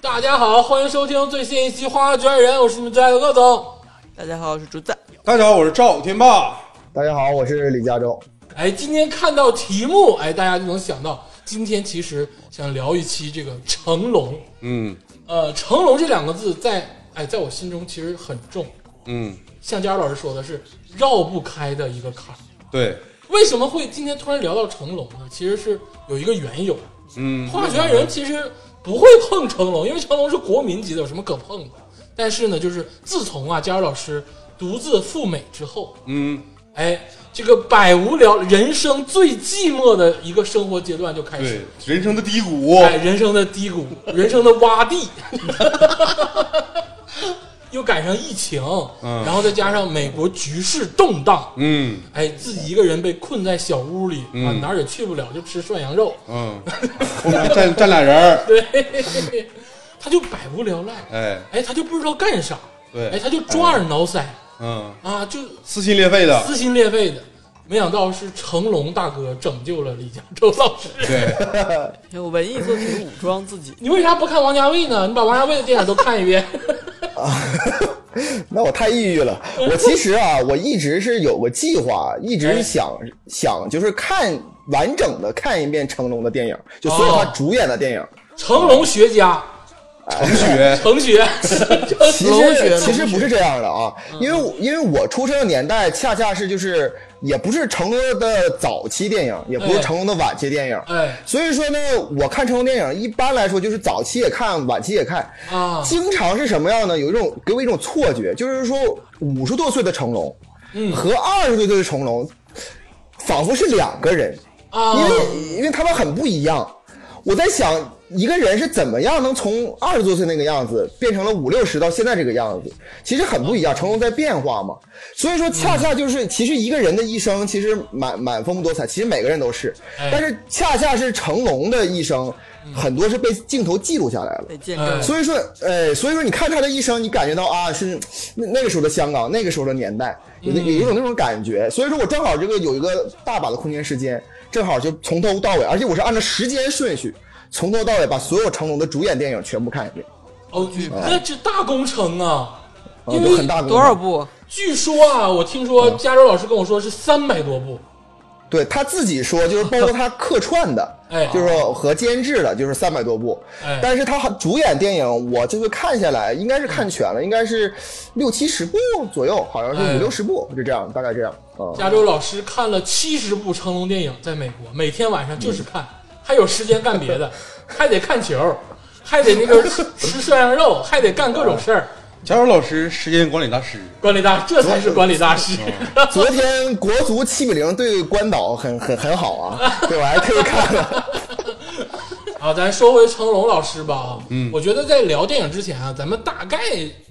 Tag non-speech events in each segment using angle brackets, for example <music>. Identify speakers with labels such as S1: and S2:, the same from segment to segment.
S1: 大家好，欢迎收听最新一期《花卷人》，我是你们最爱的鄂总。
S2: 大家好，我是竹子。
S3: 大家好，我是赵天霸。
S4: 大家好，我是李佳洲。 <laughs>
S1: 哎，今天看到题目，哎，大家就能想到，今天其实想聊一期这个成龙。
S3: 嗯
S1: 呃，成龙这两个字在哎，在我心中其实很重，
S3: 嗯，
S1: 像佳老师说的是绕不开的一个坎儿。
S3: 对，
S1: 为什么会今天突然聊到成龙呢？其实是有一个缘由，
S3: 嗯
S1: 化学人其实不会碰成龙，因为成龙是国民级的，有什么可碰的？但是呢，就是自从啊，佳老师独自赴美之后，
S3: 嗯，
S1: 哎，这个百无聊，人生最寂寞的一个生活阶段就开始
S3: 对
S1: 了。，
S3: 人生的低谷，
S1: 哎，人生的低
S3: <laughs>
S1: 谷，人生的洼地，又赶上疫情，
S3: 嗯
S1: 然后再加上美国局势动荡，
S3: 嗯
S1: 哎，自己一个人被困在小屋里、啊，
S3: 嗯
S1: 哪儿也去不了，就吃涮羊肉，
S3: 嗯，后面站站俩人 <laughs> 儿，
S1: 对，他就百无聊赖，
S3: 哎，
S1: 哎，他就不知道干啥，
S3: 对
S1: 哎，他就抓耳挠腮、
S3: 嗯，
S1: 啊，就
S3: 撕心裂肺的，
S1: 撕心裂肺的。没想到是成龙大哥拯救了李嘉洲老师。，
S3: <laughs> 对，
S2: 有文艺作品武装自己
S1: 你为啥不看王家卫呢？你把王家卫的电影都看一遍。
S4: <laughs> 那我太抑郁了。我其实啊，我一直是有个计划，一直是想想就是看完整的看一遍成龙的电影，就所有他主演的电影。
S1: 成龙学家，
S3: 程雪，
S1: 程学，
S4: 其
S2: 龙学
S4: 实其实不是这样的啊，
S1: 嗯
S4: 因为我因为我出生的年代恰恰是就是也不是成龙的早期电影，也不
S1: 哎
S4: 是成龙的晚期电影。
S1: 哎
S4: 所以说呢，我看成龙电影一般来说就是早期也看，晚期也看。
S1: 啊，
S4: 经常是什么样呢？有一种给我一种错觉，就是说五十多岁的成龙，
S1: 嗯
S4: 和二十多岁的成龙，仿佛是两个人，
S1: <laughs> 啊
S4: 因为因为他们很不一样。我在想，一个人是怎么样能从二十多岁那个样子变成了五六十到现在这个样子？其实很不一样，成龙在变化嘛。所以说，恰恰就是，其实一个人的一生其实蛮蛮丰富多彩，其实每个人都是
S1: 哎，
S4: 但是恰恰是成龙的一生，很多是被镜头记录下来了。
S2: 被见证。
S4: 所以说，呃，所以说你看他的一生，你感觉到啊，是那那个时候的香港，那个时候的年代，有那有
S1: 嗯
S4: 一种那种感觉。所以说我正好这个有一个大把的空间时间，正好就从头到尾，而且我是按照时间顺序，从头到尾把所有成龙的主演电影全部看一遍，
S1: 哦，
S4: 哎
S1: 那这大工程啊！
S4: 啊，
S1: 因
S4: 就很
S1: 为
S4: 大功夫
S2: 多少？部？
S1: 据说啊，我听说加州老师跟我说是三百多部，，
S4: 对他自己说，就是包括他客串的
S1: <laughs> 哎
S4: 就是说和监制的，就是三百多部，
S1: 哎
S4: 但是他主演电影，我就是看下来，应该是看全了，应该是六七十部左右，好像
S1: 哎
S4: 是五六十部，就这样，大概这样，啊。
S1: 加州老师看了七十部成龙电影，在美国每天晚上就是看，还有时间干
S4: <laughs>
S1: 别的，还得看球，还得那个吃吃涮羊肉，还得干各种事儿。
S3: 佳茹老师时间管理大师，
S1: 管理大，这才是管理大
S4: <laughs>
S1: 师。
S4: 昨天国足七比零对关岛很很很好啊，对我还特意看了。
S1: 啊，咱说回成龙老师吧。嗯，我觉得在聊电影之前啊，咱们大概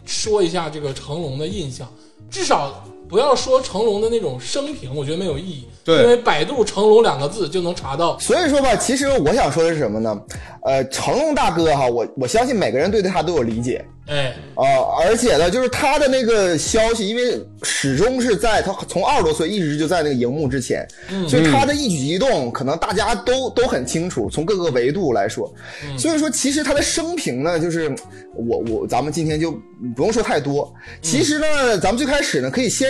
S1: 说一下这个成龙的印象，至少不要说成龙的那种生平，我觉得没有意义。
S3: 对
S1: 因为百度“成龙”两个字就能查到。
S4: 所以说吧，其实我想说的是什么呢？呃，成龙大哥哈，我我相信每个人对他都有理解
S1: 哎，
S4: 啊、而且呢，就是他的那个消息，因为始终是在他从二十多岁一直就在那个荧幕之前，所以他的一举一动可能大家都都很清楚，从各个维度来说。所以说，其实他的生平呢，就是我我咱们今天就不用说太多。其实呢，咱们最开始呢，可以先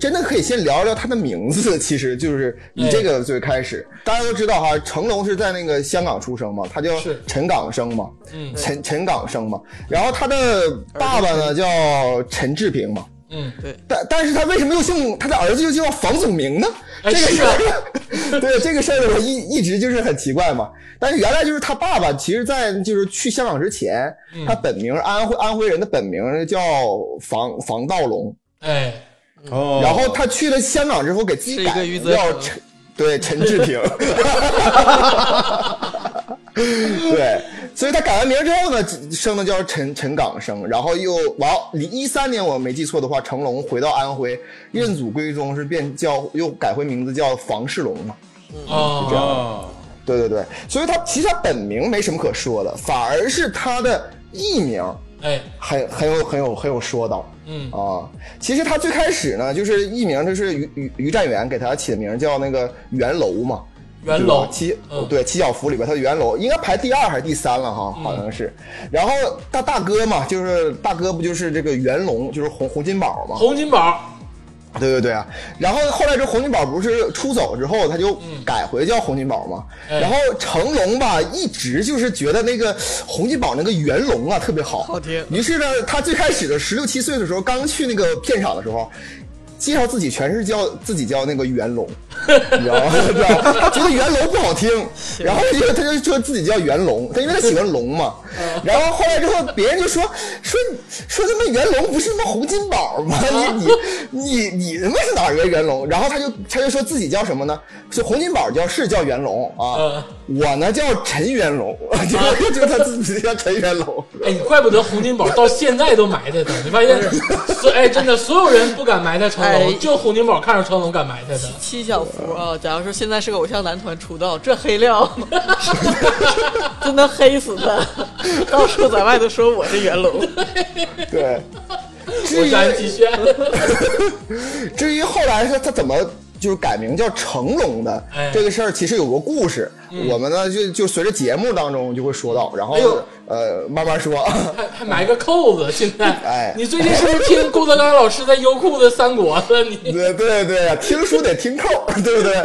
S4: 真的可以先聊聊他的名字，其实就是以这个最开始。大家都知道哈，成龙是在那个香港出生嘛，他叫
S1: 是
S4: 陈港生嘛，
S1: 嗯
S4: 陈陈港生嘛。然后他的爸爸呢叫陈志平嘛。
S1: 嗯，
S4: 但但是他为什么又姓他的儿子又叫房祖名呢？
S1: 哎
S4: 这个
S1: 是
S4: 事
S1: 啊
S4: 儿， <laughs> 对这个事儿我一一直就是很奇怪嘛。但是原来就是他爸爸，其实在就是去香港之前，
S1: 嗯
S4: 他本名安徽安徽人的本名叫房房道龙，
S1: 哎，
S3: 哦，
S4: 然后他去了香港之后给自己
S2: 是一
S4: 改
S2: 个余则
S4: 叫
S2: 成
S4: 陈，对陈志
S2: <laughs>
S4: 平。对，所以他改完名之后呢，生的叫陈陈港生，然后又完一三年我没记错的话，成龙回到安徽认祖归宗，是变叫又改回名字叫房世龙嘛。
S1: 哦，
S3: 哦，
S4: 对对对，所以他其实他本名没什么可说的，反而是他的艺名
S1: 哎，
S4: 很很有很有很有说道
S1: 嗯
S4: 啊。其实他最开始呢，就是艺名，就是于于于占元给他起的名叫那个元楼嘛。
S1: 元
S4: 对吧
S1: 楼
S4: 七、哦
S1: 嗯
S4: 对七小福里边，他的元楼应该排第二还是第三了哈，好
S1: 嗯
S4: 像是。然后他大哥嘛，就是大哥不就是这个元龙，就是洪洪金宝嘛，
S1: 洪金宝，
S4: 对对对啊。然后后来这洪金宝不是出走之后，他就改回叫洪金宝嘛。
S1: 哎
S4: 然后成龙吧，一直就是觉得那个洪金宝那个元龙啊特别好，
S2: 好听
S4: 于是呢，他最开始的十六七岁的时候，刚去那个片场的时候。介绍自己全是叫自己叫那个元龙，你知道吗？ <laughs> 知道吗他觉得元龙不好听，然后就他就说自己叫元龙，他因为他喜欢龙嘛。然后后来之后，别人就说说说他妈元龙不是他妈洪金宝吗？你你你你他妈是哪儿个元龙？然后他就他就说自己叫什么呢？就洪金宝叫是叫元龙啊，我呢叫陈元龙， <laughs> 就是就是他自己叫陈元龙。
S1: 哎，你怪不得洪金宝到现在都埋汰他，你发现，所哎，真的所有人不敢埋汰成
S2: 哎
S1: 龙，就洪金宝看着成龙敢埋汰他。
S2: 七小福啊，假如说现在是个偶像男团出道，这黑
S4: <laughs>
S2: 料真的黑死他，到处在外头说我是元
S4: <laughs>
S2: 龙，
S4: 对，
S1: 我
S4: 至
S1: 是安继
S4: 于 <laughs>
S1: 轩，
S4: 至于后来是他怎么。就是改名叫成龙的、
S1: 哎嗯
S4: 这个事儿，其实有个故事，我们呢就就随着节目当中就会说到，然后、
S1: 哎呦
S4: 呃慢
S1: <laughs>
S4: 慢说。
S1: 还还埋个扣子。现在，
S4: 哎
S1: 你最近是不是听郭德纲老师在优酷的《三国》 <laughs> 了？你
S4: 对对对，听书得
S1: <laughs>
S4: 听扣，对不对？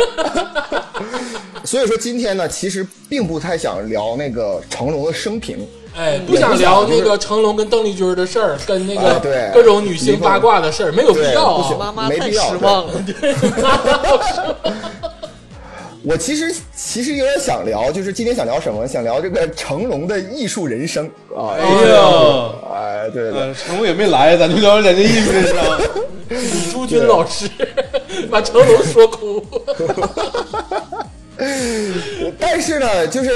S4: 所以说今天呢，其实并不太想聊那个成龙的生平，
S1: 哎，不想聊那个成龙跟邓丽君的事儿，跟那个
S4: 哎对
S1: 各种女性八卦的事儿，没有必
S4: 对
S1: 要
S4: 不行
S1: 啊。
S2: 妈妈
S4: 没
S2: 太
S4: 必要
S2: 失望了。
S4: 我其实其实有点想聊，就是今天想聊什么？想聊这个成龙的艺术人生啊！
S3: 哎呀，
S4: 哎，对对对，
S3: 呃，成龙也没来，咱就聊聊人家艺术人 <laughs> 生。
S1: 李朱军老师把成龙说哭，
S4: 但是呢，就是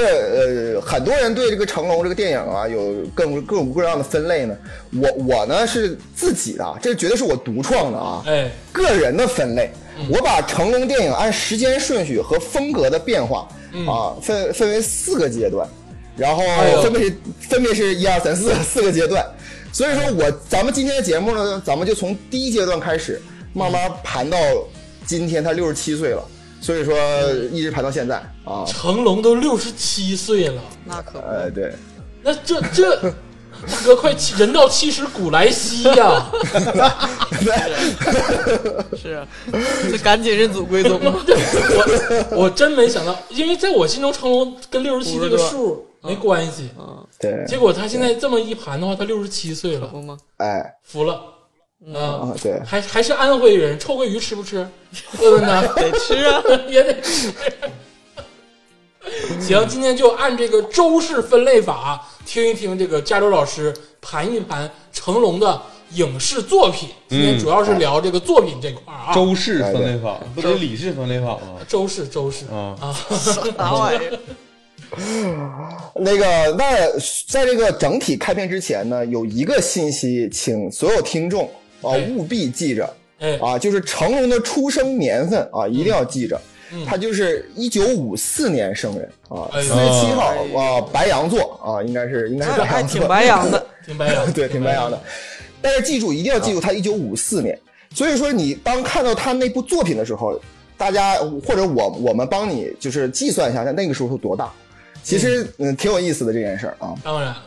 S4: 呃，很多人对这个成龙这个电影啊，有各种各种各样的分类呢。我我呢是自己的啊，这绝对是我独创的啊，
S1: 哎，嗯
S4: 个人的分类。我把成龙电影按时间顺序和风格的变化、啊，分分为四个阶段，然后
S1: 嗯哎呦
S4: 分别是、分别是一二三四 <laughs> 四个阶段。所以
S1: 哎
S4: 说我咱们今天的节目呢，咱们就从第一阶段开始，慢慢
S1: 嗯
S4: 盘到今天他六十七岁了，所以说
S1: 嗯
S4: 一直盘到现在啊。
S1: 成龙都六十七岁了，
S2: 那可不，
S4: 呃，对，
S1: 那这这大哥快七人到七十古来稀呀、
S4: <laughs>
S2: 是，就赶紧认祖归宗吧。
S1: 我我真没想到，因为在我心中成龙跟六十七这个数没关系。
S4: 对，
S1: 结果他现在这么一盘的话，他六十七岁了，
S2: 不吗？
S4: 哎，
S1: 服了。啊
S4: 啊，对
S1: 还还是安徽人，臭鳜鱼吃不吃？ <laughs> 问问他， <laughs>
S2: 得吃啊！
S1: 也得 <laughs> 吃。行，今天就按这个周氏分类法，听一听这个加州老师盘一盘成龙的影视作品。今天主要是聊这个作品这块儿啊。
S3: 周氏分类法不得李氏分类法吗？
S1: 周氏，周氏
S3: 啊
S1: 啊，
S4: <laughs>
S2: 啥玩意儿？
S4: 那个，那在这个整体开篇之前呢，有一个信息，请所有听众啊
S1: 哎
S4: 务必记着
S1: 哎，
S4: 啊，就是成龙的出生年份
S1: 嗯
S4: 啊，一定要记着，他就是一九五四年生人啊，
S1: 哎
S4: 四十
S1: 呦
S4: 七号
S2: 哎呦
S4: 啊，白羊座啊，应该是应该是
S2: 那
S4: 白
S2: 哎还
S4: 羊
S2: 挺
S4: 座，
S2: 白羊的， <laughs>
S1: 挺白羊，
S4: <laughs> 对，挺白羊的。但是记住，一定要记住他一九五四年。所以说，你当看到他那部作品的时候，大家或者我我们帮你就是计算一下，他那个时候是多大。其实，嗯，挺有意思的这件事儿啊。
S1: 当然了，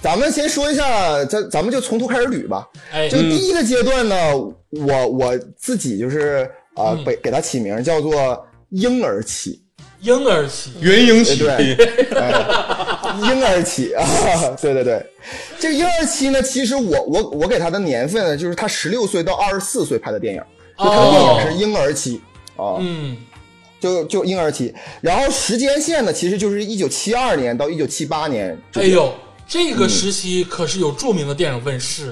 S4: 咱们先说一下，咱咱们就从头开始捋吧。
S1: 哎，
S4: 就第一个阶段呢，我我自己就是啊，
S1: 嗯
S4: 给、给他起名叫做婴儿期。
S1: 婴儿期，
S3: 元婴期，
S4: 对婴儿期啊， <laughs> 对对对，这个婴儿期呢，其实我我我给他的年份呢，就是他十六岁到二十四岁拍的电影，就他的
S1: 哦
S4: 电影是婴儿期啊，
S1: 嗯，
S4: 就就婴儿期。然后时间线呢，其实就是一九七二年到一九七八年
S1: 哎呦，这个时期可是有著名的电影问世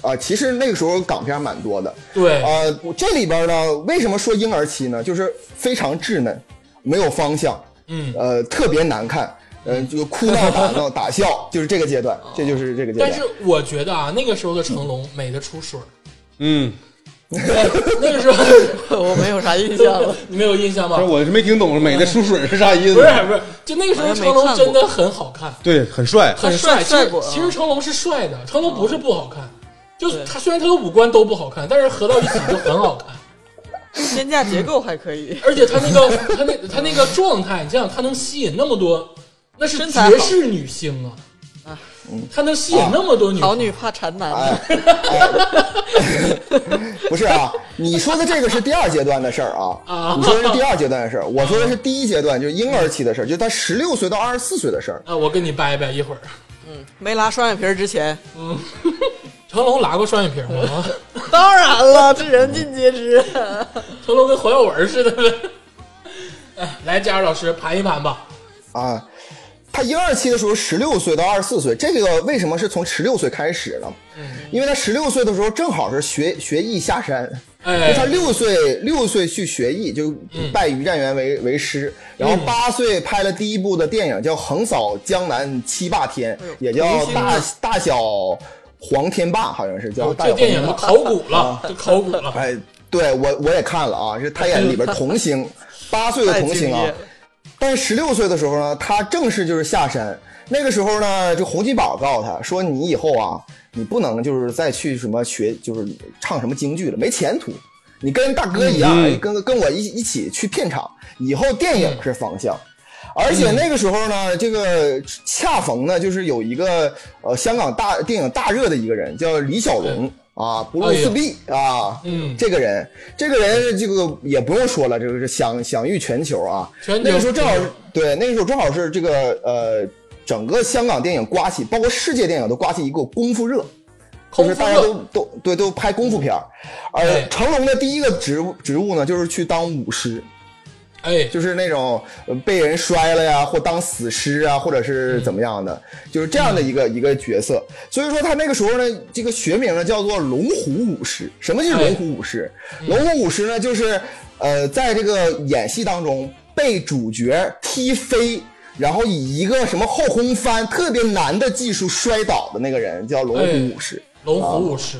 S1: 啊，
S4: 啊、其实那个时候港片还蛮多的，
S1: 对，
S2: 啊
S4: 呃，我这里边呢，为什么说婴儿期呢？就是非常稚嫩，没有方向，
S1: 嗯，
S4: 呃，特别难看，呃，就哭闹打
S1: <laughs>
S4: 闹打笑，就是这个阶段，这就是这个阶
S2: <laughs>
S4: 段。
S1: 但是我觉得啊，那个时候的成龙美得出水儿，
S3: 嗯，
S1: 那个时候
S2: 我没有啥印象了。
S1: <laughs> 你没有印象吗
S3: 但是？我是没听懂美的叔水是啥意思。
S1: 不是不是，就那个时候
S2: 好像没
S1: 成龙
S2: 看过
S1: 真的很好看，
S5: 对，很帅，
S1: 很
S2: 他帅
S1: 其实
S2: 帅过嗯啊
S1: 其实成龙是帅的，成龙不是不好看，就是
S2: 对
S1: 他虽然他的五官都不好看，但是合到一起就很好
S2: <laughs>
S1: 看。
S2: 肩架结构还可以，
S1: 而且他那个他那他那个状态，你想想，他能吸引那么多，那是
S2: 身材好
S1: 绝世女星啊！
S2: 啊
S1: 他能吸引那么多女
S2: 好
S1: 生，
S2: 女怕缠男
S4: 嗯哎，哎不是啊，你说的这个是第二阶段的事儿
S1: 啊
S4: 啊，你说的是第二阶段的事儿，我说的是第一阶段，就是婴儿期的事儿，就是他十六岁到二十四岁的事儿。
S1: 啊！我跟你掰掰一会儿。
S2: 没拉双眼皮儿之前，
S1: 成龙拉过双眼皮吗？
S2: 当然了，这人尽皆
S4: <laughs>
S2: 知。
S1: 成龙跟侯耀文似的呗。哎，来，佳儿老师盘一盘吧。
S4: 啊，他婴儿期的时候十六岁到二十四岁，这个为什么是从十六岁开始呢？
S1: 嗯
S4: 因为他十六岁的时候正好是学学艺下山，
S1: 哎嗯
S4: 就他六岁六岁去学艺，就拜于占元为、为师，然后八岁拍了第一部的电影叫《横扫江南七霸天》，
S1: 哎
S4: 也叫
S2: 明星
S4: 大
S2: 啊
S4: 大小黄天霸，好像是叫大小
S1: 哦这
S4: 黄天
S1: 电影
S4: 霸
S1: 都考古
S4: 啊
S1: 了，都考古了。
S4: 哎，对我我也看了啊，是他演里边
S1: <laughs>
S4: 童星，八岁的童星
S2: 太敬
S4: 啊
S2: 业了。
S4: 但是十六岁的时候呢，他正式就是下山。那个时候呢，就洪金宝告诉他说：“你以后啊，你不能就是再去什么学，就是唱什么京剧了，没前途。你跟大哥一样，哎跟跟我一一起去片场，以后电影是方向。而且那个时候呢，这个恰逢呢，就是有一个呃香港大电影大热的一个人叫李小龙啊，不露四壁、啊，
S1: 嗯
S4: 这个人，这个人这个也不用说了，这个是享享誉全球啊。
S1: 全球
S4: 那个时候正好是对，那个时候正好是这个呃，整个香港电影刮起，包括世界电影都刮起一个功夫热。
S1: 功
S4: 就是
S1: 夫
S4: 大家都
S1: 热，
S4: 都对都拍功夫片儿，
S1: 对
S4: 而成龙的第一个职务职务呢，就是去当武师，
S1: 哎，
S4: 就是那种呃被人摔了呀，或当死尸啊，或者是怎么样的，就是这样的一个、一个角色。所以说他那个时候呢，这个学名呢叫做龙虎武师。什么是龙虎武师？龙虎武师呢，就是呃，在这个演戏当中被主角踢飞。然后以一个什么后空翻特别难的技术摔倒的那个人叫龙虎武师，
S1: 龙虎武师，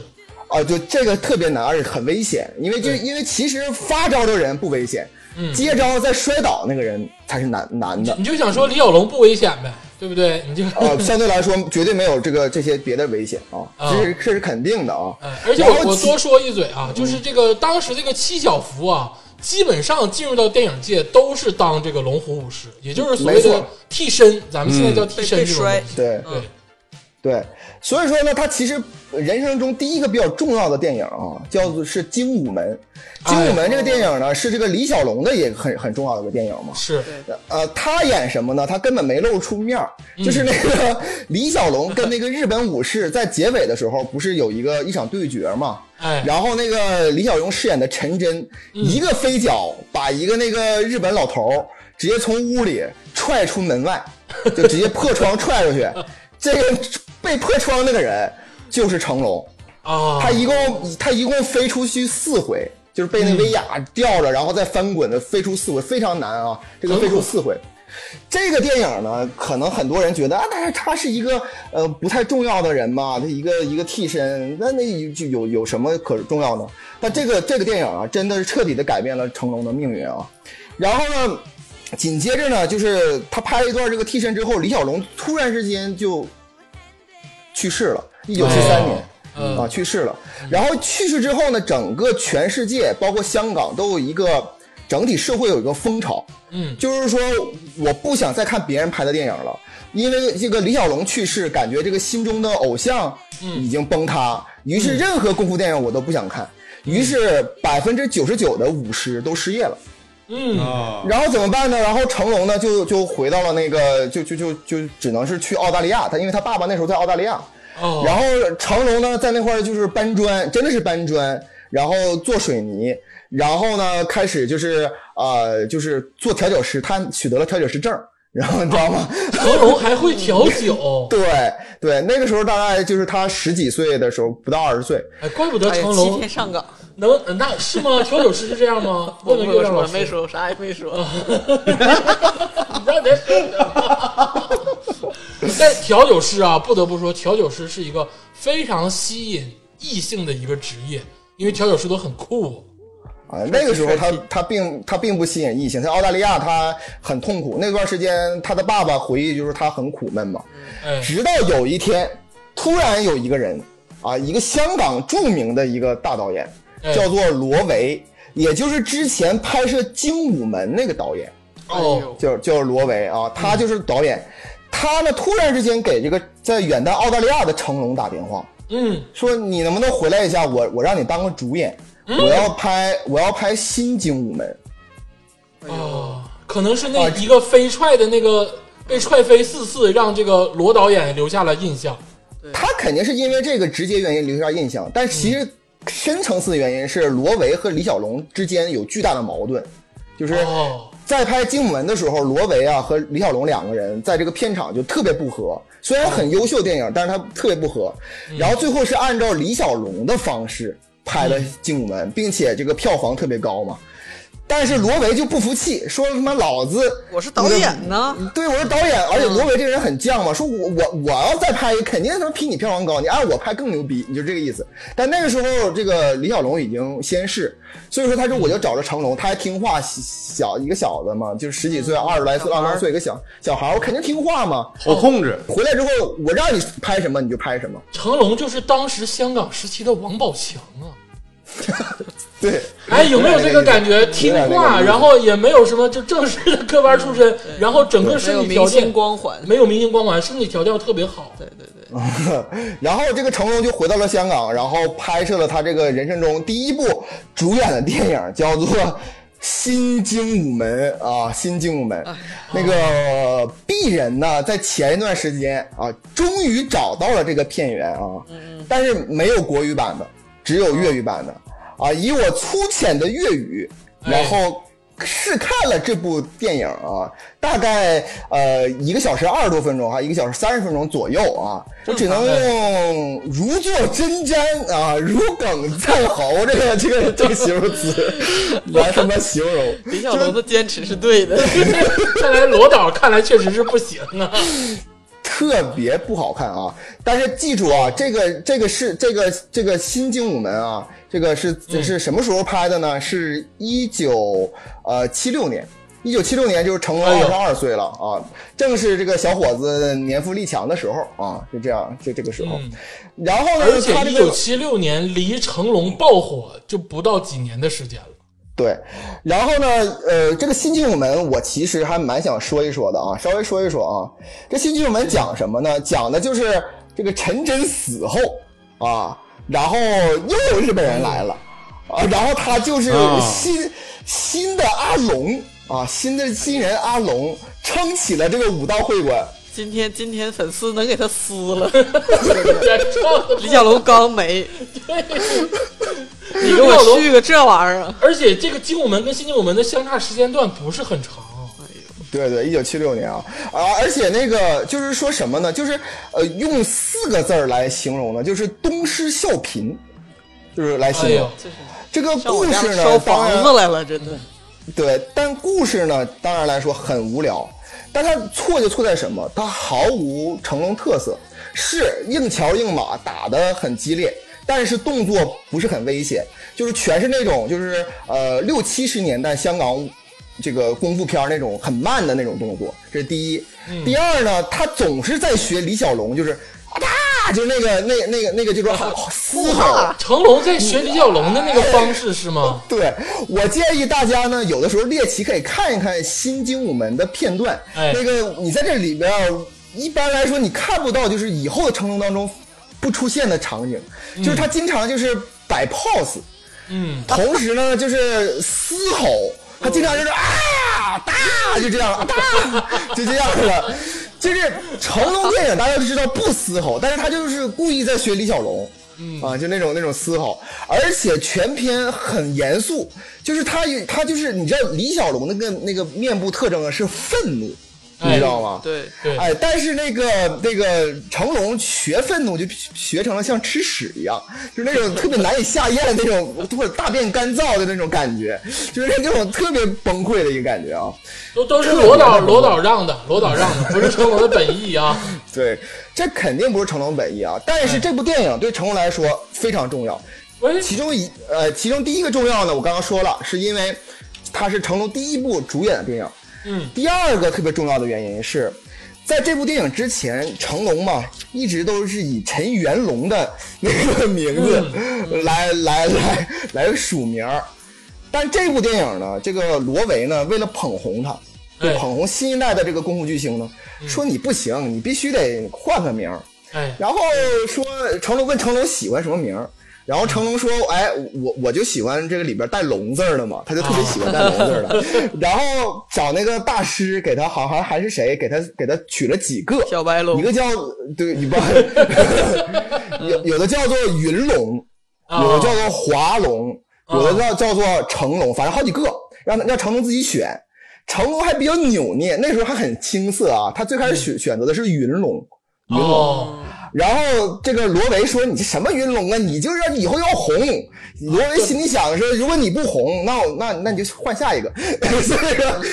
S4: 啊，就这个特别难，而且很危险，因为就因为其实发招的人不危险，
S1: 嗯
S4: 接招再摔倒那个人才是难难的。
S1: 你就想说李小龙不危险呗，对不对？你就，
S4: 呃，相对来说绝对没有这个这些别的危险啊，
S1: 啊
S4: 这是这是肯定的啊
S1: 哎。而且
S4: 然
S1: 我
S4: 后
S1: 我
S4: 其
S1: 多说一嘴啊，
S4: 嗯
S1: 就是这个当时这个七小福啊，基本上进入到电影界都是当这个龙虎武师，也就是所谓
S4: 没
S1: 的
S4: 错嗯
S1: 替身，咱们现在叫替
S2: 被
S1: 身
S2: 被
S1: 这种
S2: 摔
S1: 东西。
S4: 对
S1: 对，
S4: 对，所以说呢，他其实人生中第一个比较重要的电影啊，叫做是《精武门》。《精武
S1: 哎
S4: 门》这个电影呢，是这个李小龙的也很很重要的一个电影嘛。
S1: 是
S4: 呃，他演什么呢？他根本没露出面儿，就是那个李小龙跟那个日本武士在结尾的时候，不是有一个一场对决嘛？
S1: 哎
S4: 然后那个李小龙饰演的陈真，一个飞脚把一个那个日本老头儿直接从屋里踹出门外，就直接破窗踹出去。这个被破窗那个人就是成龙。
S1: 啊，
S4: 他一共他一共飞出去四回，就是被那威亚吊着，然后再翻滚的飞出四回，非常难啊！这个飞出四回。这个电影呢，可能很多人觉得啊，但是他是一个呃不太重要的人嘛，他一个一个替身，那那就有有什么可重要呢？但这个这个电影啊，真的是彻底的改变了成龙的命运啊。然后呢，紧接着呢，就是他拍了一段这个替身之后，李小龙突然之间就去世了，一九七三年。
S1: 嗯
S4: 啊，去世了。然后去世之后呢，整个全世界，包括香港，都有一个整体社会有一个风潮，
S1: 嗯，
S4: 就是说我不想再看别人拍的电影了，因为这个李小龙去世，感觉这个心中的偶像
S1: 嗯
S4: 已经崩塌，于是任何功夫电影我都不想看。于是百分之九十九的武师都失业了，
S1: 嗯，
S3: 啊，
S4: 然后怎么办呢？然后成龙呢就就回到了那个就就就就只能是去澳大利亚，他因为他爸爸那时候在澳大利亚，
S1: 哦，
S4: 然后成龙呢，在那块儿就是搬砖，真的是搬砖，然后做水泥，然后呢，开始就是呃，就是做调酒师，他取得了调酒师证儿，然后你知道吗？ <laughs>
S1: 成龙还会调酒，
S4: 对对，那个时候大概就是他十几岁的时候，不到二十岁，
S1: 哎，怪不得
S2: 哎呀，
S1: 成
S2: 七
S1: 龙
S2: 天上岗，
S1: 能那是吗？调酒师是这样吗？
S2: 我
S1: 问问
S2: 没
S1: 月
S2: 有
S1: 亮老
S2: 说，
S1: 师，
S2: 没说，啥也没说。
S1: 你让人说什么但调酒师啊，不得不说，调酒师是一个非常吸引异性的一个职业，因为调酒师都很酷。
S4: 啊，那个时候他他并他并不吸引异性，在澳大利亚他很痛苦。那段时间他的爸爸回忆就是他很苦闷嘛，
S1: 哎，
S4: 直到有一天，突然有一个人啊，一个香港著名的一个大导演
S1: 哎
S4: 叫做罗维，也就是之前拍摄《精武门》那个导演，
S2: 哎
S1: 哦
S2: 呦，
S4: 叫叫罗维啊，他
S1: 嗯
S4: 就是导演。他呢突然之间给这个在远在澳大利亚的成龙打电话，
S1: 嗯，
S4: 说你能不能回来一下，我我让你当个主演，
S1: 嗯
S4: 我要拍我要拍新精武门。
S2: 哎呦，
S1: 哦，可能是那一个飞踹的那个被踹飞四次，让这个罗导演留下了印象。
S4: 他肯定是因为这个直接原因留下印象，但其
S1: 嗯
S4: 实深层次的原因是罗维和李小龙之间有巨大的矛盾，就是
S1: 哦，
S4: 在拍《精武门》的时候，罗维啊和李小龙两个人在这个片场就特别不和。虽然很优秀的电影，但是他特别不和。
S2: 嗯
S4: 然后最后是按照李小龙的方式拍了《精武门》，并且这个票房特别高嘛。但是罗维就不服气，说他妈老子
S2: 我是导演 <laughs> 呢，
S4: 对，我是导演，而且罗维这个人很犟嘛，说我我我要再拍，肯定他妈比你票房高，你按我拍更牛逼，你就这个意思。但那个时候，这个李小龙已经先逝，所以说他说我就找着成龙，他还听话，小一个小子嘛，就十几岁、二十来岁、
S2: 嗯小
S4: 二
S2: 孩儿
S4: 十多岁一个小小孩儿，我肯定听话嘛。
S3: 好控制，
S4: 回来之后，我让你拍什么你就拍什么，
S1: 成龙就是当时香港时期的王宝强啊。
S4: 对，
S1: 哎，有没有这个感觉？听
S4: 点那个
S1: 话，
S4: 意思
S1: 然后也没有什么就正式的科班出身，然后整个
S2: 没
S1: 身
S2: 有
S1: 体条
S2: 明
S1: 件
S2: 星光环，
S1: 没有明星光环，身体条件特别好。
S2: 对对对，
S4: <laughs> 然后这个成龙就回到了香港，然后拍摄了他这个人生中第一部主演的电影，叫做《新精武门》啊，《新精武门》。那个鄙人呢，在前一段时间啊，终于找到了这个片源啊，但是没有国语版的，只有粤语版的啊。以我粗浅的粤语，
S1: 哎
S4: 然后试看了这部电影啊，大概呃一个小时二十多分钟哈，一个小时三十分钟左右啊，我只能用如坐针毡啊，如鲠在喉这个这个这个形
S1: <laughs>
S4: 容词来他妈形容。
S2: 李小龙的坚持是对的，
S1: <laughs> 看来罗导看来确实是不行
S4: <laughs>
S1: 啊。
S4: 特别不好看啊！但是记住啊，这个这个是这个这个新精武门啊，这个是这是什么时候拍的
S1: 嗯
S4: 呢？是一九呃七六年，一九七六年就是成龙
S1: 哎
S4: 二
S1: 呦
S4: 十二岁了啊，正是这个小伙子年富力强的时候啊，就这样这这个时候。
S1: 嗯
S4: 然后
S1: 而
S4: 呢，
S1: 且
S4: 他这
S1: 一九
S4: 个
S1: 七六年离成龙爆火就不到几年的时间了。 <laughs>
S4: 对，然后呢，呃，这个新精武门我其实还蛮想说一说的啊，稍微说一说啊。这新精武门讲什么呢？讲的就是这个陈真死后啊，然后又有日本人来了啊，然后他就是
S3: 啊
S4: 新、新的阿龙啊，新的新人阿龙撑起了这个武道会馆。
S2: 今天今天粉丝能给他撕了， <laughs>
S1: 原创的
S2: 李小龙刚没， <laughs> 你给
S1: 李小
S2: 我
S1: 龙
S2: 续个这玩意儿啊，
S1: 而且这个精武门跟新精武门的相差时间段不是很长。
S4: 对对，一九七六年啊啊！而且那个就是说什么呢？就是呃，用四个字儿来形容呢，就是东施效颦，就是来
S1: 哎
S4: 形容。
S1: 呦，
S2: 这是
S4: 这个
S2: 上我
S4: 故
S2: 家
S4: 事呢，
S2: 烧房
S4: 当
S2: 子
S4: 然
S2: 来了，真的，
S4: 对，但故事呢，当然来说很无聊。但它错就错在什么？它毫无成龙特色，是硬桥硬马，打得很激烈，但是动作不是很危险，就是全是那种就是呃六七十年代香港这个功夫片儿那种很慢的那种动作，这是第一。第二呢，他总是在学李小龙，就是啊哒，就是那个那那个那个就是嘶吼。
S1: 成龙在学李小龙的那个方式是吗？
S4: 对我建议大家呢，有的时候猎奇可以看一看《新精武门》的片段。
S1: 哎
S4: 那个你在这里边儿，一般来说你看不到，就是以后的成龙当中不出现的场景，就是他经常就是摆 pose，、
S1: 嗯，
S4: <laughs> 同时呢就是嘶吼，他经常就是啊哒，就这样啊哒，就这样的。就是成龙电影大家都知道不嘶吼，但是他就是故意在学李小龙。啊，就那种那种嘶吼，而且全篇很严肃，就是他有他就是你知道李小龙那个那个面部特征啊是愤怒， <laughs> 你知道吗？
S2: 对，
S1: 哎对，
S4: 哎，但是那个那个成龙学愤怒就学成了像吃屎一样，就是那种特别难以下咽的那种，或者大便干燥的那种感觉，就是那种特别崩溃的一个感觉啊。
S1: 都都是罗导罗导让的，罗导让的，不是成龙的本意啊。
S4: 对，这肯定不是成龙本意啊。但是这部电影对成龙来说非常重要，
S1: 喂，
S4: <laughs> 其中一呃，其中第一个重要呢，我刚刚说了，是因为它是成龙第一部主演的电影。
S1: 嗯，
S4: 第二个特别重要的原因是，在这部电影之前，成龙嘛一直都是以陈元龙的那个名字来、来来来署名儿，但这部电影呢，这个罗维呢为了捧红他，就
S1: 哎
S4: 捧红新一代的这个功夫巨星呢，说你不行，你必须得换个名儿。
S1: 哎，
S4: 然后说哎成龙问成龙喜欢什么名儿，然后成龙说，哎，我我就喜欢这个里边带龙字儿的嘛，他就特别喜欢带龙字
S2: <laughs>
S4: 儿的。然后找那个大师给他，好像还是谁给他给他取了几个，
S2: 小白龙
S4: 一个叫对，你不， <laughs> 有有的叫做云龙，
S2: 哦
S1: 啊
S4: 有的叫做华龙，有的
S1: 啊
S4: 叫叫做成龙，反正好几个，让他让成龙自己选。成龙还比较扭捏，那时候还很青涩啊。他最开始选选择的是云龙，云龙。
S1: 哦，
S4: 然后这个罗维说：“你这什么云龙啊？你就是要以后要红。”罗维心里想的是：“如果你不红，那我那那你就换下一个。” <laughs> 所以说，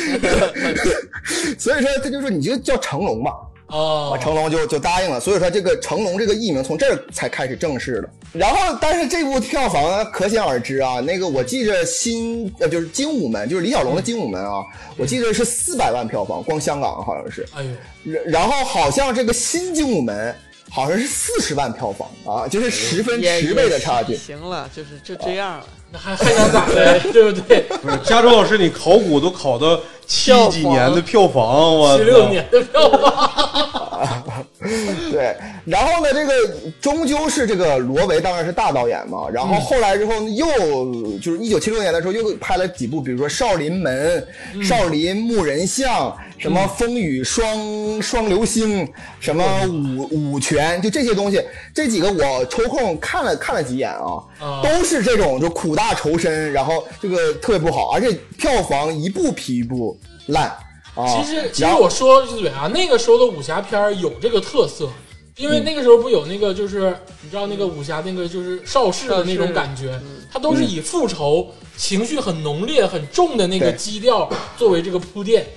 S4: 所以说他就说你就叫成龙吧。啊，
S1: 哦，
S4: 成龙就就答应了。所以说这个成龙这个艺名从这儿才开始正式的。然后，但是这部票房呢，可想而知啊。那个我记着新呃就是精武门，就是李小龙的精武门啊，我记得是四百万票房，光香港好像是。
S1: 哎呦，
S4: 然然后好像这个新精武门好像是四十万票房啊，就是十分
S2: 也
S4: 十倍的差距
S2: 也。行了，就是就这样了。
S1: 那还还想咋的？ <laughs> 对不对？
S3: 不是，加州老师，你考古都考到七几年的票房，我操
S1: 十六年的票
S4: 啊
S1: 房，
S4: <laughs> 对，然后呢，这个终究是这个罗维当然是大导演嘛，然
S1: 嗯
S4: 后后来之后呢又就是一九七六年的时候又拍了几部，比如说《少林门》
S1: 嗯
S4: 少林木人像》什么《风雨双双流
S1: 嗯
S4: 星》什么五五拳，就这些东西，这几个我抽空看了看了几眼啊，
S1: 啊
S4: 都是这种就苦大仇深，然后这个特别不好，而且票房一部比一部烂啊。
S1: 呃其实其实
S4: 然后
S1: 我说句嘴啊，那个时候的武侠片儿有这个特色，因为那个时候不有那个就是你知道那个武侠那个就是邵氏的那种感觉，
S4: 嗯
S1: 它都是以复仇情绪很浓烈、很重的那个
S4: 对
S1: 基调作为这个铺垫。
S4: 哎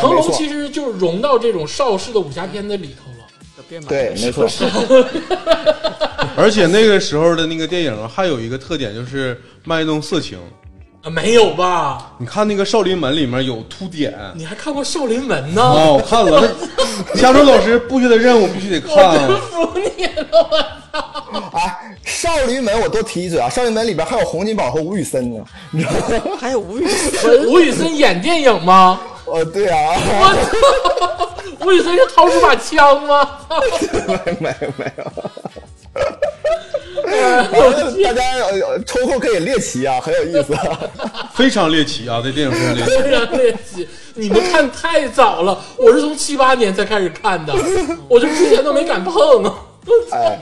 S1: 成
S4: 没
S1: 龙
S4: 错
S1: 其实就是融到这种邵氏的武侠片子里头了。
S2: 可别买
S4: 对，
S2: 了
S4: 没错，
S3: 而且那个时候的那个电影啊还有一个特点就是卖弄色情。
S1: 啊，没有吧？
S3: 你看那个《少林门》里面有凸点啊、
S1: 你还看过《少林门》呢？
S4: 哦
S3: 我看了。那加州老师布置的任务必须得看啊。
S1: 服你了，我
S4: 哎，少林门我多提一嘴啊，少林门里边还有洪金宝和吴宇森呢，你知道吗？
S2: 还有吴宇森，
S1: 吴宇森演电影吗？
S4: 呃，对啊，
S1: <laughs> 吴宇森是掏出把枪
S4: <laughs>
S1: 吗？
S4: 没没没
S1: <laughs> 哎
S4: 有， <laughs> 大家呃抽空可以猎奇啊，很有意思 <laughs> 啊。
S3: 非常猎奇啊，在电影非常猎奇。
S1: 非常猎奇，你们看太早了，我是从七八年才开始看的，我就之前都没敢碰。啊
S4: 哎，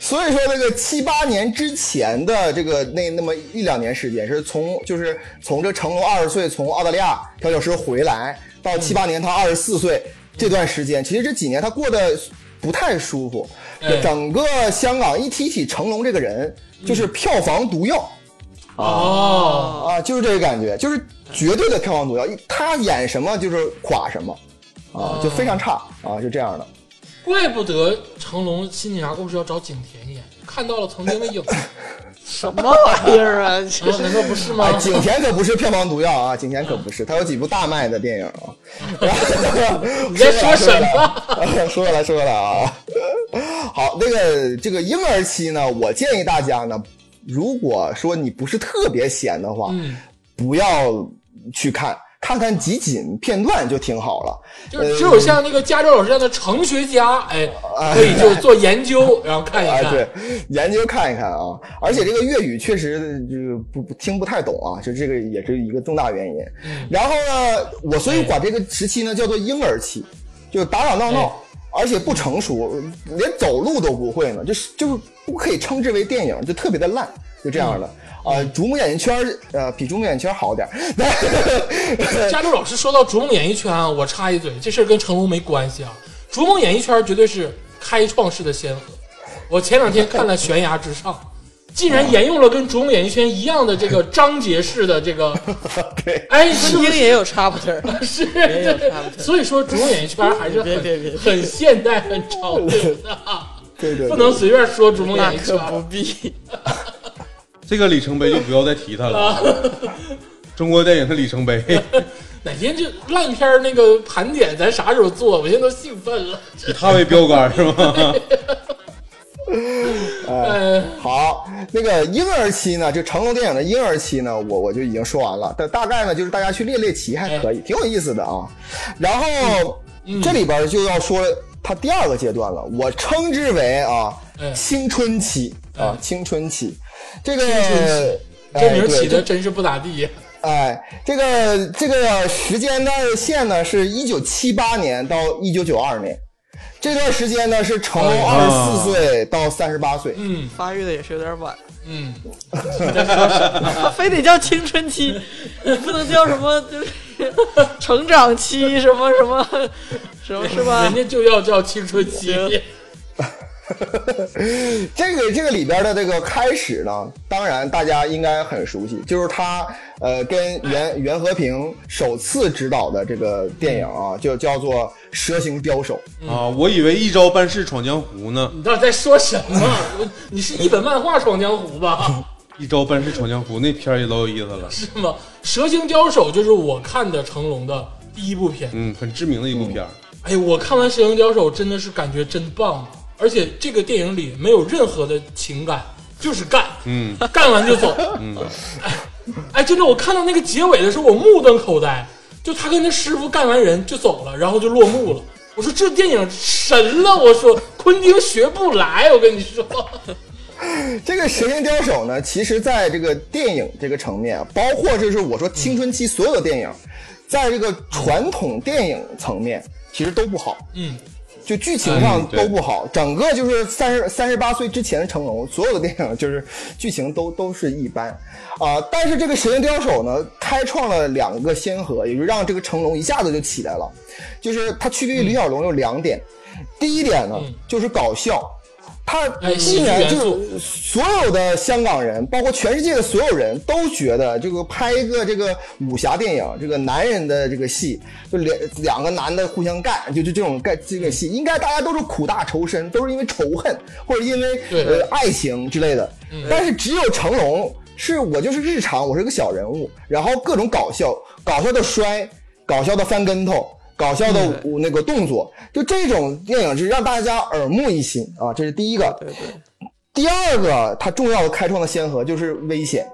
S4: 所以说那个七八年之前的这个那那么一两年时间，是从就是从这成龙二十岁从澳大利亚调酒师回来，到七八年他二十四岁这段时间，其实这几年他过得不太舒服
S1: 哎。
S4: 整个香港一提起成龙这个人，就是票房毒药。
S1: 哦，
S4: 啊，就是这个感觉，就是绝对的票房毒药，一他演什么就是垮什么，啊，就非常差啊，就这样的。
S1: 怪不得成龙《新警察故事》要找景甜演，看到了曾经的影
S4: <laughs>
S1: 子，
S2: 什么玩意儿 <laughs> 啊？这
S1: 啊难道不是吗
S4: 哎，？景甜可不是票房毒药啊，景甜可不是，她有几部大卖的电影啊。然后
S1: 你在说什
S4: 么？ <laughs> 说回来，说回来啊。好，那个这个婴儿期呢，我建议大家呢，如果说你不是特别闲的话，
S1: 嗯，
S4: 不要去看，看看集锦片段就挺好了。
S1: 就是只有像那个加州老师这样的程学家，哎，
S4: 哎
S1: 可以就做研究，然后看一
S4: 哎，
S1: 看。
S4: 对，研究看一看啊。而且这个粤语确实就是不不听不太懂啊，就这个也是一个重大原因。然后呢，我所以管这个时期呢叫做婴儿期，就打打闹闹，而且不成熟，连走路都不会呢，就是就是不可以称之为电影，就特别的烂，就这样的。啊，竹木演艺圈儿呃，比竹木演艺圈儿 <laughs> 好点儿。
S1: 加州老师说到逐梦演艺圈啊，我插一嘴，这事儿跟成龙没关系啊。逐梦演艺圈绝对是开创式的先河。我前两天看了《悬崖之上》，竟然沿用了跟逐梦演艺圈一样的这个章节式的这个，
S4: <laughs> 对，
S1: 哎，
S2: <laughs>
S1: 是不
S2: 英
S1: 是？
S2: 也有 chapter，
S1: 是
S2: 也有差不多
S1: 所以说逐梦演艺圈还是
S2: 别别别
S1: 很很现代、很潮流的啊，
S4: 对对对
S1: 不能随便说逐梦
S2: 那
S1: 演艺
S2: 可
S1: 圈。
S2: 不必。
S3: 这个里程碑就不要再提它了。中国电影是里程碑，
S1: 哪天这烂片儿那个盘点咱啥时候做？我现在都兴奋了。
S3: 以它为标杆是吗？
S1: 嗯呃，
S4: 好，那个婴儿期呢，就成龙电影的婴儿期呢，我我就已经说完了。但大概呢，就是大家去猎猎奇还可以，
S1: 哎
S4: 挺有意思的啊。然后、这里边就要说它第二个阶段了，我称之为啊
S1: 哎
S4: 青春期啊
S1: 哎
S4: 青春期，这个
S1: 这名
S4: 哎
S1: 儿
S4: 对
S1: 起
S4: 这
S1: 的真是不咋地呀。
S4: 哎，这个这个时间段线呢，是一九七八年到一九九二年，这段时间呢是成龙
S3: 哎
S4: 二
S3: 呀
S4: 十四岁到三十八岁。
S1: 嗯
S2: 发育的也是有点晚，
S1: 嗯，
S2: 他 <laughs> 非得叫青春期，你不能叫什么就是成长期什么什么什么是吧
S1: 人？家就要叫青春期。
S2: 行
S4: <laughs> 这个这个里边的这个开始呢，当然大家应该很熟悉，就是他呃跟袁袁和平首次执导的这个电影啊，就叫做《蛇形刁手》。
S3: 啊，我以为一招半式闯江湖呢，
S1: 你到底在说什么？ <laughs> 你是一本漫画闯江湖吧？ <laughs>
S3: 一招半式闯江湖那片儿也老有意思了，
S1: 是吗？《蛇形刁手》就是我看的成龙的第一部片。
S3: 嗯，很知名的一部片儿。
S1: 哎，我看完《蛇形刁手》真的是感觉真棒，啊而且这个电影里没有任何的情感，就是干，
S3: 嗯，
S1: <laughs> 干完就走。嗯，哎，哎，真的，我看到那个结尾的时候，我目瞪口呆，就他跟他师傅干完人就走了，然后就落幕了。我说这电影神了，我说昆汀学不来，我跟你说，
S4: 这个《蛇形刁手》呢，其实在这个电影这个层面啊，包括就是我说青春期所有的电影，在这个传统电影层面其实都不好，
S1: 嗯，
S4: 就剧情上
S3: 嗯对
S4: 都不好，整个就是三十三十八岁之前的成龙，所有的电影就是剧情都都是一般啊、但是这个《蛇形刁手》呢，开创了两个先河，也就让这个成龙一下子就起来了。就是它区别于李小龙有两点，第一点呢、就是搞笑，他
S1: 嗯哎戏
S4: 依
S1: 剧
S4: 然
S1: 元
S4: 就是
S1: 素
S4: 所有的香港人，包括全世界的所有人都觉得，这个拍一个这个武侠电影，这个男人的这个戏，就两两个男的互相干，就就这种干这个戏，应该大家都是苦大仇深，都是因为仇恨或者因为
S1: 对
S4: 呃爱情之类的。但是只有成龙是我就是日常，我是个小人物，然后各种搞笑，搞笑的摔，搞笑的翻跟头。搞笑的舞那个动作，就这种电影是让大家耳目一新啊，这是第一个。
S2: 对对，
S4: 第二个，它重要的开创的先河就是危险，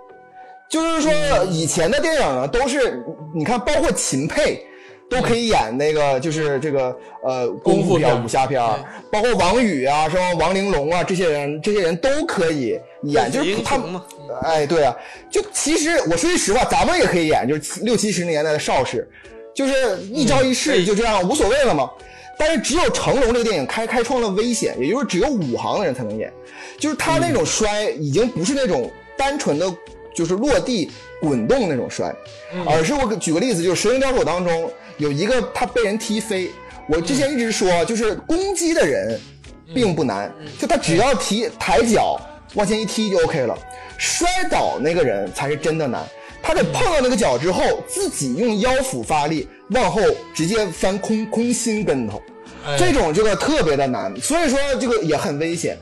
S4: 就是说以前的电影呢，都是你看，包括秦沛都可以演那个，就是这个呃功夫
S1: 功夫
S4: 片、
S1: 片
S4: 武侠片儿，包括王宇啊，什么王玲珑啊，这些人，这些人都可以演，就
S2: 就是英
S4: 他
S2: 雄嘛，
S4: 哎，对啊，就其实我说句实话，咱们也可以演，就是六七十年代的邵氏，就是一招一式就这样，无所谓了嘛。但是只有成龙这个电影开开创了危险，也就是只有武行的人才能演，就是他那种摔已经不是那种单纯的就是落地滚动那种摔，而是我给举个例子，就是《蛇形刁手》当中有一个他被人踢飞，我之前一直说就是攻击的人并不难，就他只要提抬脚往前一踢就 OK 了。摔倒那个人才是真的难，他得碰到那个脚之后，自己用腰腹发力往后直接翻空空心跟头，
S1: 哎
S4: 这种这个特别的难，所以说这个也很危险。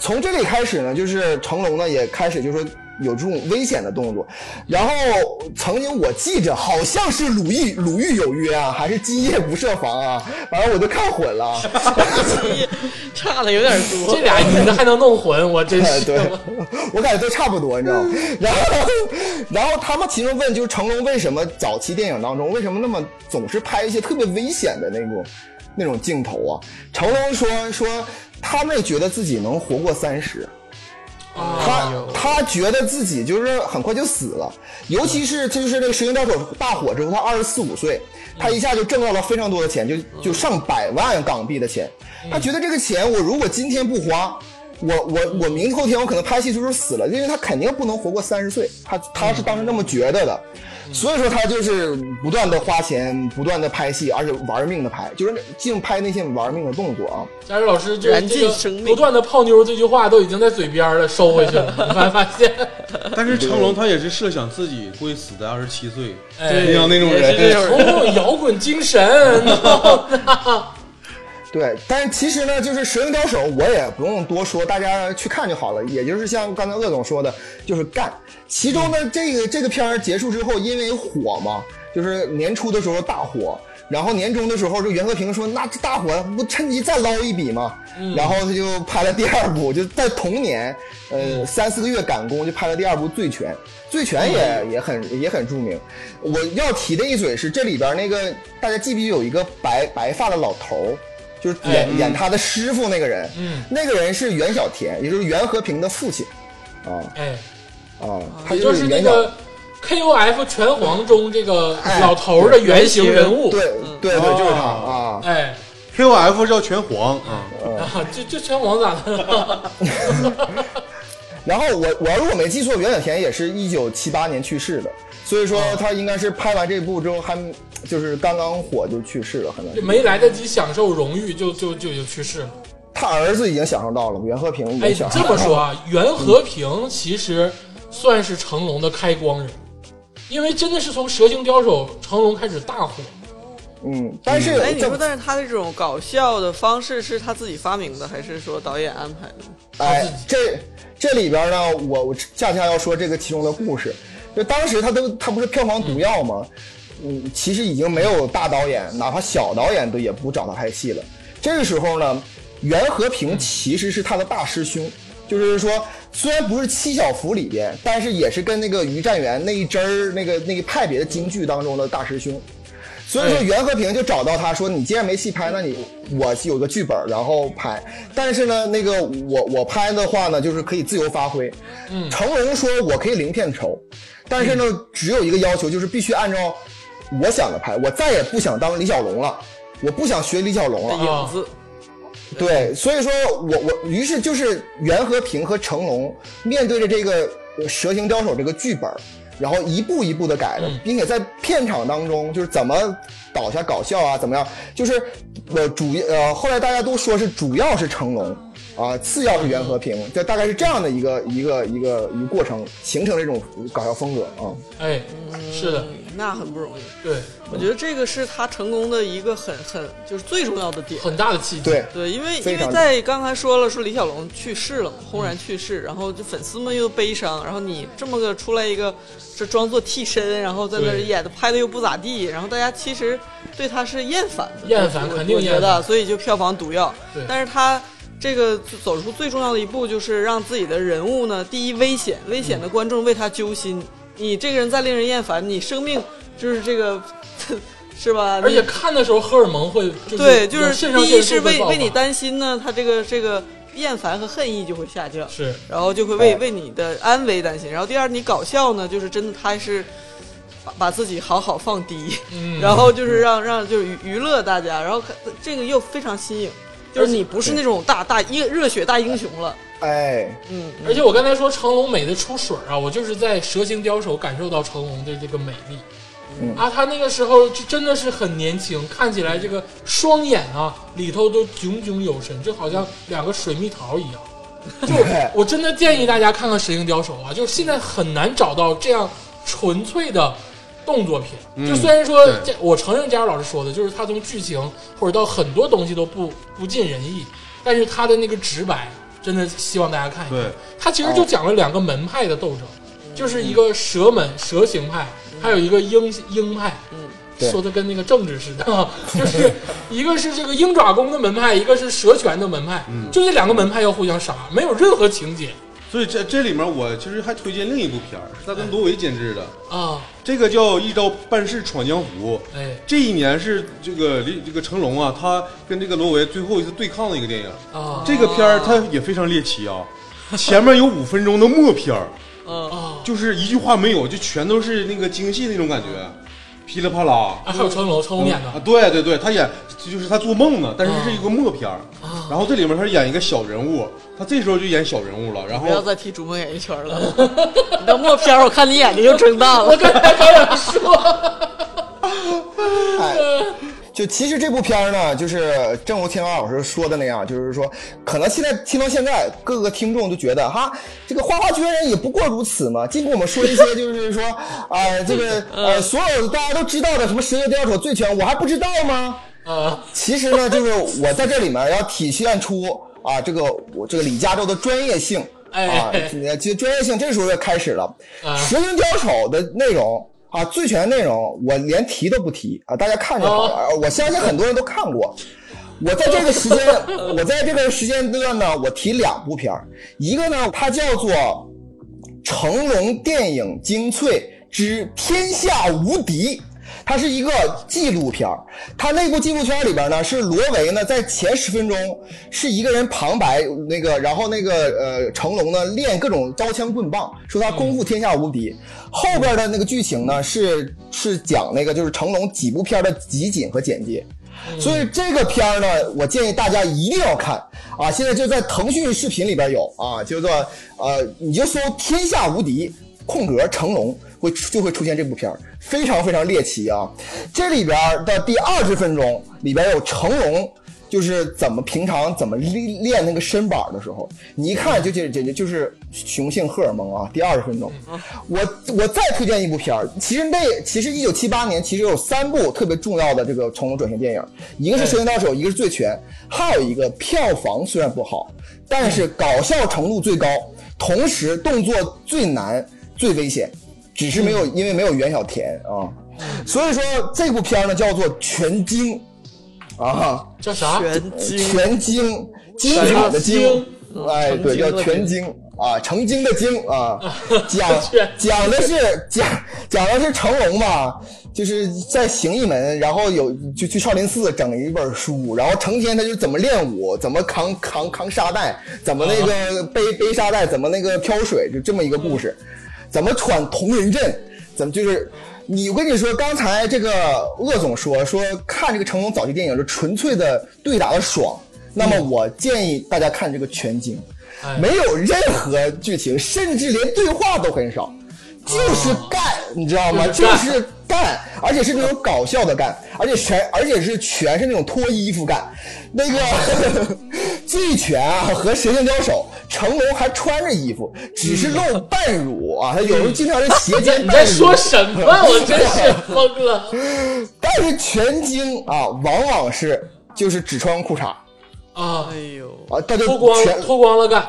S4: 从这里开始呢，就是成龙呢也开始就是说有这种危险的动作，然后曾经我记着好像是鲁豫鲁豫有约啊，还是今夜不设防啊，反正我就看混了啊。
S2: 差的有点
S1: <laughs>
S2: 多
S1: 这。俩你的还能弄混，我真
S4: 哎，
S1: 是
S4: <laughs> 对，我感觉都差不多，你知
S1: <laughs>
S4: 道吗？然后，然后他们其中问，就是成龙为什么早期电影当中为什么那么总是拍一些特别危险的那种那种镜头啊？成龙说说他没觉得自己能活过三十，
S1: 啊
S4: 他，他觉得自己就是很快就死了，尤其是就是这个《神行高手》大火之后，他二十四五岁，他一下就挣到了非常多的钱，就就上百万港币的钱。他觉得这个钱我如果今天不花，我我我明后天我可能拍戏的时候死了，因为他肯定不能活过三十岁，他他是当时那么觉得的，所以说他就是不断的花钱，不断的拍戏，而且玩命的拍，就是净拍那些玩命的动作啊。
S1: 佳瑞老师这
S2: 燃
S1: 这
S2: 尽
S1: 个
S2: 生命
S1: 不断的泡妞这句话都已经在嘴边了，收回去了，你发没发现？
S2: <laughs> 嗯
S3: 但是成龙他也是设想自己会死在二十七岁，
S1: 哎
S3: 像那种
S2: 也是这
S3: 人，
S2: 种
S1: 成龙有摇滚精神，
S4: 对，但是其实呢，就是《神鹰刁手》，我也不用多说，大家去看就好了。也就是像刚才鄂总说的，就是干。其中呢，这个这个片儿结束之后，因为火嘛，就是年初的时候大火，然后年终的时候，这袁和平说：“那这大火不趁机再捞一笔嘛？”然后他就拍了第二部，就在同年，呃，三四个月赶工就拍了第二部《醉拳》，《醉拳》也也很也很著名。我要提的一嘴是这里边那个大家记不记得有一个白白发的老头儿？就是演、演他的师傅那个人，
S1: 哎嗯
S4: 那个人是袁小田，也就是袁和平的父亲，啊
S1: <laughs> 哎，
S4: 啊，他
S1: 也就
S4: 就是
S1: 是那
S4: 袁小，
S1: 个 KOF 拳皇中这个老头儿的原型人物，
S4: 哎对对对，
S3: 哦
S4: 就是他啊，
S1: 嗯哎。
S3: KOF 叫拳皇啊，
S2: 嗯
S1: 啊，这这拳皇咋的？ <laughs>
S4: <laughs> 然后我我如果没记错，袁小田也是一九七八年去世的，所以
S1: 哦
S4: 说他应该是拍完这部之后还就是刚刚火就去世了，可能是
S1: 没来得及享受荣誉就就就就去世了。
S4: 他儿子已经享受到了，袁和平已
S1: 哎，
S4: 经享受
S1: 这
S4: 到了。
S1: 么说啊，
S4: 嗯
S1: 袁和平其实算是成龙的开光人，因为真的是从《蛇形刁手》成龙开始大火。
S4: 嗯，但是有
S2: 哎，你说，
S4: 这
S2: 但是他的这种搞笑的方式是他自己发明的，还是说导演安排的？
S4: 哎
S1: 自己，
S4: 这这里边呢，我我恰恰要说这个其中的故事。就当时他都他不是票房毒药吗？嗯，其实已经没有大导演，哪怕小导演都也不找他拍戏了。这个时候呢，袁和平
S1: 嗯
S4: 其实是他的大师兄，就是说虽然不是七小福里边，但是也是跟那个于占元那一支儿那个那个派别的京剧当中的大师兄。所以说袁和平就找到他说：“你既然没戏拍，那你我有个剧本，然后拍。但是呢，那个我我拍的话呢，就是可以自由发挥。嗯，成龙说我可以零片酬，但是呢，只有一个要求，就是必须按照我想的拍。我再也不想当李小龙了，我不想学李小龙了。
S2: 影
S1: 哦
S2: 子，
S4: 对，所以说我我于是就是袁和平和成龙面对着这个《蛇形刁手》这个剧本，然后一步一步的改的，并且在片场当中就是怎么倒下搞笑啊，怎么样，就是呃主呃后来大家都说是主要是成龙。啊，次要是袁和平，就大概是这样的一个一个一个一个过程，形成这种搞笑风格啊。
S1: 哎，是的，
S2: 嗯那很不容易。
S1: 对，
S2: 我觉得这个是他成功的一个很很就是最重要的点。
S1: 很大的契机。
S4: 对，
S2: 对，因为
S4: 非
S2: 因为
S4: 常
S2: 在刚才说了，说李小龙去世了嘛，轰然去世，然后就粉丝们又悲伤，然后你这么个出来一个，这装作替身，然后在那儿
S1: 对
S2: 演的拍的又不咋地，然后大家其实对他是厌烦的，
S1: 厌烦
S2: 我
S1: 肯定
S2: 我觉
S1: 厌
S2: 得，
S1: 烦
S2: 所以就票房毒药
S1: 对。
S2: 但是他这个走出最重要的一步，就是让自己的人物呢，第一危险，危险的
S1: 嗯
S2: 观众为他揪心，你这个人再令人厌烦，你生命就是这个。 <laughs> 是吧？
S1: 而
S2: 你
S1: 且看的时候荷尔蒙会就是
S2: 对，就是
S1: 肾上
S2: 第一
S1: 腺
S2: 是
S1: 素会
S2: 为
S1: 爆发
S2: 为你担心呢，他这个这个厌烦和恨意就会下降，
S1: 是
S2: 然后就会为
S1: 哦
S4: 哎
S2: 为你的安危担心。然后第二，你搞笑呢，就是真的他是把把自己好好放低，
S1: 嗯
S2: <laughs> 然后就是让让就是娱娱乐大家，然后看这个又非常新颖，就是你不是那种大大英热血大英雄了，
S4: 哎，
S2: 嗯，
S1: 而且我刚才说成龙美的出水儿啊，我就是在《蛇形刁手》感受到成龙的这个美丽。
S4: 嗯
S1: 啊，他那个时候就真的是很年轻，看起来这个双眼啊里头都炯炯有神，就好像两个水蜜桃一样。
S4: 就
S1: 我真的建议大家看看《蛇形刁手》啊，就是现在很难找到这样纯粹的动作片。就虽然说
S3: 对
S1: 这，我承认佳茹老师说的，就是他从剧情或者到很多东西都不不尽人意，但是他的那个直白，真的希望大家看一看。
S3: 对，
S1: 他其实就讲了两个门派的斗争，就是一个蛇门蛇形派，还有一个鹰鹰派。
S2: 嗯
S4: 对
S1: 说的跟那个政治似的，啊就是一个是这个鹰爪功的门派，一个是蛇拳的门派，就这两个门派要互相杀，没有任何情节
S3: 所以这这里面我其实还推荐另一部片儿，是他跟罗维监制的，
S1: 啊。
S3: 这个叫《一招半式闯江湖》。
S1: 哎
S3: 这一年是这个李这个成龙啊，他跟这个罗维最后一次对抗的一个电影。
S1: 啊
S3: 这个片儿它也非常猎
S2: <laughs>
S3: 奇啊，前面有五分钟的默片儿，
S2: 嗯，
S1: 啊，
S3: 就是一句话没有，就全都是那个京戏那种感觉，噼里啪啦。
S1: 啊还有成龙，成龙演
S3: 啊，
S1: 的
S3: 对对对，他演就是他做梦呢，但
S1: 哦
S3: 是是一个默片儿。然后这里面他演一个小人物，他这时候就演小人物了，然
S2: 不要
S3: 后
S2: 再提逐梦演艺圈
S1: <laughs>
S2: 了，你到默片儿我看你眼睛就睁大了
S1: 我。
S2: <laughs>
S1: 刚才还想说，
S4: 哎，就其实这部片儿呢，就是正如天王老师说的那样，就是说，可能现在听到现在，各个听众就觉得哈，这个花花绝人也不过如此嘛。尽管我们说一些就是说啊、这个呃，所有大家都知道的什么《十月刁手》《醉拳》，我还不知道吗？
S1: 啊，
S4: 其实呢，就是我在这里面要体现出啊，这个我这个李嘉洲的专业性啊
S1: 哎，
S4: 其实专业性这时候就开始了
S1: 啊。
S4: 实名交手的内容啊，醉拳内容我连提都不提啊，大家看就好了。
S1: 哦
S4: 啊我相信很多人都看过。我在这个时间，
S1: <laughs>
S4: 我在这个时间段呢，我提两部片儿，一个呢，它叫做《成龙电影精粹之天下无敌》。它是一个纪录片儿，它那部纪录片儿里边呢是罗维呢在前十分钟是一个人旁白，那个然后那个呃成龙呢练各种刀枪棍棒，说他功夫天下无敌。后边的那个剧情呢是是讲那个就是成龙几部片儿的集锦和简介。所以这个片儿呢，我建议大家一定要看啊！现在就在腾讯视频里边有啊，叫做呃，你就搜“天下无敌”空格成龙，会就会出现这部片儿，非常非常猎奇啊！这里边的第二十分钟里边有成龙。就是怎么平常怎么练练那个身板的时候，你一看就简简直就是雄性荷尔蒙啊！第二十分钟，我我再推荐一部片儿，其实那其实一九七八年其实有三部特别重要的这个成龙转型电影，一个是《神行刀手》，一个是《醉拳》，还有一个票房虽然不好，但是搞笑程度最高，同时动作最难最危险，只是没有因为没有袁小田啊，所以说这部片儿呢叫做《拳精》啊。
S1: 叫啥？
S2: 全精
S4: 全精，精彩的精，哎，
S2: 成精
S4: 对，叫
S2: 的
S4: 全精啊，成精的精啊， <laughs> 讲
S1: 全
S4: 讲的是讲讲的是成龙嘛，就是在形意门，然后有就去少林寺整一本书，然后成天他就怎么练武，怎么扛扛扛沙袋，怎么那个背背沙袋，怎么那个挑水，就这么一个故事，怎么闯铜人阵，怎么就是。你我跟你说，刚才这个鄂总说说看这个成龙早期电影是纯粹的对打的爽，那么我建议大家看这个全景，
S1: 哎
S4: 没有任何剧情，甚至连对话都很少，就是干，你知道吗？
S1: 就
S4: 就是
S1: 干
S4: 是干，而且是那种搞笑的干，而且全而且是全是那种脱衣服干，那个 <laughs> 醉拳啊和神仙交手，成龙还穿着衣服，只是露半乳啊，他有时候经常是斜
S1: 你在
S4: 肩
S1: 你
S4: 半
S1: 在
S4: 乳。
S1: 说什
S2: <laughs>
S1: 么？我真是疯了
S4: 但是全精啊，往往是就是只穿裤衩
S1: 啊
S2: 哎！呦，
S4: 啊，他就
S1: 脱光
S4: 全
S1: 脱光了干，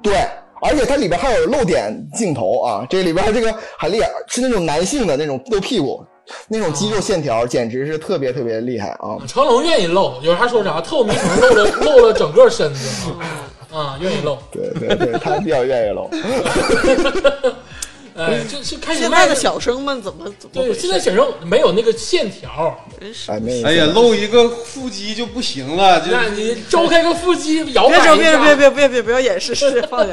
S4: 对，而且它里边还有露点镜头啊，这里边这个很厉害，是那种男性的那种露屁股，那种肌肉线条，简直是特别特别厉害啊！
S1: 成龙愿意露，有时候他说啥透明层露了露了整个身子啊啊，愿意露。
S4: 对对对，他比较愿意露。
S1: 哎，这是开始
S2: 现
S1: 卖
S2: 在的小生们怎么怎么
S1: 对，
S2: 回
S1: 现
S2: 事？啊
S1: 在显示没有那个线条，
S2: 真是
S4: 哎，没
S3: 哎呀，露一个腹肌就不行了，就
S1: 那你周开个腹肌摇摆
S2: 别
S1: 一
S2: 整，
S1: 下。
S2: 别别别别别不要掩饰，是放 <laughs> 下。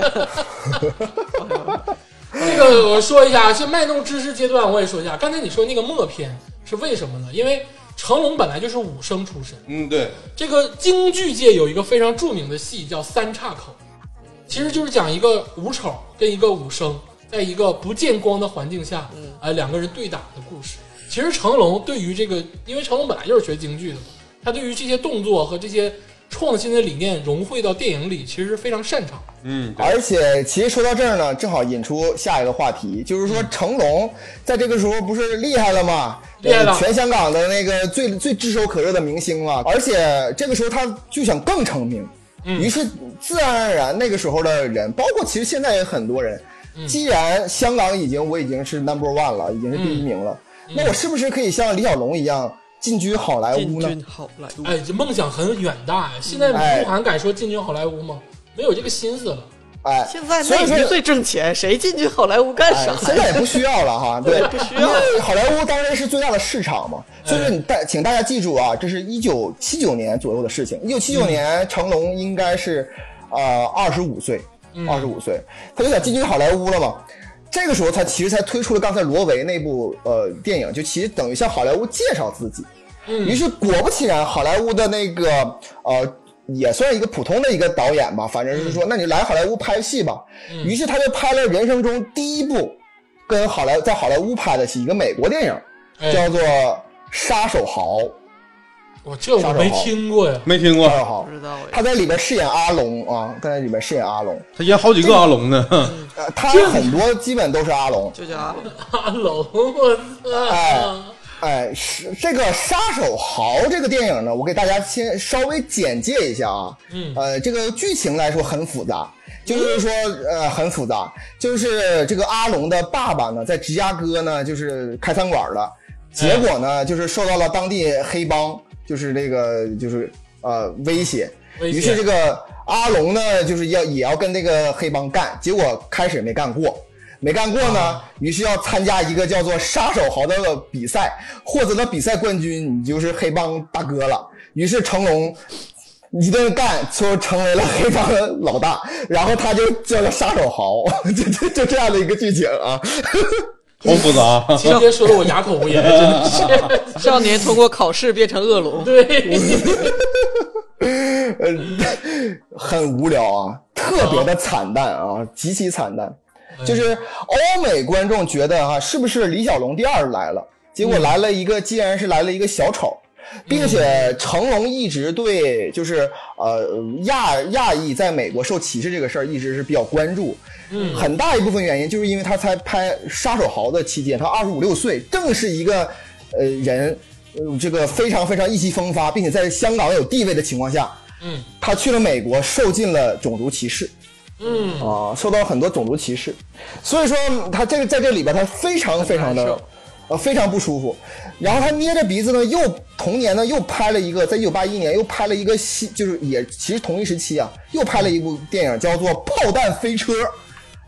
S1: 这个我说一下，是卖弄知识阶段，我也说一下。刚才你说那个默片是为什么呢？因为成龙本来就是武生出身，
S3: 嗯，对，
S1: 这个京剧界有一个非常著名的戏叫《三岔口》，其实就是讲一个武丑跟一个武生在一个不见光的环境下，呃，两个人对打的故事。其实成龙对于这个，因为成龙本来就是学京剧的嘛，他对于这些动作和这些创新的理念融汇到电影里，其实是非常擅长。
S3: 嗯，对
S4: 而且其实说到这儿呢，正好引出下一个话题，就是说成龙在这个时候不是厉害了吗？
S1: 厉害了
S4: 全香港的那个最最炙手可热的明星嘛。而且这个时候他就想更成名，于是自然而然那个时候的人，包括其实现在也很多人，既然香港已经我已经是 number one 了，已经是第一名了，那我是不是可以像李小龙一样进军好莱
S2: 进
S4: 坞呢？
S2: 军好莱坞，
S1: 哎，这梦想很远大呀！现在
S4: 哎
S1: 鹿晗敢说进军好莱坞吗？没有这个心思了。
S4: 哎，
S2: 现在
S4: 所以
S2: 内
S4: 说
S2: 娱最挣钱，谁进军好莱坞干
S4: 哎
S2: 啥？
S4: 现在也不需要了哈，对，
S2: 不需要
S4: 因为好莱坞当然是最大的市场嘛，所以说你大，请大家记住啊，这是一九七九年左右的事情。一九七九
S2: 嗯
S4: 年，成龙应该是呃二十五岁，
S2: 嗯
S4: 二十五岁，他就想进军好莱坞了嘛。这个时候，他其实才推出了刚才罗维那部呃电影，就其实等于向好莱坞介绍自己。
S2: 嗯
S4: 于是果不其然，好莱坞的那个呃，也算一个普通的一个导演吧，反正是
S2: 嗯
S4: 说，那你来好莱坞拍戏吧。于是他就拍了人生中第一部跟好莱在好莱坞拍的戏，一个美国电影，
S1: 哎
S4: 叫做《杀手豪》。
S1: 我这我没听过呀。 <laughs>
S3: 没听过
S4: 杀，手豪
S2: 不知道哎
S4: 他，在里边饰演阿龙啊，他在里边饰演阿龙，
S3: 他演好几个阿龙呢，
S1: 嗯
S3: 哼
S4: 呃他很多基本都是阿龙。
S2: 就叫阿龙
S1: 阿龙，我操！
S4: 哎哎，是这个《杀手豪》这个电影呢，我给大家先稍微简介一下啊。嗯。呃，这个剧情来说很复杂，就是说
S1: 嗯
S4: 呃很复杂，就是这个阿龙的爸爸呢，在芝加哥呢就是开餐馆了，结果呢就是受到了当地黑帮就是这个就是呃威胁，
S1: 威胁
S4: 于是这个阿龙呢就是要也要跟这个黑帮干，结果开始没干过。没干过呢，于是要参加一个叫做“杀手豪”的比赛，获得了比赛冠军，你就是黑帮大哥了。于是成龙一顿干，就成为了黑帮的老大，然后他就叫做“杀手豪”， <laughs> 就就就这样的一个剧情啊。
S3: <laughs> 好复杂。啊
S1: 情节说的我哑口无言，真的是。啊
S2: 少年通过考试变成恶龙，
S1: 对，
S4: 呃，很无聊啊，特别的惨淡啊，极其惨淡。就是欧美观众觉得哈、是不是李小龙第二来了？结果来了一个，竟然是来了一个小丑，并且成龙一直对就是呃亚亚裔在美国受歧视这个事儿一直是比较关注。嗯，很大一部分原因就是因为他才拍《杀手豪》的期间，他二十五六岁，正是一个呃人。呃，这个非常非常意气风发，并且在香港有地位的情况下，
S1: 嗯，
S4: 他去了美国，受尽了种族歧视。
S1: 嗯，
S4: 啊，受到很多种族歧视，所以说嗯他这个在这里边他非常非常
S2: 很难
S4: 的
S2: 受，
S4: 呃，非常不舒服。然后他捏着鼻子呢，又同年呢又拍了一个，在一九八一年又拍了一个西，就是也其实同一时期啊，又拍了一部电影叫做《炮弹飞车》，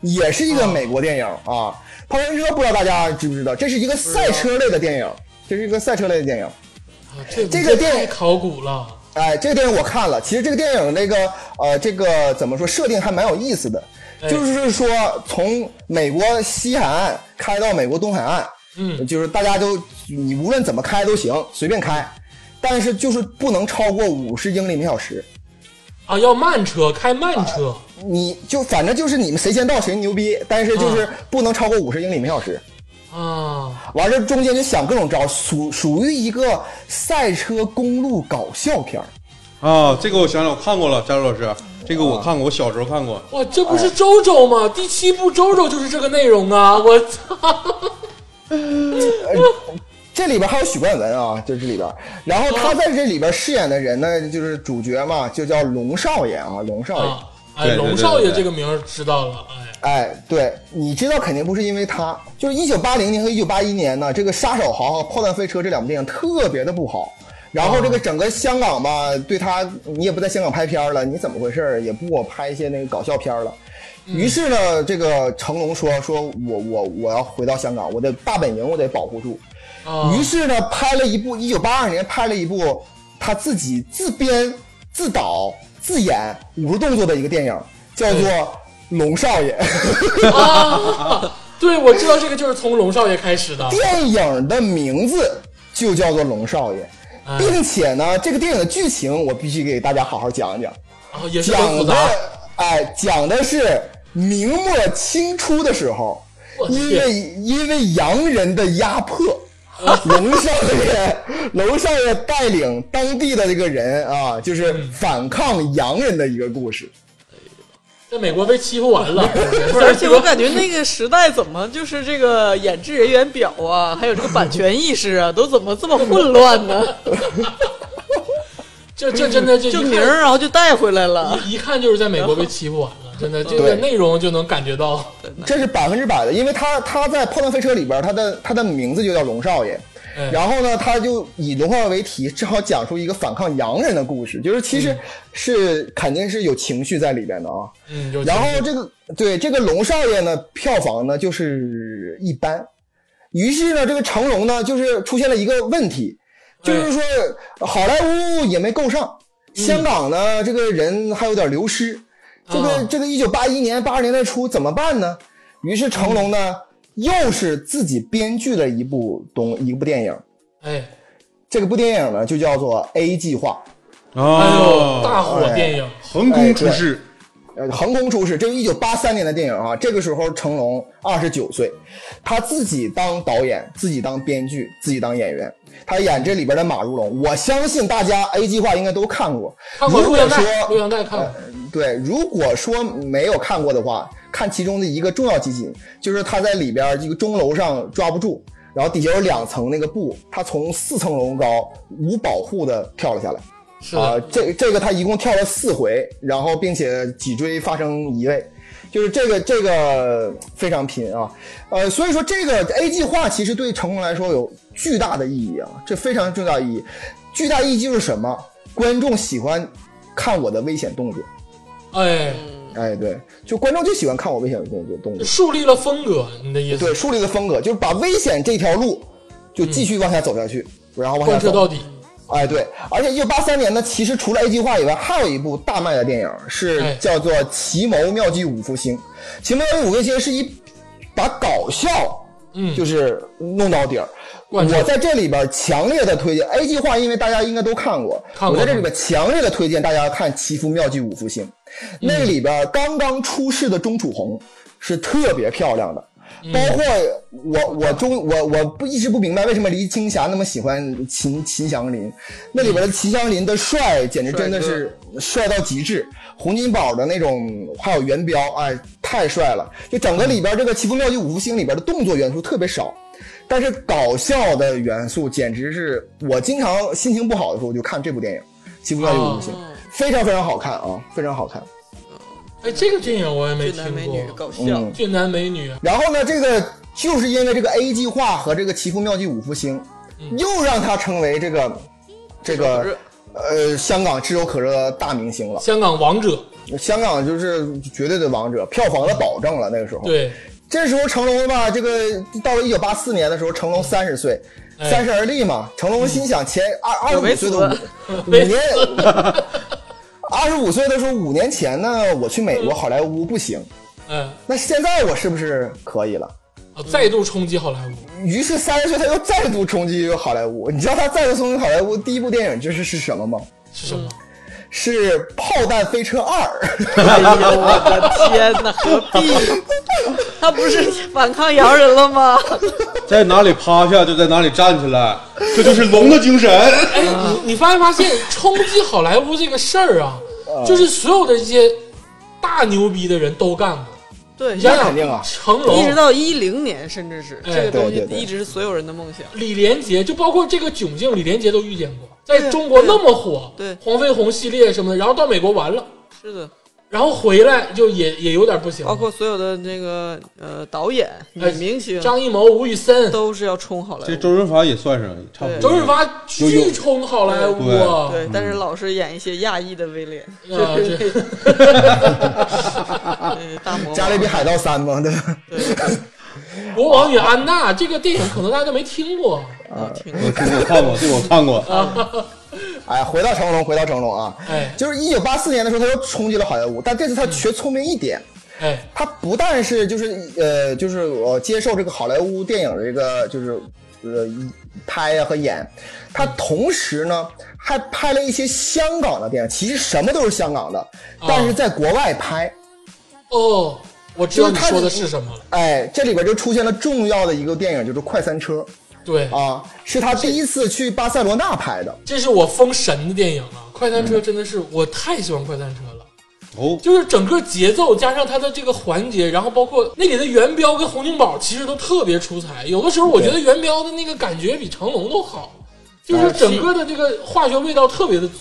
S4: 也是一
S2: 哦
S4: 个美国电影啊。炮弹飞车不知道大家知不知道，这是一个赛车类的电影，这是一个赛车类的电影。
S1: 啊这
S4: 这个电
S1: 太考古了。
S4: 哎，这个电影我看了，其实这个电影那个呃，这个怎么说设定还蛮有意思的，
S1: 哎
S4: 就是说从美国西海岸开到美国东海岸，呃
S1: 嗯，
S4: 就是大家都你无论怎么开都行，随便开，但是就是不能超过五十英里每小时，
S1: 啊，要慢车，开慢车，
S4: 你就反正就是你们谁先到谁牛逼，但是就是
S1: 嗯
S4: 不能超过五十英里每小时。
S1: 啊，
S4: 完了中间就想各种招，属属于一个赛车公路搞笑片儿。
S3: 啊，这个我想想，我看过了，佳茹老师，这个我看过，我小时候看过。啊
S1: 哇，这不是周周
S4: 哎
S1: 吗？第七部周周就是这个内容啊！我操，
S4: 这里边还有许冠文啊，就这里边，然后他在这里边饰演的人呢，就是主角嘛，就叫龙少爷啊，龙少爷。
S1: 啊，哎，
S3: 对对对
S1: 龙少爷
S3: 对
S1: 这个名儿知道了，哎，
S4: 哎，对，你知道肯定不是因为他，就是一九八零年和一九八一年呢，这个《杀手豪》和《炮弹飞车》这两部电影特别的不好，然后这个整个香港吧，对他你也不在香港拍片儿了，你怎么回事儿？也不给我拍一些那个搞笑片儿了。于是呢，这个成龙说：“说我我我要回到香港，我的大本营我得保护住。”
S1: 啊
S4: 于是呢，拍了一部一九八二年拍了一部他自己自编、自导、自演五十动作的一个电影，叫做《龙少爷》。
S1: 啊，对，我知道这个就是从龙少爷开始的，
S4: 电影的名字就叫做《龙少爷
S1: 哎》，
S4: 并且呢，这个电影的剧情我必须给大家好好讲一讲。
S1: 啊，也是很复
S4: 讲
S1: 杂
S4: 的，哎，讲的是明末清初的时候
S1: 我，的
S4: 因
S1: 天
S4: 为因为洋人的压迫，龙少爷龙少爷带领当地的这个人啊，就是反抗洋人的一个故事。
S1: 在美国被欺负
S4: <laughs>
S1: 完了，不
S2: 而且我感觉那个时代怎么就是这个演职人员表啊，还有这个版权意识啊，都怎么这么混乱呢？
S1: 这这真的这
S2: 就
S1: 一看
S2: 名儿，然后就带回来了。
S1: 一看就是在美国被欺负完了，真的这个
S4: 对
S1: 内容就能感觉到，
S4: 这是百分之百的，因为他他在《炮弹飞车》里边，他的他的名字就叫龙少爷
S1: 哎。
S4: 然后呢，他就以龙少爷为题，正好讲述一个反抗洋人的故事，就是其实是、肯定是有情绪在里边的啊。
S1: 嗯，有
S4: 然后
S1: 情绪
S4: 这个对这个龙少爷呢，票房呢就是一般。于是呢，这个成龙呢，就是出现了一个问题，就是说好莱坞也没够上，香港呢这个人还有点流失。这个
S1: 啊
S4: 这个一九八一年八十年代初怎么办呢？于是成龙呢又是自己编剧了一部东一部电影，
S1: 哎，
S4: 这个部电影呢就叫做《A 计划》。哦
S1: 哎呦，大
S3: 啊，
S1: 火电影，
S3: 横空出世，
S4: 呃，横空出世，这是一九八三年的电影啊。这个时候成龙二十九岁，他自己当导演，自己当编剧，自己当演员。他演这里边的马如龙，我相信大家 A 计划应该都看过。
S1: 看过
S4: 如
S1: 录像
S4: 果说啊
S1: 带，录像带看过，
S4: 对，如果说没有看过的话，看其中的一个重要集锦，就是他在里边这个钟楼上抓不住，然后底下有两层那个布，他从四层楼高无保护的跳了下来。
S1: 是
S4: 啊、
S1: 的，
S4: 这这个他一共跳了四回，然后并且脊椎发生移位，就是这个这个非常拼啊，呃，所以说这个 A 计划其实对成龙来说有巨大的意义啊，这非常重要意义，巨大意义就是什么？观众喜欢看我的危险动作，
S1: 哎，
S4: 哎，对，就观众就喜欢看我危险动作动作，
S1: 树立了风格，你的意思
S4: 对，树立了风格，就是把危险这条路就继续往下走下去，然后往下
S1: 贯彻
S4: 走
S1: 到底，
S4: 哎，对，而且一九八三年呢，其实除了 A 计划以外，还有一部大卖的电影
S1: 哎
S4: 是叫做《奇谋妙计五福星》。奇谋妙计五福星是一把搞笑，
S1: 嗯
S4: 就是弄到底儿。
S1: 贯彻
S4: 我在这里边强烈的推荐 A 计划，因为大家应该都看过。
S1: 看过
S4: 我在这里边强烈的推荐大家看《奇福妙计五福星》，那里边刚刚出世的钟楚红是特别漂亮的。包括我，我中我我不一直不明白为什么黎青霞那么喜欢秦秦祥林，那里边的秦祥林的帅简直真的是帅到极致，洪金宝的那种还有元彪，哎，太帅了！就整个里边这个《奇福妙计五福星》里边的动作元素特别少，但是搞笑的元素简直是我经常心情不好的时候我就看这部电影《奇福妙计五福星》，非常非常好看啊，非常好看。
S1: 哎，这个电影我也没听
S2: 俊男美女
S1: 过，
S2: 搞笑，
S4: 嗯
S1: 俊男美女，啊
S4: 然后呢，这个就是因为这个 A 计划和这个奇福妙计五福星，又让他成为这个这
S2: 炙手
S4: 个呃香港炙手可热的大明星了。
S1: 香港王者，
S4: 香港就是绝对的王者，票房的保证了。那个时候，
S1: 对，
S4: 这时候成龙吧，这个到了一九八四年的时候，成龙三十岁，
S1: 哎
S4: 三十而立嘛。成龙心想前二二十
S2: 我没
S4: 五岁的五
S2: 死
S4: 五年， <laughs> 二十五岁的时候，五年前呢，我去美国好莱坞不行，
S1: 哎，
S4: 那现在我是不是可以了？
S1: 啊再度冲击好莱坞，
S4: 于是三十岁他又再度冲击好莱坞。你知道他再度冲击好莱坞第一部电影就是是什么吗？
S1: 是什么？
S4: 是《炮弹飞车二》。
S2: 哎呦我的天哪，何 <laughs> 必？他不是反抗洋人了吗？
S3: 在哪里趴下就在哪里站起来，这就是龙的精神。 <laughs>
S4: 嗯
S1: 哎，你你发没发现冲击好莱坞这个事儿啊，
S4: 嗯
S1: 就是所有的这些大牛逼的人都干过，
S2: 对，
S1: 你想
S4: 那肯定
S1: 想
S4: 啊
S1: 成
S2: 一直
S1: 龙、
S2: 到一零年，甚至是
S1: 哦哎
S2: 这个东
S4: 对
S2: 西
S4: 对对
S2: 一直是所有人的梦想。
S1: 李连杰，就包括这个窘境，李连杰都遇见过，在
S2: 对
S1: 中国那么火，
S2: 对
S1: 黄飞鸿系列什么的，然后到美国完了，
S2: 是的，
S1: 然后回来就也也有点不行了，
S2: 包括所有的那个呃导演、女
S1: 哎
S2: 明星
S1: 张艺谋、吴宇森、
S2: 都是要冲好莱
S3: 这
S2: 坞。
S3: 周润发也算上，差不多。
S1: 周润发巨冲好莱坞
S3: 有有
S1: 啊，
S2: 对，但是老是演一些亚裔的威廉，
S1: 啊这
S2: 呃大魔王
S4: <laughs> 啊加勒比海盗三嘛，对吧？
S1: 国王与安娜这个电影可能大家都没听过，
S2: 啊挺
S3: 我听我看过，这我看过。
S1: 啊
S4: 哎，回到成龙，回到成龙啊，
S1: 哎
S4: 就是一九八四年的时候，他又冲击了好莱坞，但这次他学聪明一点，
S1: 哎，
S4: 他不但是就是呃，就是我接受这个好莱坞电影的这个就是呃拍呀和演，他同时呢还拍了一些香港的电影，其实什么都是香港的，但是在国外拍。
S1: 哦，我知道
S4: 就是
S1: 你
S4: 他
S1: 说的是什么了，
S4: 哎，这里边就出现了重要的一个电影，就是《快餐车
S1: 对》
S4: 啊，是他第一次去巴塞罗那拍的。
S1: 这是我封神的电影啊！快餐车真的是我太喜欢快餐车了，
S3: 哦，
S1: 就是整个节奏加上它的这个环节，然后包括那里的元彪跟洪金宝其实都特别出彩。有的时候我觉得元彪的那个感觉比成龙都好，就是整个的这个化学味道特别的足，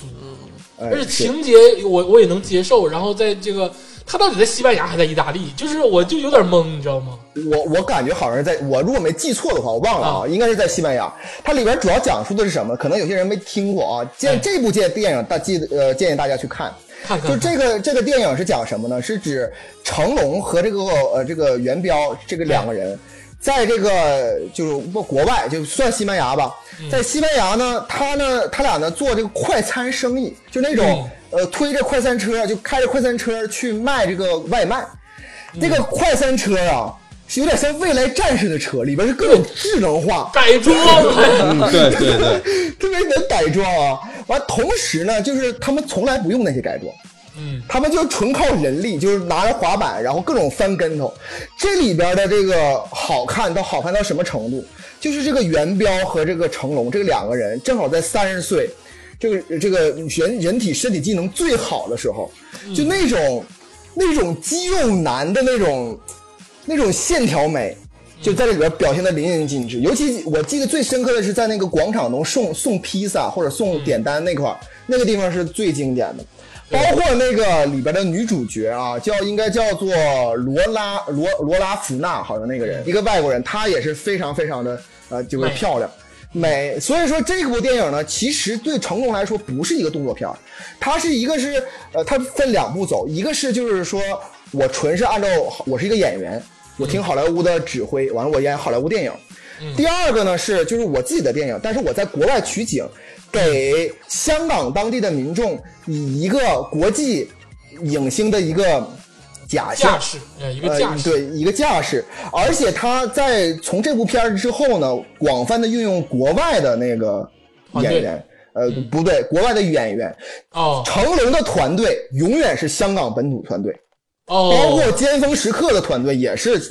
S4: 哎
S1: 而且，情节我我也能接受。然后在这个他到底在西班牙还在意大利，就是我就有点懵，你知道吗？
S4: 是我我感觉好像是在，我如果没记错的话，我忘了啊，
S1: 啊
S4: 应该是在西班牙。它里边主要讲述的是什么？可能有些人没听过啊。
S1: 哎
S4: 建这部建电影，大记得呃建议大家去看。
S1: 看看
S4: 就这个这个电影是讲什么呢？是指成龙和这个呃这个元彪这个两个人，
S1: 嗯
S4: 在这个就是不国外，就算西班牙吧，
S1: 嗯
S4: 在西班牙呢，他呢他俩呢做这个快餐生意，就那种、
S1: 嗯
S4: 呃推着快餐车，就开着快餐车去卖这个外卖。这个快餐车啊，是有点像未来战士的车，里边是各种智能化， <laughs>
S1: 改装
S3: <laughs>
S1: 了， <laughs>
S3: 嗯，对对对，
S4: 特别能改装啊。完，同时呢，就是他们从来不用那些改装。
S1: 嗯，
S4: 他们就纯靠人力，就是拿着滑板，然后各种翻跟头。这里边的这个好看到好看到什么程度？就是这个元彪和这个成龙这两个人，正好在三十岁，这个这个人人体身体机能最好的时候，就那种、那种肌肉男的那种那种线条美，就在这里边表现的淋漓尽致。尤其我记得最深刻的是在那个广场中送送披萨或者送点单那块儿，那个地方是最经典的。包括那个里边的女主角啊，叫应该叫做罗拉罗罗拉福纳，好像那个人，一个外国人，她也是非常非常的呃，就是
S1: 美
S4: 漂亮。美，所以说这部电影呢，其实对成龙来说不是一个动作片儿，它是一个是呃，它分两步走，一个是就是说我纯是按照我是一个演员，我听好莱坞的指挥，完了我演好莱坞电影。第二个呢是就是我自己的电影，但是我在国外取景，给香港当地的民众以一个国际影星的一个假象
S1: 架，势，呃，一个架势，
S4: 呃、对一个架势，而且他在从这部片儿之后呢，广泛的运用国外的那个演员，呃，不对，国外的演员，
S1: 嗯哦
S4: 成龙的团队永远是香港本土团队，
S1: 哦，
S4: 包括尖峰时刻的团队也是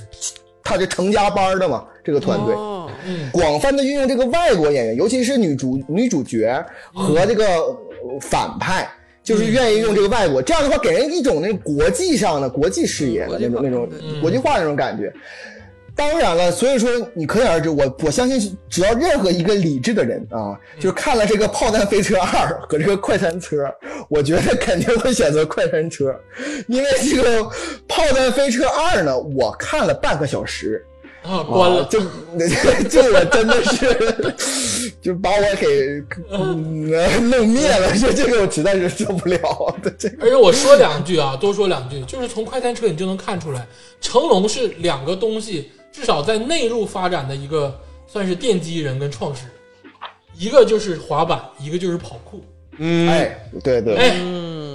S4: 他这成家班儿的嘛，这个团队。
S2: 哦，
S4: 广泛的运用这个外国演员，尤其是女主女主角和这个呃反派，就是愿意用这个外国，这样的话给人一种那国际上的国际视野的
S2: 国际化
S4: 那种那种
S2: 嗯
S4: 国际化那种感觉。当然了，所以说你可想而知，我我相信，只要任何一个理智的人啊，就是看了这个《炮弹飞车二》和这个《快餐车》，我觉得肯定会选择《快餐车》，因为这个《炮弹飞车二》呢，我看了半个小时，
S1: 啊， <laughs> 关了
S4: 啊，就 <laughs> 就我真的是， <laughs> 就把我给嗯弄灭了。就这个我实在是受不了的，这个
S1: 而且我说两句啊，多说两句，就是从快餐车你就能看出来，成龙是两个东西至少在内陆发展的一个算是奠基人跟创始人，一个就是滑板，一个就是跑酷。
S3: 嗯，
S4: 哎，对对，
S1: 哎，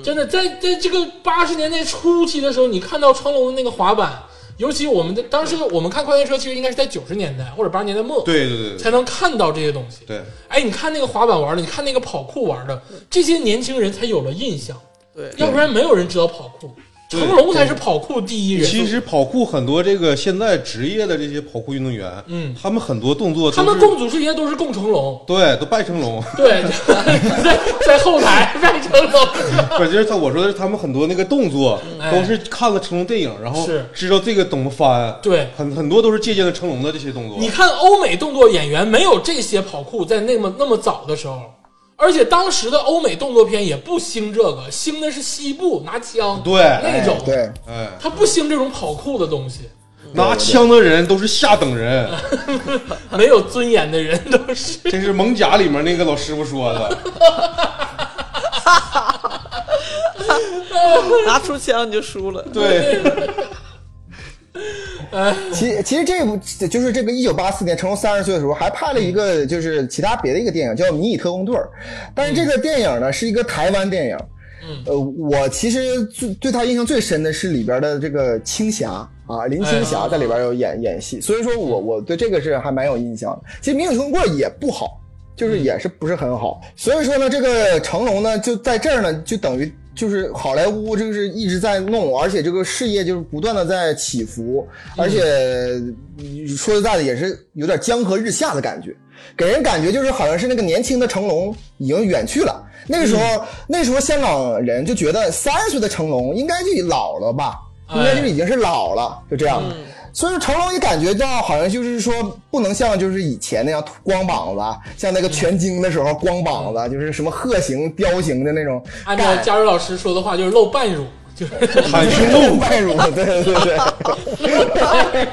S1: 真的在在这个八十年代初期的时候，你看到成龙的那个滑板，尤其我们的当时我们看快餐车，其实应该是在九十年代或者八十年代末
S3: 对对对
S1: 才
S3: 对
S1: 能看到这些东西。
S3: 对，
S1: 哎，你看那个滑板玩的，你看那个跑酷玩的，这些年轻人才有了印象。
S2: 对
S1: 要不然没有人知道跑酷，
S3: 对
S1: 成龙才是跑酷第一人。
S3: 其实跑酷很多，这个现在职业的这些跑酷运动员，
S1: 嗯
S3: 他们很多动作都是，
S1: 他们共祖师爷都是共成龙，
S3: 对都拜成
S1: <laughs>
S3: 龙，
S1: 对，在在后台拜成龙。
S3: 不就是他我说的是他们很多那个动作
S1: 哎
S3: 都是看了成龙电影，然后
S1: 是
S3: 知道这个怎么翻，
S1: 对
S3: 很很多都是借鉴了成龙的这些动作。
S1: 你看欧美动作演员没有这些跑酷在那么那么早的时候，而且当时的欧美动作片也不兴这个，兴的是西部拿枪，
S3: 对
S1: 那种，
S4: 对，
S3: 哎，
S1: 他不兴这种跑酷的东西，
S3: 拿枪的人都是下等
S1: <laughs>
S3: 人，
S1: 没有尊严的人都是。
S3: 这是《猛甲》里面那个老师傅说的。
S1: <laughs>
S2: 拿出枪你就输了。 <laughs>
S3: 对，
S4: <laughs> 其其实这部就是这个一九八四年成龙三十岁的时候，还拍了一个就是其他别的一个电影叫《迷你特工队》，但是这个电影呢是一个台湾电影。
S1: 嗯
S4: 呃，我其实最对他印象最深的是里边的这个青霞啊，嗯林青霞在里边有演、演戏，所以说我我对这个是还蛮有印象的。其实《迷你特工队》也不好，就是也是不是很好，所以说呢，这个成龙呢就在这儿呢，就等于就是好莱坞就是一直在弄，而且这个事业就是不断的在起伏，而且嗯说实在的也是有点江河日下的感觉，给人感觉就是好像是那个年轻的成龙已经远去了。那个时候，那时候香港人就觉得三十岁的成龙应该就老了吧，应该就是已经是老了，就这样。所以说成龙也感觉到好像就是说不能像就是以前那样光膀子，啊像那个拳经的时候光膀子，啊就是什么鹤形、雕形的那种
S1: 按
S4: 干，
S1: 照佳茹老师说的话，就是露半乳，就是
S3: 袒 <laughs> 胸
S4: 露
S3: 露，
S4: 外乳，对对对对，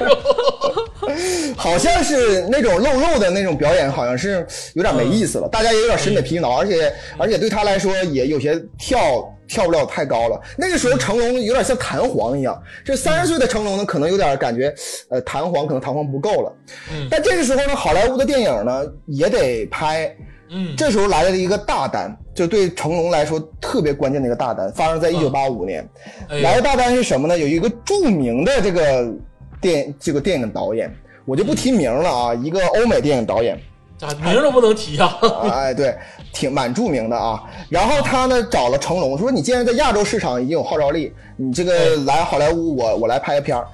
S4: 好像是那种露肉的那种表演，好像是有点没意思了，大家也有点审美疲劳，而且而且对他来说也有些跳跳不了太高了。那个时候成龙有点像弹簧一样，这三十岁的成龙呢，可能有点感觉，呃，弹簧可能弹簧不够了。
S1: 嗯
S4: 但这个时候呢，好莱坞的电影呢也得拍，
S1: 嗯
S4: 这时候来了一个大单，就对成龙来说特别关键的一个大单，发生在一九八五年。
S1: 哎
S4: 来
S1: 呀
S4: 的大单是什么呢？有一个著名的这个电这个电影导演，我就不提名了啊，一个欧美电影导演，
S1: 咋名儿都不能提啊！
S4: 哎，对，挺蛮著名的啊。然后他呢找了成龙，说你既然在亚洲市场已经有号召力，你这个
S1: 哎
S4: 来好莱坞我，我来拍个片儿。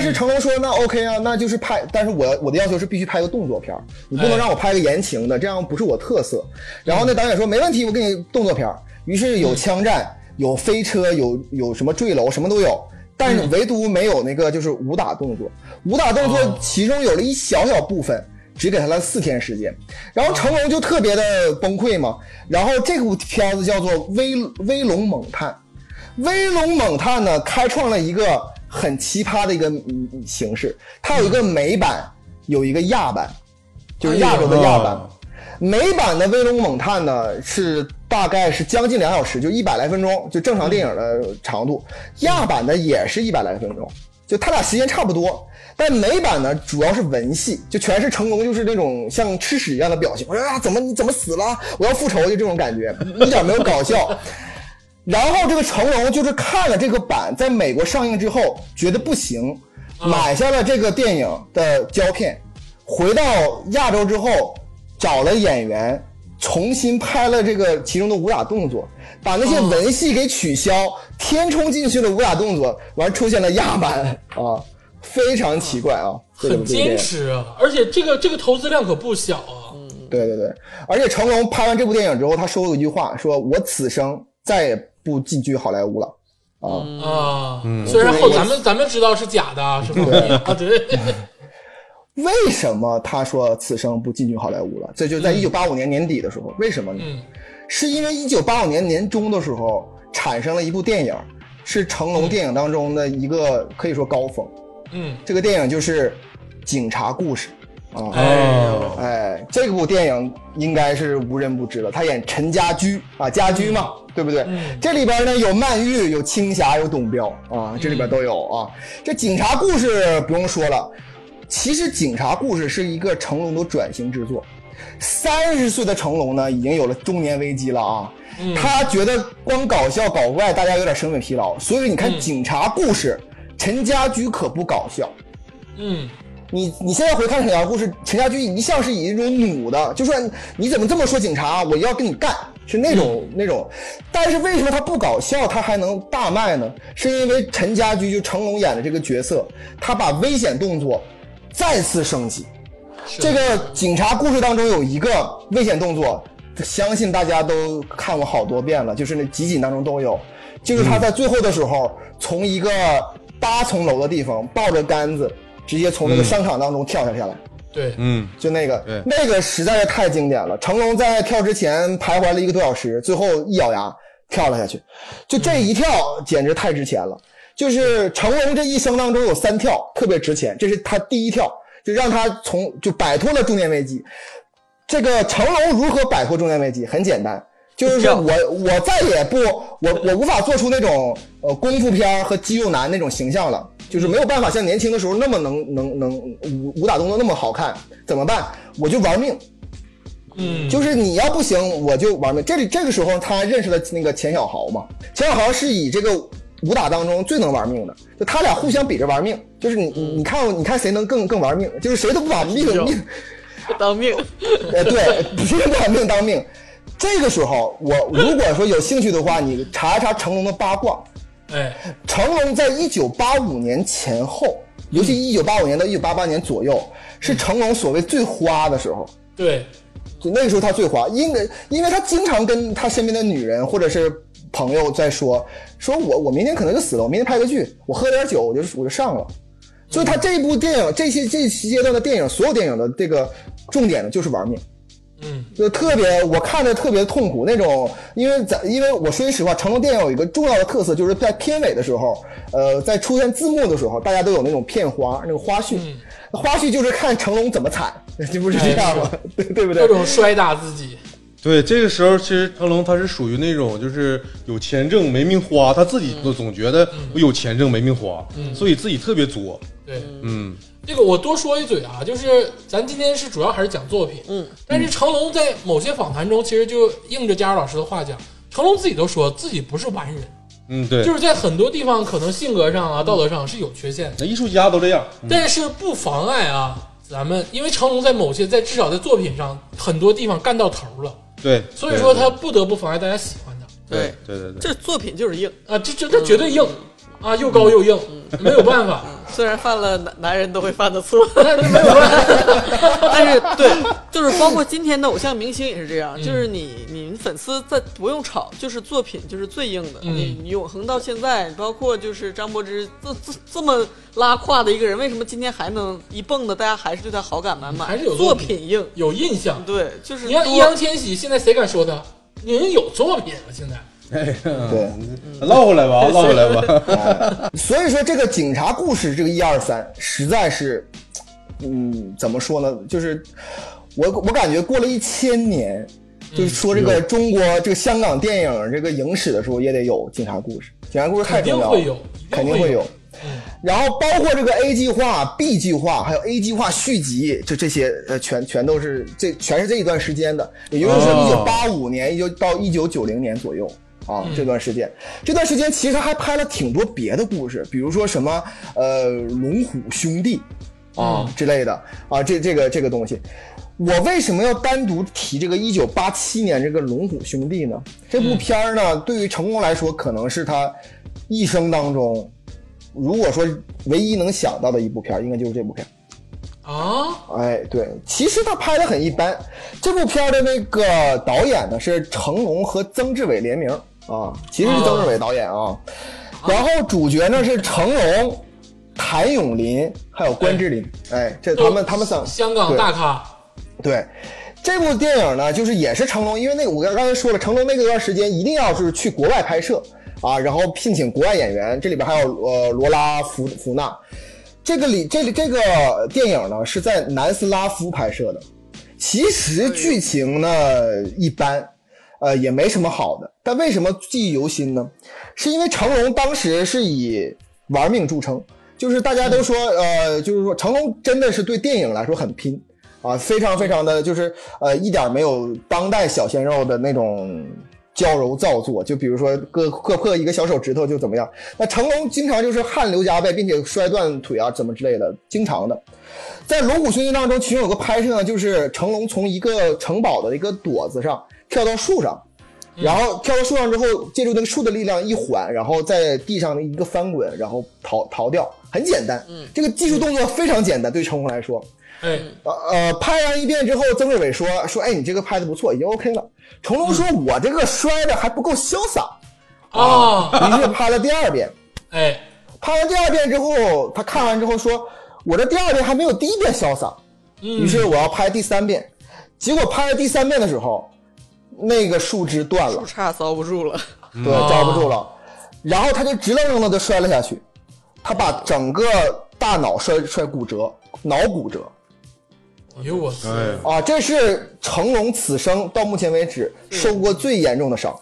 S1: 嗯
S4: 是成龙说那 OK 啊，那就是拍，但是我我的要求是必须拍个动作片儿，你不
S1: 哎
S4: 能让我拍个言情的，这样不是我特色。然后那导演说没问题，我给你动作片儿。于是有枪战，有飞车，有有什么坠楼，什么都有。但是唯独没有那个就是武打动作，武打动作其中有了一小小部分，只给他了四天时间，然后成龙就特别的崩溃嘛。然后这部片子叫做《威威龙猛探》，《威龙猛探》呢开创了一个很奇葩的一个嗯形式，它有一个美版，有一个亚版，就是亚洲的亚版。
S3: 哦
S4: 美版的《威龙猛探》呢是大概是将近两小时，就一百来分钟，就正常电影的长度。亚版的也是一百来分钟，就它俩时间差不多。但美版呢主要是文戏，就全是成龙就是那种像吃屎一样的表情，我说啊怎么你怎么死了？我要复仇就这种感觉，一点没有搞笑。然后这个成龙就是看了这个版在美国上映之后，觉得不行，买下了这个电影的胶片，回到亚洲之后找了演员，重新拍了这个其中的武打动作，把那些文戏给取消，填充进去的武打动作，完出现了亚版啊，非常奇怪啊，这个
S1: 很坚，持啊，而且这个这个投资量可不小啊。
S4: 这个电影对对对，而且成龙拍完这部电影之后，他说过一句话，说我此生再也不进军好莱坞了
S1: 啊，
S4: 啊。
S1: 虽然后咱们咱们知道是假的啊，是不是？啊，对，
S4: 为什么他说此生不进军好莱坞了？这就在一九八五年年底的时候，为什么呢？
S1: 嗯
S4: 是因为一九八五年年中的时候产生了一部电影，是成龙电影当中的一个可以说高峰。
S1: 嗯，
S4: 这个电影就是《警察故事》啊，哎
S1: 哎呦，
S4: 这部电影应该是无人不知了。他演陈家驹啊，家驹嘛，对不对？这里边呢有曼玉，有青霞，有董彪啊，这里边都有啊。这警察故事不用说了，其实《警察故事》是一个成龙的转型之作。三十岁的成龙呢，已经有了中年危机了啊。他觉得光搞笑搞怪，大家有点审美疲劳，所以你看《警察故事》，陈家驹可不搞笑。
S1: 嗯，
S4: 你你现在回看《陈家故事》，陈家驹一向是以一种弩的，就说你怎么这么说警察，啊我要跟你干，是那种、那种。但是为什么他不搞笑，他还能大卖呢？是因为陈家驹就成龙演的这个角色，他把危险动作再次升级。这个警察故事当中有一个危险动作，相信大家都看过好多遍了，就是那集锦当中都有，就是他在最后的时候，从一个八层楼的地方抱着杆子，直接从那个商场当中跳下下来。
S1: 对，
S3: 嗯，
S4: 就那
S3: 对
S4: 个，那个实在是太经典了。成龙在跳之前徘徊了一个多小时，最后一咬牙跳了下去，就这一跳简直太值钱了。就是成龙这一生当中有三跳特别值钱，这是他第一跳，就让他从就摆脱了中年危机。这个成龙如何摆脱中年危机？很简单，就是说我我再也不我我无法做出那种呃功夫片儿和肌肉男那种形象了，就是没有办法像年轻的时候那么能能能武武打动作那么好看，怎么办？我就玩命，
S1: 嗯，
S4: 就是你要不行我就玩命。这里这个时候他认识了那个钱小豪嘛，钱小豪是以这个武打当中最能玩命的，就他俩互相比着玩命，就是你你你看你看谁能更更玩命，就是谁都不把命
S2: 是
S4: 命。
S2: 当命，
S4: 呃，对，不是管命当命。这个时候，我如果说有兴趣的话，你查一查成龙的八卦。
S1: 哎，
S4: 成龙在一九八五年前后，尤其一九八五年到一九八八年左右，是成龙所谓最花的时候。
S1: 对，
S4: 就那个时候他最花，因为因为他经常跟他身边的女人或者是朋友在说，说我我明天可能就死了，我明天拍个剧，我喝点酒我就我就上了。所以他这部电影，这些这期阶段的电影，所有电影的这个重点呢，就是玩命。
S1: 嗯，
S4: 就特别，我看着特别痛苦那种，因为咱因为我说句实话，成龙电影有一个重要的特色，就是在片尾的时候，呃，在出现字幕的时候，大家都有那种片花，那种花絮，
S1: 嗯
S4: 花絮就是看成龙怎么惨， <laughs> 这不是这样吗？ <laughs> 对对不对
S1: 哎各？种摔打自己，
S3: 对，这个时候其实成龙他是属于那种就是有钱挣没命花，他自己
S1: 嗯
S3: 都总觉得我有钱挣没命花，所以自己特别作。
S1: 对，
S3: 嗯，
S1: 这个我多说一嘴啊，就是咱今天是主要还是讲作品，
S2: 嗯，
S1: 但是成龙在某些访谈中，其实就应着佳儿老师的话讲，成龙自己都说自己不是完人，
S3: 嗯，对
S1: 就，是在很多地方可能性格上啊、道德上是有缺陷的，
S3: 那艺术家都这样。
S1: 但是不妨碍啊，咱们因为成龙在某些在至少在作品上很多地方干到头了，
S3: 对，
S1: 所以说他不得不妨碍大家喜欢他
S3: 对对对对，
S2: 这作品就是硬，
S1: 啊，这这这绝对硬，啊，又高又硬，没有办法。
S2: 虽然犯了男男人都会犯的错，
S1: 但是没有办法，
S2: <laughs> 但是对，就是包括今天的偶像明星也是这
S1: 嗯
S2: 样，就是你你粉丝在不用吵，就是作品就是最硬的，
S1: 嗯
S2: 你你永恒到现在，包括就是张柏芝这这这么拉胯的一个人，为什么今天还能一蹦的，大家还是对他好感满满？
S1: 还是有作
S2: 作
S1: 品
S2: 品硬，
S1: 有印象。
S2: 对，就是
S1: 你看
S2: 多
S1: 易烊千玺，现在谁敢说他？您有作品了，现在
S4: 对，
S3: 唠回来吧，啊，唠回来
S1: <laughs>
S3: 吧。
S4: 所以说这个警察故事这个一二三实在是，嗯，怎么说呢？就是我我感觉过了一千年，就是说
S1: 嗯
S4: 这个中国这个香港电影这个影史的时候也得有警察故事，警察故事太
S1: 肯定
S4: 重要
S1: 会有
S4: 了，，肯定会有。然后包括这个 A 计划、B 计划，还有 A 计划续集，就这些呃，全全都是这全是这一段时间的，也就是说，一九
S3: 哦
S4: 八五年一九到一九九零年左右啊、这段时间，这段时间其实还拍了挺多别的故事，比如说什么呃龙虎兄弟啊、
S1: 嗯
S4: 之类的啊，这这个这个东西。我为什么要单独提这个一九八七年这个《龙虎兄弟》呢？这部片儿呢，对于成龙来说，可能是他一生当中如果说唯一能想到的一部片儿，应该就是这部片儿。
S1: 啊，
S4: 哎，对，其实他拍的很一般。这部片儿的那个导演呢是成龙和曾志伟联名啊，其实是曾志伟导演啊。然后主角呢是成龙、谭咏麟还有关之琳，哎，这他们他们三
S1: 香港
S4: 对
S1: 大咖，
S4: 对，这部电影呢，就是也是成龙，因为那个我刚才说了，成龙那个段时间一定要是去国外拍摄啊，然后聘请国外演员，这里边还有呃罗拉福福纳。这个里这里这个电影呢是在南斯拉夫拍摄的，其实剧情呢一般，呃也没什么好的，但为什么记忆犹新呢？是因为成龙当时是以玩命著称，就是大家都说，呃，就是说成龙真的是对电影来说很拼啊，非常非常的就是呃一点没有当代小鲜肉的那种。娇柔造作，就比如说割割破一个小手指头就怎么样？那成龙经常就是汗流浃背，并且摔断腿啊，怎么之类的，经常的。在《龙虎兄弟》当中，其中有个拍摄呢，就是成龙从一个城堡的一个垛子上跳到树上，然后跳到树上之后，借助那个树的力量一缓，然后在地上的一个翻滚，然后逃逃掉，很简单。嗯，这个技术动作非常简单，对成龙来说，
S1: 哎，
S4: 呃呃，拍完一遍之后，曾志伟说说，哎，你这个拍的不错，已经 OK 了。成龙说，我这个摔的还不够潇洒，
S1: 啊，
S4: 于是拍了第二遍。
S1: 哎，
S4: 拍完第二遍之后，他看完之后说：“我这第二遍还没有第一遍潇洒。”于是我要拍第三遍。结果拍了第三遍的时候，那个树枝断了
S2: 树，杈遭不住了，
S4: 对，抓不住了。然后他就直愣愣的就摔了下去，他把整个大脑摔摔骨折，脑骨折
S1: 哎呦我操，
S3: 哎，
S4: 啊！这是成龙此生到目前为止受过最严重的伤。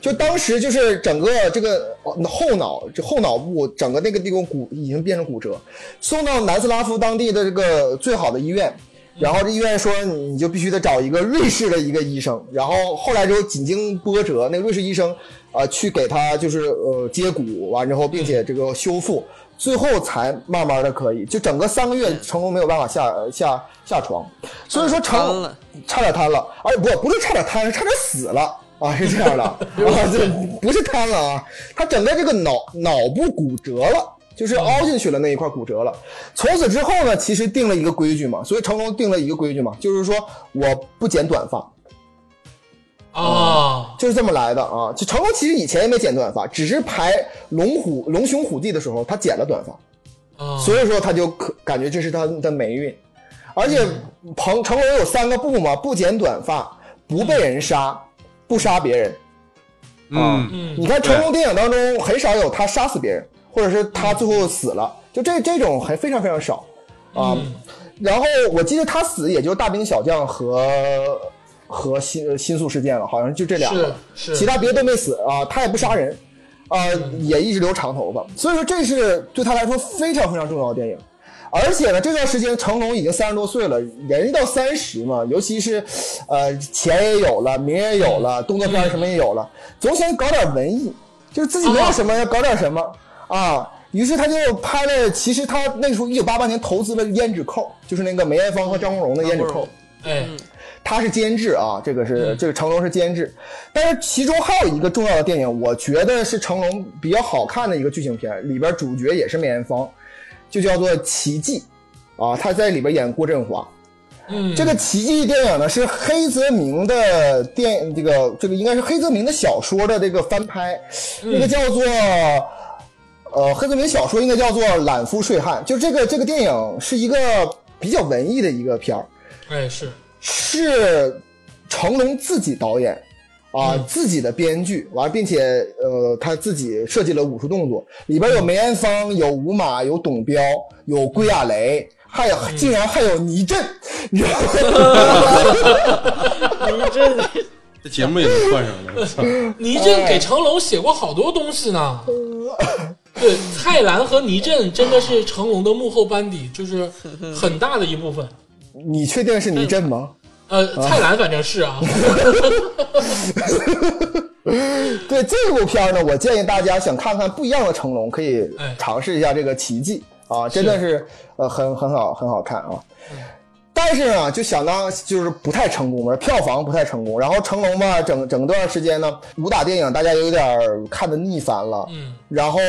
S4: 就当时就是整个这个呃后脑，这后脑部整个那个地方骨已经变成骨折，送到南斯拉夫当地的这个最好的医院，然后这医院说你你就必须得找一个瑞士的一个医生，然后后来之后几经波折，那个瑞士医生啊、呃去给他就是呃接骨完之后，并且这个修复，最后才慢慢的可以，就整个三个月成龙没有办法下呃下下床，所以说成
S2: 嗯瘫了
S4: 差点瘫了，哎不不是差点瘫，是差点死了。啊，是这样的，啊，
S2: <laughs>
S4: 这不是瘫了啊，他整个这个脑脑部骨折了，就是凹进去了那一块骨折了。从此之后呢，其实定了一个规矩嘛，所以成龙定了一个规矩嘛，就是说我不剪短发，
S1: 啊，
S4: 就是这么来的啊。就成龙其实以前也没剪短发，只是排龙虎龙兄虎弟的时候他剪了短发，
S1: 啊，
S4: 所以说他就可感觉这是他的霉运。而且彭成龙有三个不嘛，不剪短发，不被人杀，不杀别人。
S3: 嗯，
S1: 嗯，
S4: 你看成龙电影当中很少有他杀死别人，或者是他最后死了，就这这种还非常非常少啊。
S1: 嗯
S4: 然后我记得他死也就是大兵小将和和新新宿事件了，好像就这俩了，
S1: 是是嗯
S4: 其他别的都没死啊，他也不杀人，啊，也一直留长头发，所以说这是对他来说非常非常重要的电影。而且呢，这段时间成龙已经三十多岁了，人到三十嘛，尤其是，呃，钱也有了，名也有了，动作
S1: 嗯
S4: 片儿什么也有了，总想搞点文艺，就是自己没有什么要搞点什么啊。于是他就拍了，其实他那时候一九八八年投资了《胭脂扣》，就是那个梅艳芳和张国荣的《胭脂
S2: 张国
S4: 扣》
S2: 荣，
S1: 哎，
S4: 他是监制啊，这个是这个成龙是监制，但是其中还有一个重要的电影，我觉得是成龙比较好看的一个剧情片，里边主角也是梅艳芳，就叫做《奇迹》啊，他在里边演郭振华。
S1: 嗯，
S4: 这个《奇迹》电影呢是黑泽明的电，这个这个应该是黑泽明的小说的这个翻拍，那个叫做呃黑泽明小说应该叫做《懒夫睡汉》，就这个这个电影是一个比较文艺的一个片儿，
S1: 哎是，
S4: 是成龙自己导演啊，
S1: 嗯
S4: 自己的编剧，完了，并且呃，他自己设计了武术动作，里边有梅艳芳，有吴马，有董彪，有归亚蕾。还有，竟然还有倪震，你知道吗？
S2: 你这
S3: 这节目也能换上了。操
S1: 倪震给成龙写过好多东西呢。对，蔡澜和倪震真的是成龙的幕后班底，就是很大的一部分。
S4: 你确定是倪震吗？
S1: 呃，蔡澜反正是啊，
S4: 对这部片儿呢，我建议大家想看看不一样的成龙，可以
S1: 哎
S4: 尝试一下这个奇迹啊，真的是呃很很好很好看啊。但是呢，就想当就是不太成功吧，票房不太成功。然后成龙吧，整整段时间呢，武打电影大家有点儿看的腻烦了，
S1: 嗯，
S4: 然后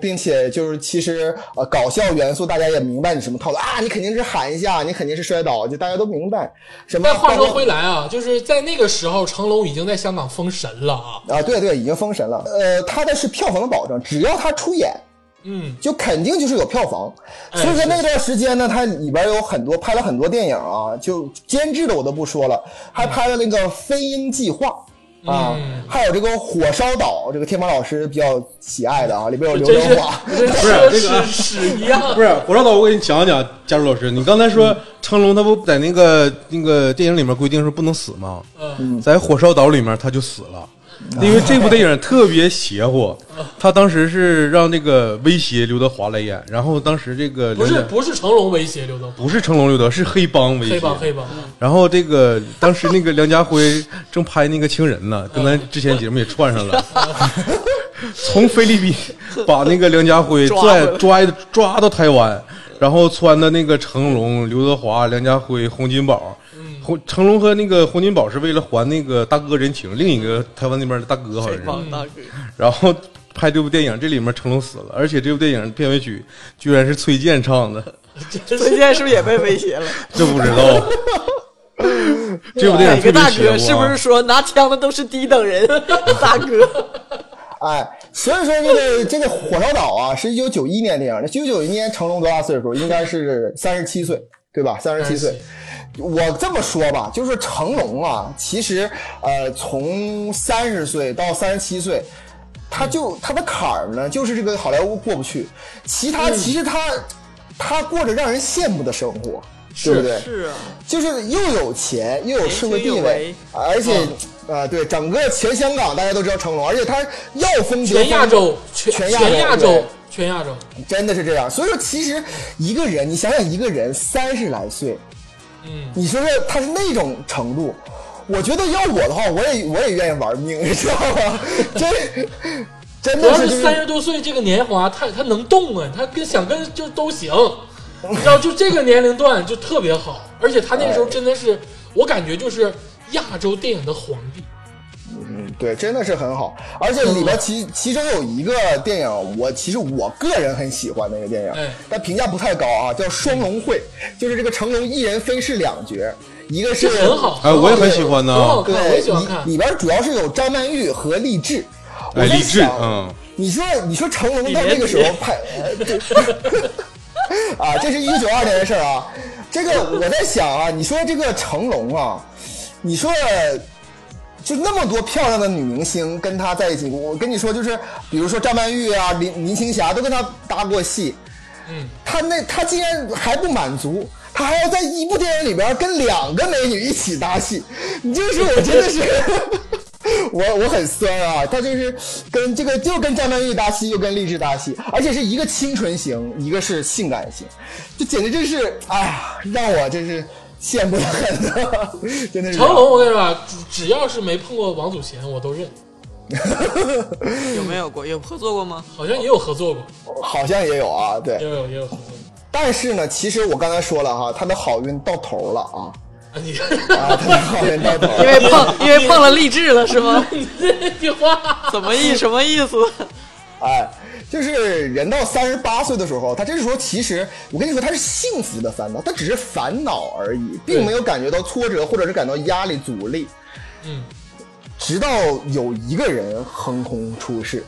S4: 并且就是其实呃搞笑元素大家也明白你什么套路啊，你肯定是喊一下，你肯定是摔倒，就大家都明白什么。
S1: 但话说回来啊，就是在那个时候，成龙已经在香港封神了啊。
S4: 啊，对对，已经封神了。呃，他的是票房的保证，只要他出演，
S1: 嗯，
S4: 就肯定就是有票房。
S1: 哎
S4: 所以说
S1: 是
S4: 那段时间呢，他里边有很多拍了很多电影啊，就监制的我都不说了，还拍了那个《飞鹰计划》啊，
S1: 嗯
S4: 还有这个《火烧岛》，这个天马老师比较喜爱的啊，里边有刘
S1: 真是
S4: 德华。
S1: 真
S3: 那个
S1: 是吃屎一样
S3: <laughs> 不。是火烧岛，我给你讲讲，佳茹老师，你刚才
S1: 嗯
S3: 说成龙他不在那个那个电影里面规定是不能死吗？
S1: 嗯，
S3: 在火烧岛里面他就死了，因为这部电影特别邪乎，
S1: 嗯
S3: 他当时是让这个威胁刘德华来演，然后当时这个
S1: 不
S3: 刘
S1: 是
S3: 德
S1: 不是成龙威胁刘德华，
S3: 不是成龙刘德，是黑帮威胁
S1: 黑帮黑帮，
S3: 然后这个当时那个梁家辉正拍那个《情人》
S2: <laughs>
S3: 呢，跟咱之前节目也串上了。从菲律宾把那个梁家辉
S2: 抓回
S3: 拽
S2: 来
S3: 抓抓到台湾，然后穿的那个成龙、刘德华、梁家辉、洪金宝，
S2: 嗯
S3: 洪成龙和那个洪金宝是为了还那个大哥人情，另一个台湾那边的大哥好
S2: 黑
S3: 像是，
S1: 嗯
S2: 帮大哥，
S3: 然后拍这部电影，这里面成龙死了，而且这部电影片尾曲居然是崔健唱的，
S1: 真
S2: 崔
S1: 是
S2: 健是不是也被威胁了？
S3: 这不知道。 <laughs> 这部电
S2: 哪
S3: 影特
S2: 个
S3: 别
S2: 大
S3: 邪乎
S2: 哥
S3: 啊
S2: 是不是说拿枪的都是低等人？ <laughs> 大哥，
S4: 哎，所以说这个这个《火烧岛》啊，是一九九一年电影。那九九年成龙多大岁数？应该是三十七岁，对吧？三十七岁。我这么说吧，就是成龙啊，其实呃，从三十岁到三十七岁，他就他的坎儿呢，就是这个好莱坞过不去。其他其实他、他过着让人羡慕的生活，对不对？
S2: 是啊，
S4: 就是又有钱又有社会地
S2: 年轻有
S4: 位
S2: 为，
S4: 而且
S1: 嗯
S4: 啊、对，整个全香港大家都知道成龙，而且他要风得风
S1: 全亚洲全
S4: 全亚洲
S1: 全亚洲
S4: 对
S1: 全亚洲，
S4: 真的是这样。所以说，其实一个人，你想想一个人三十来岁，
S1: 嗯，
S4: 你说说他是那种程度，我觉得要我的话，我也我也愿意玩命，你知道吗？ <laughs> 真真
S1: 主要
S4: 的
S1: 是
S4: 就
S1: 三十多岁这个年华，他他能动啊，他跟想跟就都行，你知道，就这个年龄段就特别好，而且他那时候真的是，我感觉就是亚洲电影的皇帝。
S4: 对，真的是很好。而且里边其其中有一个电影，我其实我个人很喜欢那个电影
S1: 哎，
S4: 但评价不太高啊，叫《双龙会》，就是这个成龙一人分饰两角，一个是
S1: 这很好
S3: 哎，我也很喜欢呢。
S1: 很好看，我
S4: 对，
S1: 也喜欢看
S4: 里。里边主要是有张曼玉和励志。我
S3: 哎
S4: 在
S3: 励志
S4: 想
S3: 嗯，
S4: 你说你说成龙到那个时候拍，呃对 <laughs> 啊，这是一九九二年的事儿啊。这个我在想啊，你说这个成龙啊，你说就那么多漂亮的女明星跟他在一起，我跟你说，就是比如说张曼玉啊、林林青霞都跟他搭过戏，
S1: 嗯，
S4: 他那他竟然还不满足，他还要在一部电影里边跟两个美女一起搭戏，你这个是我真的是。 <laughs> 我我很酸啊，他就是跟这个又跟张曼玉搭戏，又跟励志搭戏，而且是一个清纯型，一个是性感型，这简直真是，哎呀，让我真是羡慕的很的， <laughs> 真的是这样
S1: 成龙，我跟你说啊，只只要是没碰过王祖贤，我都认，
S2: 有没有过？有合作过吗？
S1: 好像也有合作过，
S4: 好像也有啊，对
S1: 也，有也有合作过。
S4: 但是呢，其实我刚才说了哈，他的好运到头了啊。
S1: 你 <laughs>
S4: 啊，他讨厌到头
S2: 因为碰因为碰了励志了是吗？
S1: 这句话，
S2: <laughs> 怎么意什么意思？
S4: 哎，就是人到三十八岁的时候，他这时候其实，我跟你说，他是幸福的烦恼，他只是烦恼而已，并没有感觉到挫折，或者是感到压力、阻力。
S1: 嗯，
S4: 直到有一个人横空出世，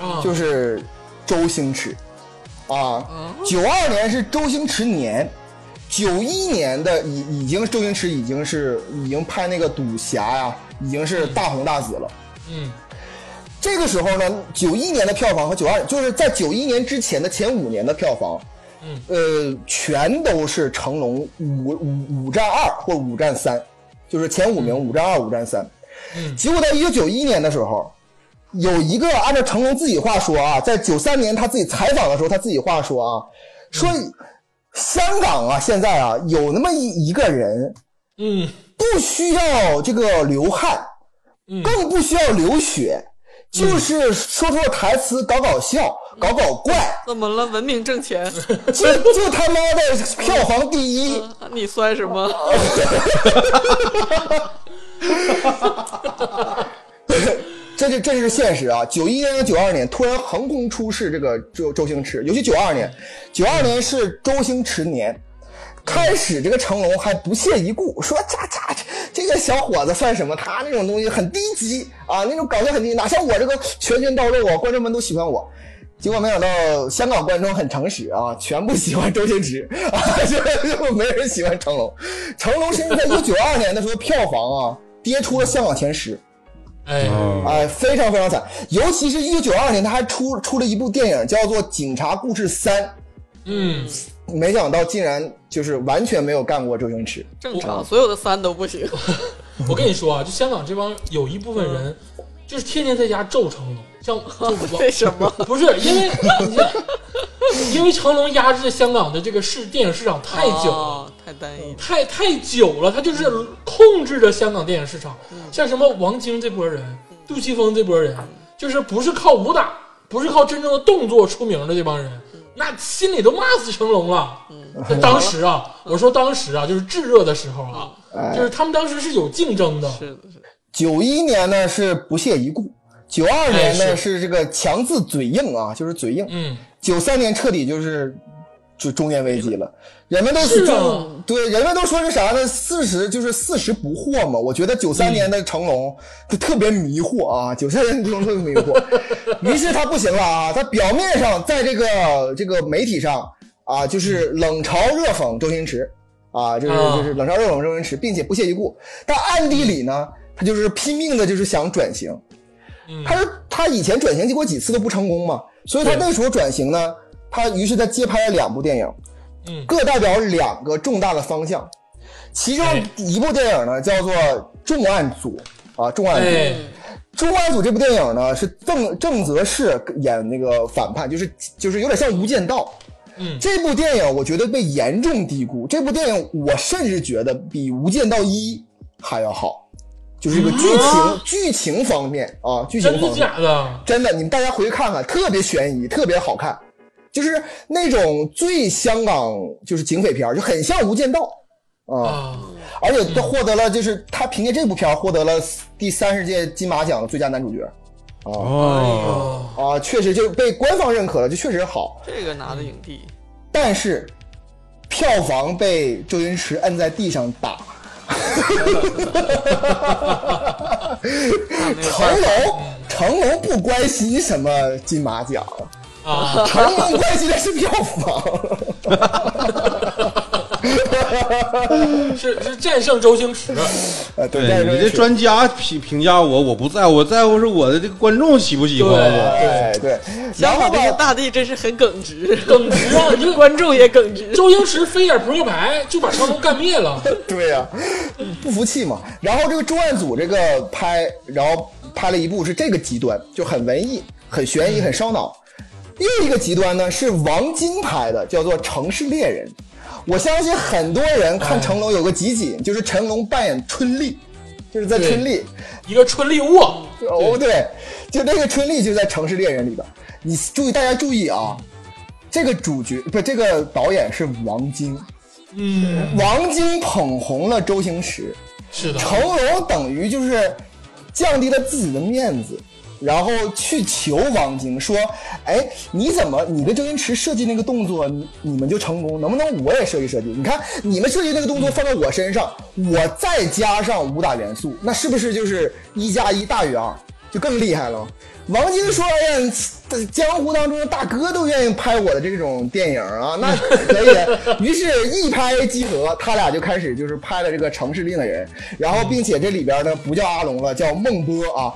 S1: 啊，
S4: 就是是周星驰，啊，九二年是周星驰年，九一年的已已经周星驰已经是已经拍那个赌侠呀、已经是大红大紫了。
S1: 嗯
S4: 这个时候呢，九一年的票房和九二，就是在九一年之前的前五年的票房，
S1: 嗯，
S4: 呃，全都是成龙五五五战二或五战三，就是前五名五战二五战三。
S1: 嗯
S4: 结果到一九九一年的时候，有一个按照成龙自己话说啊，在九三年他自己采访的时候，他自己话说啊，说香港啊现在啊有那么一一个人
S1: 嗯
S4: 不需要这个流汗，
S1: 嗯
S4: 更不需要流血，就是说说台词搞搞笑，搞搞怪，
S2: 怎么了？文明
S1: <laughs>
S2: 挣钱，
S4: 就就他妈的票房第一。
S2: 你算什么？
S4: 这是这是现实啊！九一年和九二年突然横空出世，这个周周星驰，尤其九二年，九二年是周星驰年。开始这个成龙还不屑一顾，说这这这这个小伙子算什么？他那种东西很低级啊，那种搞笑很低，哪像我这个拳拳到肉啊，观众们都喜欢我。结果没想到香港观众很诚实啊，全部喜欢周星驰啊， <laughs> 就就没人喜欢成龙。成龙甚至在一九九二年的时候票房啊跌出了香港前十。
S1: 哎
S3: 啊，
S4: 哎，非常非常惨。尤其是一九九二年，他还出出了一部电影，叫做《警察故事三》，
S1: 嗯，
S4: 没想到竟然就是完全没有干过周星驰。
S2: 正常，所有的三都不行。
S1: 我跟你说啊，就香港这帮有一部分人，就是天天在家咒成龙，像就我
S2: 为什么？
S1: 不是因为你看因为成龙压制香港的这个市电影市场 <laughs> 太久了。
S2: 哦，太单一了。
S1: 太太久了，他就是控制着香港电影市场。
S2: 嗯
S1: 像什么王晶这波人、杜琪峰这波人，就是不是靠武打，不是靠真正的动作出名的这帮人，
S2: 嗯
S1: 那心里都骂死成龙了。在当时啊，我说当时啊，就是炙热的时候啊，就是他们当时是有竞争的。
S2: 嗯是的，是的，
S4: 九一年呢是不屑一顾，九二年
S1: 哎
S4: 呢
S1: 是
S4: 是这个强自嘴硬啊，就是嘴硬。
S1: 嗯，
S4: 九三年彻底就是就中年危机了。人们都是
S1: 是啊
S4: 就对，人们都说是啥呢？四十就是四十不惑嘛。我觉得九三年的成龙就特别迷惑啊，九三年的成龙特别迷惑，于是他不行了啊，他表面上在这个这个媒体上啊，就是冷嘲热讽周星驰啊，就是
S1: 啊
S4: 就是冷嘲热讽周星驰，并且不屑一顾，但暗地里呢，他就是拼命的就是想转型。
S1: 嗯
S4: 他是他以前转型结果几次都不成功嘛，所以他那时候转型呢，他于是他接拍了两部电影，
S1: 嗯
S4: 各代表两个重大的方向，其中
S1: 哎
S4: 一部电影呢叫做《重案组》啊，《重
S2: 嗯
S4: 案组》
S1: 哎，
S4: 重案组》这部电影呢是郑郑则仕演那个反派，就是就是有点像《无间道》。
S1: 嗯
S4: 这部电影我觉得被严重低估，这部电影我甚至觉得比《无间道一》还要好，就是这个剧情、
S1: 啊
S4: 剧情方面啊，剧情
S1: 真
S4: 方
S1: 的
S4: 面。
S1: 假的？
S4: 真的，你们大家回去看看，特别悬疑，特别好看，就是那种最香港就是警匪片儿，就很像《无间道》
S2: 嗯
S4: 啊、
S1: 啊，
S4: 而且他获得了，就是他凭借这部片儿获得了第三十届金马奖最佳男主角
S2: 嗯
S3: 哦，
S1: 哦，
S4: 啊、确实就被官方认可了，就确实好，
S2: 这个拿的影帝，
S4: 但是票房被周星驰摁在地上打。
S2: 那没有
S4: <laughs> 成
S2: 办法。
S4: 龙，成龙不关心什么金马奖，
S1: 啊，
S4: 成龙关心的是票房。
S1: 是是战胜周星驰，
S4: 呃，对，但
S3: 对
S4: 是
S3: 你这
S4: 周星驰
S3: 专家评评价我，我不在乎，我在乎是我的这个观众喜不喜欢我。
S4: 哎对，然
S2: 香
S4: 后
S2: 港这个
S4: 吧，
S2: 大地真是很耿直，
S1: 耿直
S2: <laughs>
S1: 啊！你就
S2: 观众也耿直。
S1: 周星驰飞眼扑克牌就把成龙干灭了。
S4: 对呀、不服气嘛。然后这个重案组这个拍，然后拍了一部是这个极端，就很文艺、很悬疑、很烧脑。另一个极端呢是王晶拍的，叫做《城市猎人》。我相信很多人看成龙有个集锦，就是成龙扮演春丽，就是在
S1: 对
S4: 春丽。
S1: 一个春丽沃，
S4: 哦，对，就那个春丽就在《城市猎人》里边。你注意，大家注意啊，这个主角不，这个导演是王晶。
S1: 嗯，
S4: 王晶捧红了周星驰，
S1: 是的，
S4: 成龙等于就是降低了自己的面子，然后去求王晶说：“哎，你怎么你跟周星驰设计那个动作，你你们就成功，能不能我也设计设计？你看你们设计那个动作放到我身上，我再加上武打元素，那是不是就是一加一大于二，就更厉害了？”王晶说：“哎呀，江湖当中的大哥都愿意拍我的这种电影
S1: <laughs>
S4: 啊，那可以。”于是，一拍即合，他俩就开始就是拍了这个《城市猎人》，然后并且这里边呢不叫阿龙了，叫孟波啊。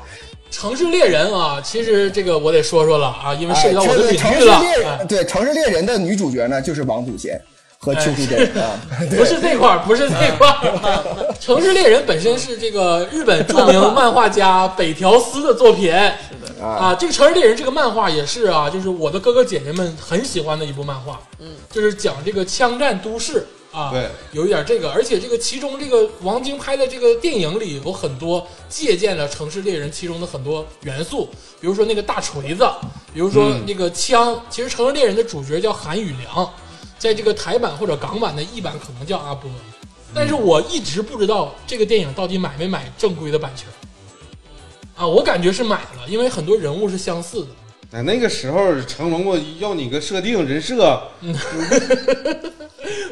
S1: 城市猎人啊，其实这个我得说说了啊，因为涉及到我的
S4: 哎这个
S1: 领
S4: 城
S1: 域
S4: 市
S1: 了。
S4: 猎人、
S1: 哎
S4: 对《城市猎人》的女主角呢就是王祖贤和邱淑贞
S1: <laughs>
S4: 啊。
S1: 不是这块儿，不是这块儿。城市猎人本身是这个日本著名漫画家北条司的作品。是的啊，这个城市猎人这个漫画也是啊，就是我的哥哥姐姐们很喜欢的一部漫画。嗯，就是讲这个枪战都市啊，
S3: 对，
S1: 有一点这个，而且这个其中这个王晶拍的这个电影里有很多借鉴了城市猎人其中的很多元素，比如说那个大锤子，比如说那个枪。其实城市猎人的主角叫韩宇良。在这个台版或者港版的译版可能叫阿波，但是我一直不知道这个电影到底买没买正规的版权。啊，我感觉是买了，因为很多人物是相似的。
S3: 哎，那个时候成龙我要你个设定人设，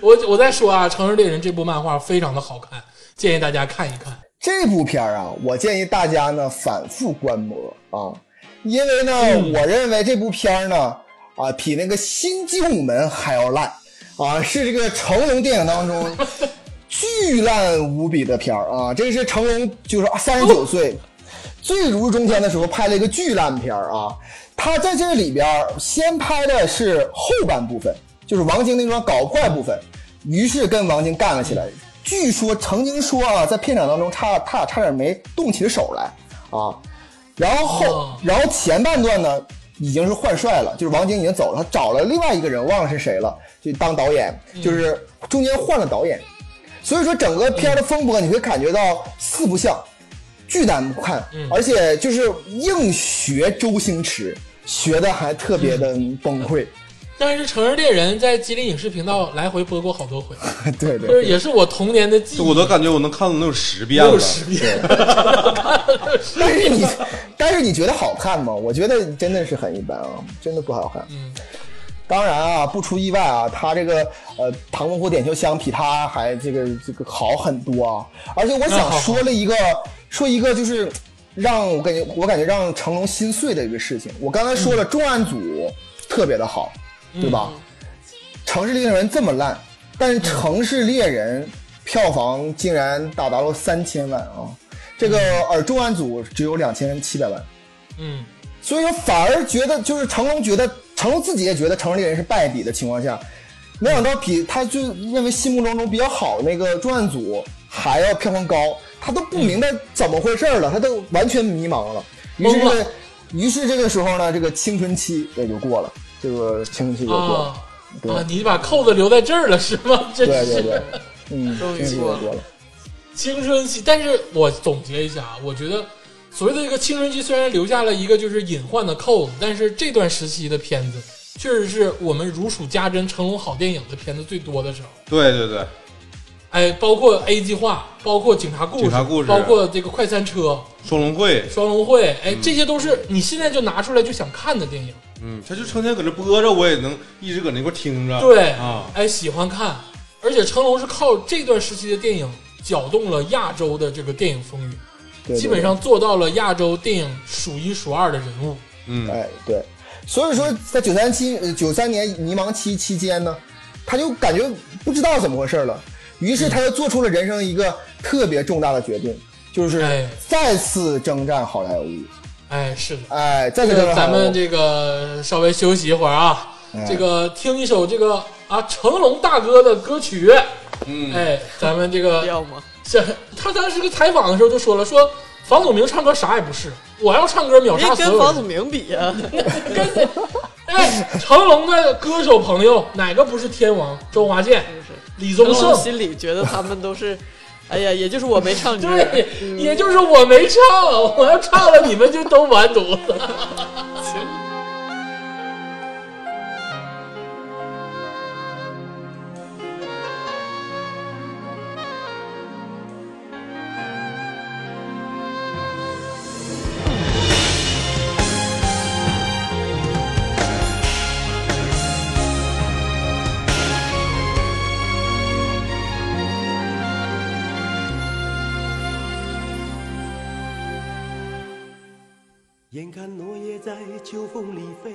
S1: 我我再说啊，《城市猎人》这部漫画非常的好看，建议大家看一看。
S4: 这部片儿啊，我建议大家呢反复观摩啊，因为呢，我认为这部片儿呢，啊，比那个《新精武门》还要烂啊，是这个成龙电影当中巨烂无比的片儿啊，这是成龙就是三十九岁。最如日中天的时候拍了一个巨烂片儿啊，他在这里边儿先拍的是后半部分，就是王晶那段搞怪部分，于是跟王晶干了起来。据说曾经说啊，在片场当中差他俩差点没动起手来啊，然后后
S1: 哦
S4: 然后前半段呢已经是换帅了，就是王晶已经走了，他找了另外一个人，忘了是谁了，就当导演，就是中间换了导演，所以说整个片儿的风格你会感觉到四不像，巨难看，
S1: 嗯
S4: 而且就是硬学周星驰，学的还特别的崩溃。 <laughs>
S1: 但是《城市猎人》在吉林影视频道来回播过好多回，
S4: 对对
S1: 就是
S4: 对，
S1: 也是我童年的记忆，
S3: 我都感觉我能看到能有十遍了
S1: 六。十遍。
S4: <laughs> 但是你，但是你觉得好看吗？我觉得真的是很一般啊，真的不好看。嗯，当然啊，不出意外啊，他这个呃《唐伯虎点秋香》比他还这个这个好很多啊。而且我
S1: 那
S4: 想
S1: 好
S4: 说了一个，说一个就是让我感觉我感觉让成龙心碎的一个事情。我刚才说
S1: 嗯
S4: 了，重案组特别的好，对吧？城市猎人这么烂，但
S1: 嗯
S4: 是城市猎人票房竟然达到了三千万啊！这个而重案组只有两千七百万，
S1: 嗯，
S4: 所以说反而觉得就是成龙觉得成龙自己也觉得城市猎人是败笔的情况下，没想到比他就认为心目当中比较好那个重案组还要票房高，他都不明白怎么回事儿了，他都完全迷茫了。于是这
S1: 懵
S4: 个
S1: 了，
S4: 于是这个时候呢，这个青春期也就过了，这个青春期就过了
S1: 啊。
S4: 对
S1: 啊，你把扣子留在这儿了是吗？真
S4: 对
S1: <laughs>
S4: 啊
S1: 是。
S4: 对对，嗯，
S2: 终于
S4: 真是有
S2: 过
S4: 点多了。
S1: 青春期，但是我总结一下啊，我觉得所谓的这个青春期虽然留下了一个就是隐患的扣子，但是这段时期的片子确实是我们如数家珍、成龙好电影的片子最多的时候。
S3: 对对对，
S1: 哎，包括 A 计划，包括警察故事，
S3: 警察故事
S1: 包括这个快餐车、
S3: 双龙会，
S1: 双龙会，哎，这些都是你现在就拿出来就想看的电影。
S3: 嗯，他就成天搁这播着，我也能一直搁那块听着。
S1: 对
S3: 啊，
S1: 哎，喜欢看，而且成龙是靠这段时期的电影搅动了亚洲的这个电影风云，
S4: 对
S1: 基本，上做到了亚洲电影数一数二的人物。
S4: 对
S3: 嗯，
S4: 哎，对。所以说，在九三期、九三年迷茫期期间呢，他就感觉不知道怎么回事了，于是他就做出了人生一个特别重大的决定，就是
S1: 哎
S4: 再次征战好莱坞。
S1: 哎，是的。
S4: 哎，再次
S1: 这
S4: 征
S1: 个
S4: 战
S1: 咱
S4: 好莱
S1: 们
S4: 坞。
S1: 这个稍微休息一会儿啊，
S4: 哎
S1: 这个听一首这个啊成龙大哥的歌曲。
S3: 嗯
S1: 哎，咱们这个
S2: 要吗？
S1: 这他当时个采访的时候就说了，说房祖名唱歌啥也不是，我要唱歌秒
S2: 别
S1: 杀所有
S2: 哎跟
S1: 人。
S2: 房祖名
S1: <laughs>
S2: 比啊！
S1: 哎，成龙的歌手朋友哪个不是天王？周华健、李宗
S2: 成龙
S1: 盛，
S2: 心里觉得他们都是， <laughs> 哎呀，也就是我没唱歌。
S1: 对，也就是我没唱，我要唱了你们就都完犊子。 <laughs>
S5: 「眼看落叶在秋风里飞，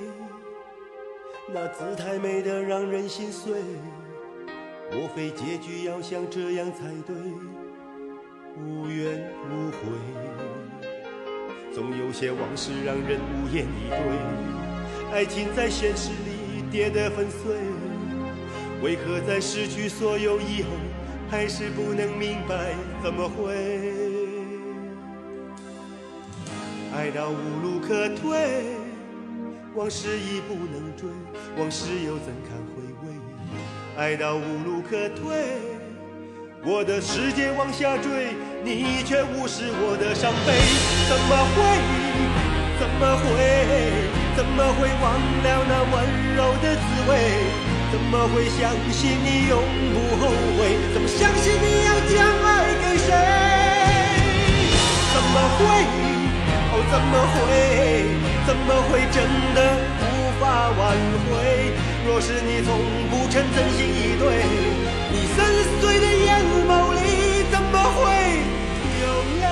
S5: 那姿态美得让人心碎。莫非结局要像这样才对？无怨无悔，总有些往事让人无言以对。爱情在现实里跌得粉碎，为何在失去所有以后，还是不能明白怎么会？爱到无路可退，往事已不能追，往事又怎堪回味？爱到无路可退，我的世界往下坠，你却无视我的伤悲，怎么会？怎么会？怎么会忘了那温柔的滋味？怎么会相信你永不后悔？怎么相信你要将爱给谁？怎么会？哦，怎么会？怎么会真的无法挽回？若是你从不曾真心以对，你深邃的眼眸里怎么会有泪？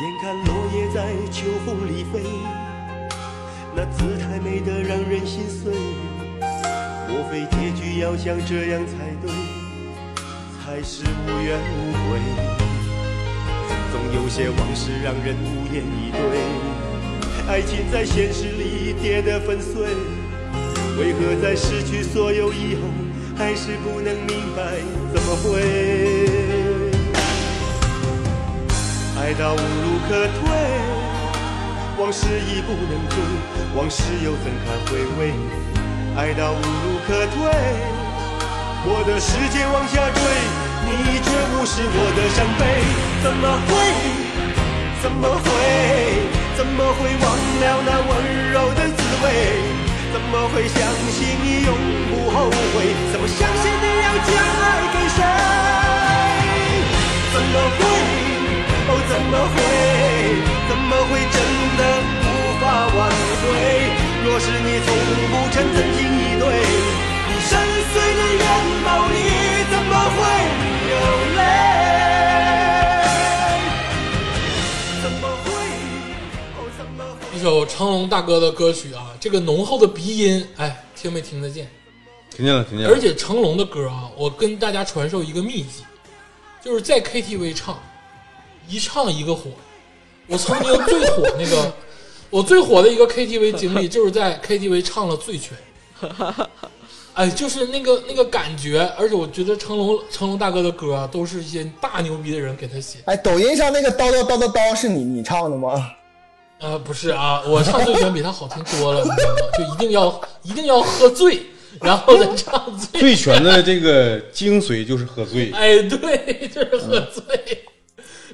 S5: 眼看落叶在秋风里飞，那姿态美得让人心碎。莫非结局要像这样才对，才是无怨无悔？总有些往事让人无言以对，爱情在现实里跌得粉碎。为何在失去所有以后，还是不能明白怎么会？爱到无路可退，往事已不能追，往事又怎堪回味？爱到无路可退，我的世界往下坠，你却无视我的伤悲，怎么会？怎么会？怎么会忘了那温柔的滋味？怎么会相信你永不后悔？怎么相信你要将爱给谁？怎么会？哦，怎么会？怎么会真的无法挽回？若是你从不曾真心以对，你深邃的眼眸里怎么会有泪？怎么会？哦，怎么会？
S1: 一首成龙大哥的歌曲啊，这个浓厚的鼻音，哎，听没听得见？
S3: 听见了，听见了。
S1: 而且成龙的歌啊，我跟大家传授一个秘籍，就是在 KTV 唱，一唱一个火。我曾经最火那个，我最火的一个 KTV 经历，就是在 KTV 唱了《醉拳》。哎，就是那个那个感觉，而且我觉得成龙成龙大哥的歌啊，都是一些大牛逼的人给他写。
S4: 哎，抖音上那个叨叨叨叨叨是你你唱的吗？
S1: 呃，不是啊，我唱醉拳比他好听多了，你知道吗？就一定要一定要喝醉，然后再唱醉。
S3: 醉拳的这个精髓就是喝醉，
S1: <laughs>
S3: <laughs>
S1: 哎，对，就是喝醉。 <laughs>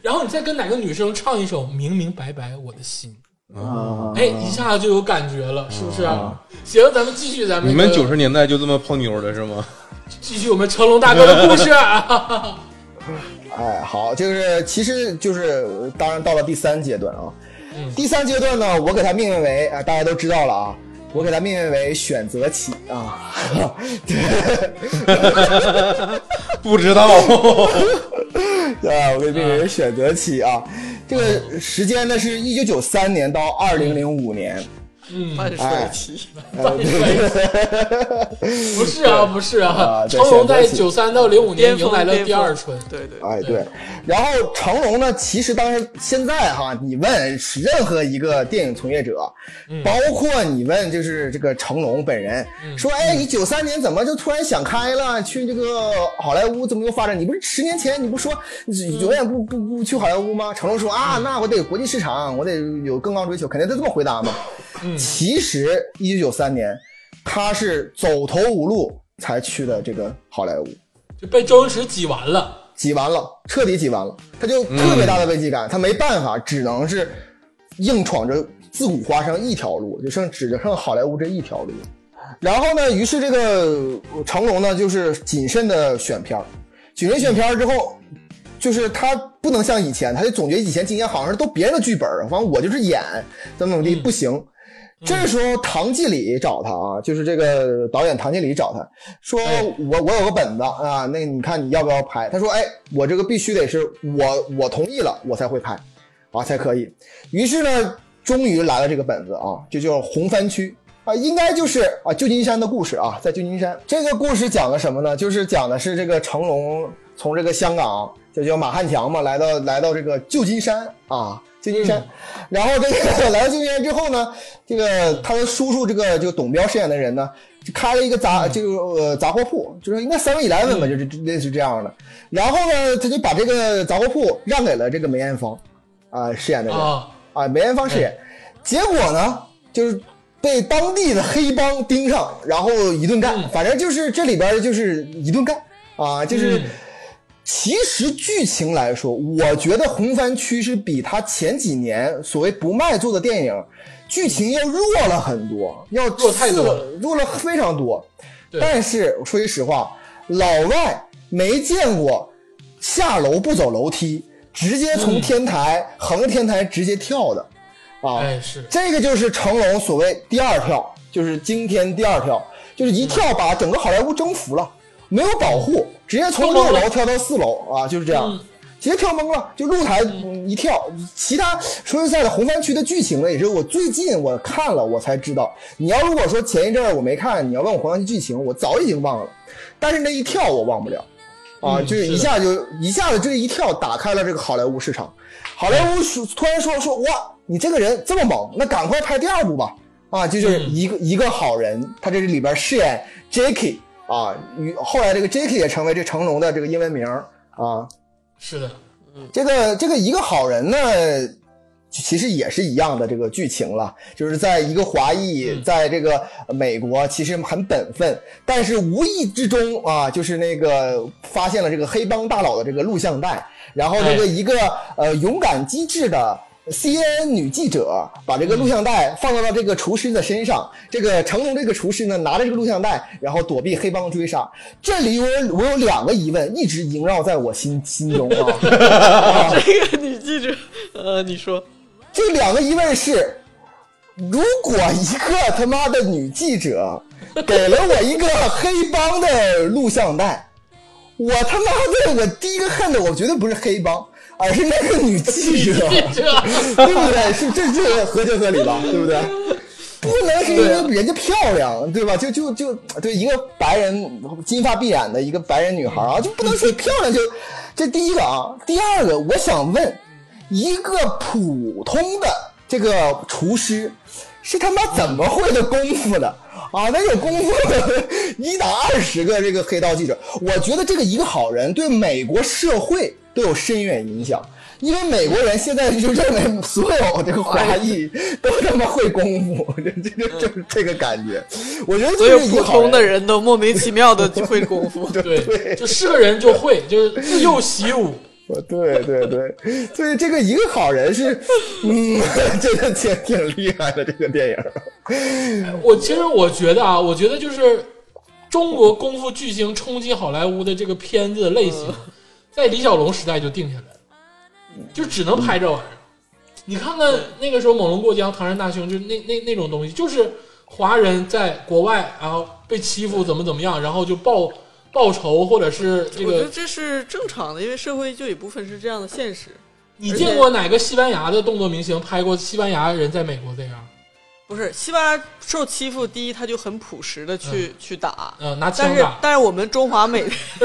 S1: 然后你再跟哪个女生唱一首《明明白白我的心》，
S4: 啊，
S1: 哎，一下就有感觉了，是不是啊？行，咱们继续，咱们
S3: 你
S1: 那
S3: 们
S1: 个
S3: 九十年代就这么泡妞的是吗？ <laughs>
S1: 继续我们成龙大哥的故事啊。 <laughs>
S4: 哎，好，就是其实就是呃当然到了第三阶段啊，第三阶段呢，我给它命名为啊、大家都知道了啊，我给它命名为选择题啊， <laughs>
S3: 不知道， <laughs>
S4: 对吧？我给它命名为选择题啊，这个时间呢是一九九三年到二零零五年，
S2: 半衰
S4: 哎
S2: 期，
S1: 不是啊，不是啊，
S4: 啊对
S1: 成龙在
S4: 选择
S1: 九三到零五年迎
S2: 巅峰
S1: 来了
S2: 巅
S1: 第
S2: 峰
S1: 二春。啊
S2: 对对，
S4: 哎，对。然后成龙呢，其实当时现在哈，你问任何一个电影从业者，包括你问就是这个成龙本人，说，哎，你九三年怎么就突然想开了，去这个好莱坞怎么又发展？你不是十年前你不说你永远不不不去好莱坞吗？成龙说啊，那我得国际市场，我得有更高追求，肯定是这么回答嘛。其实一九九三年，他是走投无路才去的这个好莱坞。
S1: 就被周星驰挤完了。
S4: 挤完了，彻底挤完了，他就特别大的危机感，他没办法，只能是硬闯着自古华商一条路，就剩只剩好莱坞这一条路。然后呢，于是这个成龙呢，就是谨慎的选片儿，谨慎选片儿之后，就是他不能像以前，他就总觉得以前经验好像是都别人的剧本儿，反正我就是演怎么怎么地，不行。这时候唐季礼找他啊，就是这个导演唐季礼找他说
S1: 哎
S4: 我我有个本子啊，那你看你要不要拍？他说哎，我这个必须得是我我同意了，我才会拍，啊才可以。于是呢，终于来了这个本子啊，这叫《红番区》啊，应该就是啊旧金山的故事啊，在旧金山这个故事讲了什么呢？就是讲的是这个成龙从这个香港就叫马汉强嘛，来到来到这个旧金山啊，旧金山，然后这个 <laughs> 来到旧金山之后呢，这个他的叔叔这个这个董彪饰演的人呢，就开了一个杂这个呃杂货铺，就是应该 Seven Eleven 吧，就是这类似这样的。然后呢，他就把这个杂货铺让给了这个梅艳芳啊、饰演的人。
S1: 啊，
S4: 啊，梅艳芳饰演。结果呢，就是被当地的黑帮盯上，然后一顿干。
S1: 嗯
S4: 反正就是这里边就是一顿干啊，就是。
S1: 嗯
S4: 其实剧情来说，我觉得《红番区》是比他前几年所谓不卖座的电影，剧情要弱了很多，要
S1: 弱太多
S4: 次
S1: 了
S4: 弱了非常多。
S1: 对
S4: 但是我说句实话，老外没见过下楼不走楼梯，直接从
S1: 嗯
S4: 天台、横着天台直接跳的，啊，
S1: 哎是，
S4: 这个就是成龙所谓第二跳，就是惊天第二跳，就是一跳把整个好莱坞征服了，没有保护，直接从六楼跳到四楼啊，就是这样
S1: 嗯，
S4: 直接跳懵了，就露台嗯一跳。其他说实在的，红番区的剧情呢，也是我最近我看了我才知道。你要如果说前一阵儿我没看，你要问我红番区剧情，我早已经忘了，但是那一跳我忘不了。啊，
S1: 嗯
S4: 就是一
S1: 是的
S4: 下就一下子这一跳打开了这个好莱坞市场，好莱
S1: 嗯
S4: 坞说突然说说哇，你这个人这么猛，那赶快拍第二部吧！啊，这就是
S1: 嗯
S4: 一个、一个好人，他这里边饰演 Jacky 啊，与后来这个 Jacky 也成为这成龙的这个英文名儿啊。
S1: 是的， <laughs>
S4: 这个这个一个好人呢，其实也是一样的这个剧情了，就是在一个华裔
S1: 嗯
S4: 在这个美国其实很本分，但是无意之中啊，就是那个发现了这个黑帮大佬的这个录像带，然后这个
S1: 哎
S4: 一个呃勇敢机智的。CNN 女记者把这个录像
S1: 嗯
S4: 带放到了这个厨师的身上，这个成龙这个厨师呢拿着这个录像带，然后躲避黑帮追杀。这里我有我有两个疑问，一直萦绕在我心心中
S1: <laughs>
S4: 啊。
S2: 这个女记者，呃，你说，
S4: 这两个疑问是：如果一个他妈的女记者给了我一个黑帮的录像带，我他妈的我第一个恨的我绝对不是黑帮，而是那个女记
S1: <laughs>
S4: 者，
S1: 这
S4: <laughs> 对不对？是这这合情合理吧？对不对？不能是因为人家漂亮，对吧？就就就对一个白人金发碧眼的一个白人女孩啊，就不能说漂亮就这第一个啊。第二个，我想问，一个普通的这个厨师，是他妈怎么会的功夫的啊？那有功夫的一打二十个这个黑道记者，我觉得这个一个好人对美国社会都有深远影响。因为美国人现在就认为所有这个华裔都他妈会功夫，这这这就是这个感觉。我觉得
S2: 嗯所
S4: 这
S2: 有
S4: 是一
S2: 普
S4: 个好
S2: 通
S4: 人
S2: 的人都莫名其妙的就会功夫。
S1: 对，就是个人就会，就是自幼习武，
S4: 我对对对，所以这个一个好人是，嗯， <laughs> 真的挺挺厉害的这个电影。
S1: 我其实我觉得啊，我觉得就是中国功夫巨星冲击好莱坞的这个片子的类
S2: 嗯
S1: 型，在李小龙时代就定下来了，就只能拍这玩意儿。你看看那个时候《猛龙过江》《唐山大兄》，就那那那种东西，就是华人在国外然后被欺负怎么怎么样，然后就报报仇或者是这
S2: 我觉得
S1: 个。
S2: 这是正常的，因为社会就有一部分是这样的现实。
S1: 你见过哪个西班牙的动作明星拍过西班牙人在美国这样？
S2: 不是西班牙受欺负，第一他就很朴实的去、去打，
S1: 嗯、拿枪
S2: 但是
S1: 打。
S2: 但是我们中华美， <laughs>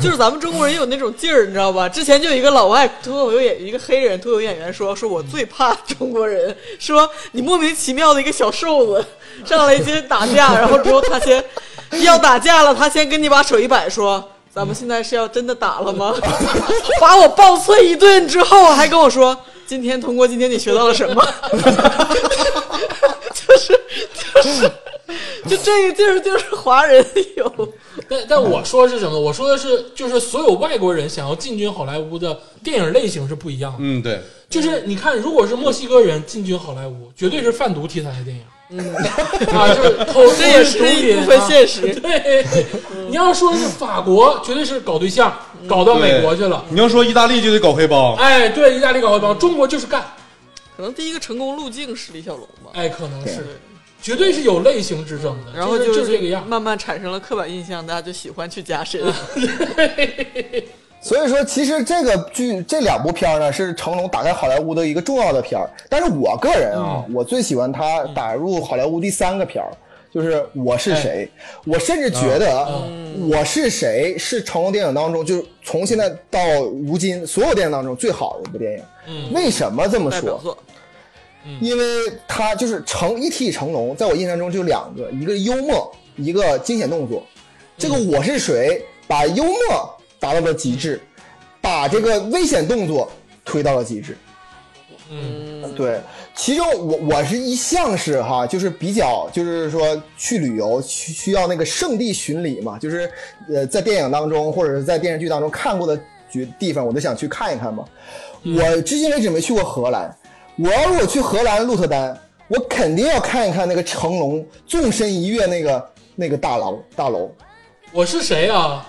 S2: 就是咱们中国人有那种劲儿，你知道吧？之前就有一个老外脱口秀演一个黑人脱口秀演员说，说我最怕中国人，说你莫名其妙的一个小瘦子上来先打架，然后之后他先要打架了，他先跟你把手一摆说。咱们现在是要真的打了吗？把我暴揍一顿之后，还跟我说今天通过 <laughs> 今天你学到了什么？就是就是就这个地儿就是华人有，
S1: 但但我说的是什么？我说的是，就是所有外国人想要进军好莱坞的电影类型是不一样的。
S3: 嗯，对，
S1: 就是你看，如果是墨西哥人进军好莱坞，绝对是贩毒题材的电影。嗯， <laughs> 啊，就是
S2: <laughs>
S1: 偷
S2: 这也是
S1: 毒
S2: 一
S1: 品啊
S2: 部分现嗯实。
S1: 对，你要说是法国，绝对是搞对象，
S2: 嗯
S1: 搞到美国去了。
S3: 你要说意大利就得搞黑帮，
S1: 哎，对，意大利搞黑帮，中国就是干。
S2: 可能第一个成功路径是李小龙吧，
S1: 哎，可能是，绝对是有类型之争的。
S2: 然后
S1: 就是是这个样。
S2: 慢慢产生了刻板印象，大家就喜欢去加深。
S4: 所以说，其实这个剧这两部片儿呢，是成龙打开好莱坞的一个重要的片儿。但是我个人啊，我最喜欢他打入好莱坞第三个片儿，就是《我是谁》。我甚至觉得，《我是谁》是成龙电影当中，就是从现在到如今所有电影当中最好的一部电影。为什么这么
S2: 代
S4: 说？
S2: 表作，
S4: 因为他就是成一提成龙，在我印象中就两个，一个幽默，一个惊险动作。这个我是谁把幽默达到了极致，把这个危险动作推到了极致。嗯，对，其中我我是一向是哈，就是比较就是说去旅游需需要那个圣地巡礼嘛，就是呃在电影当中或者是在电视剧当中看过的局地方，我都想去看一看嘛。
S1: 嗯
S4: 我至今为止没去过荷兰，我要是我去荷兰鹿特丹，我肯定要看一看那个成龙纵身一跃那个那个大楼大
S1: <laughs>
S4: 楼。
S1: 我是谁啊？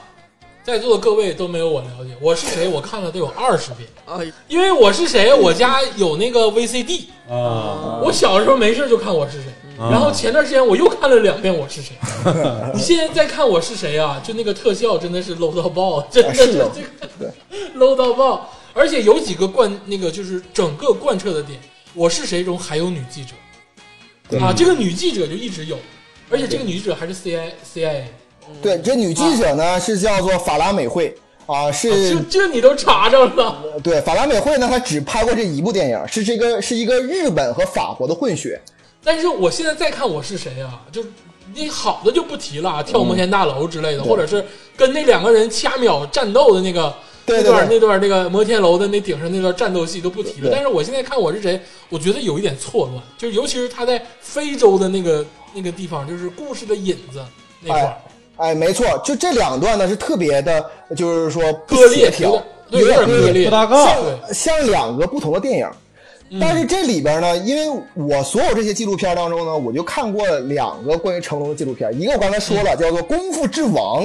S1: 在座的各位都没有我了解。我是谁？我看了得有二十遍，
S2: 哎，
S1: 因为我是谁，我家有那个 VCD，
S3: 啊，
S1: 我小时候没事就看我是谁。然后前段时间我又看了两遍《我是 <laughs> 谁》，你现在再看《我是谁》啊，就那个特效真的是 low 到爆，真的
S4: 啊
S1: 是
S4: 是的
S1: 这个 low 到爆。而且有几个贯那个就是整个贯彻的点，《我是谁》中还有女记者，啊，这个女记者就一直有，而且这个女记者还是 C I C I A，
S4: 对，这女记者呢、
S1: 啊
S4: 是叫做法拉美惠啊，是
S1: 这这你都查着了，
S4: 对法拉美惠呢，她只拍过这一部电影，是这个是一个日本和法国的混血。
S1: 但是我现在再看我是谁啊，就你好的就不提了，啊，跳
S4: 嗯
S1: 摩天大楼之类的，或者是跟那两个人掐秒战斗的那个。
S4: 对
S1: 那
S4: 对
S1: 段
S4: 对
S1: 那段那个摩天楼的那顶上那段战斗戏都不提了，
S4: 对
S1: 但是我现在看我是谁，我觉得有一点错乱，就是尤其是他在非洲的那个那个地方，就是故事的引子那块儿
S4: 哎，哎，没错，就这两段呢是特别的，就是说不
S1: 割
S4: 协
S1: 裂，有
S4: 调
S1: 点，对有点
S4: 割
S1: 割裂，
S3: 不搭嘎
S1: 对
S4: 像像两个不同的电影。但是这里边呢，因为我所有这些纪录片当中呢，我就看过两个关于成龙的纪录片，一个我刚才说了，叫做《功夫之王》，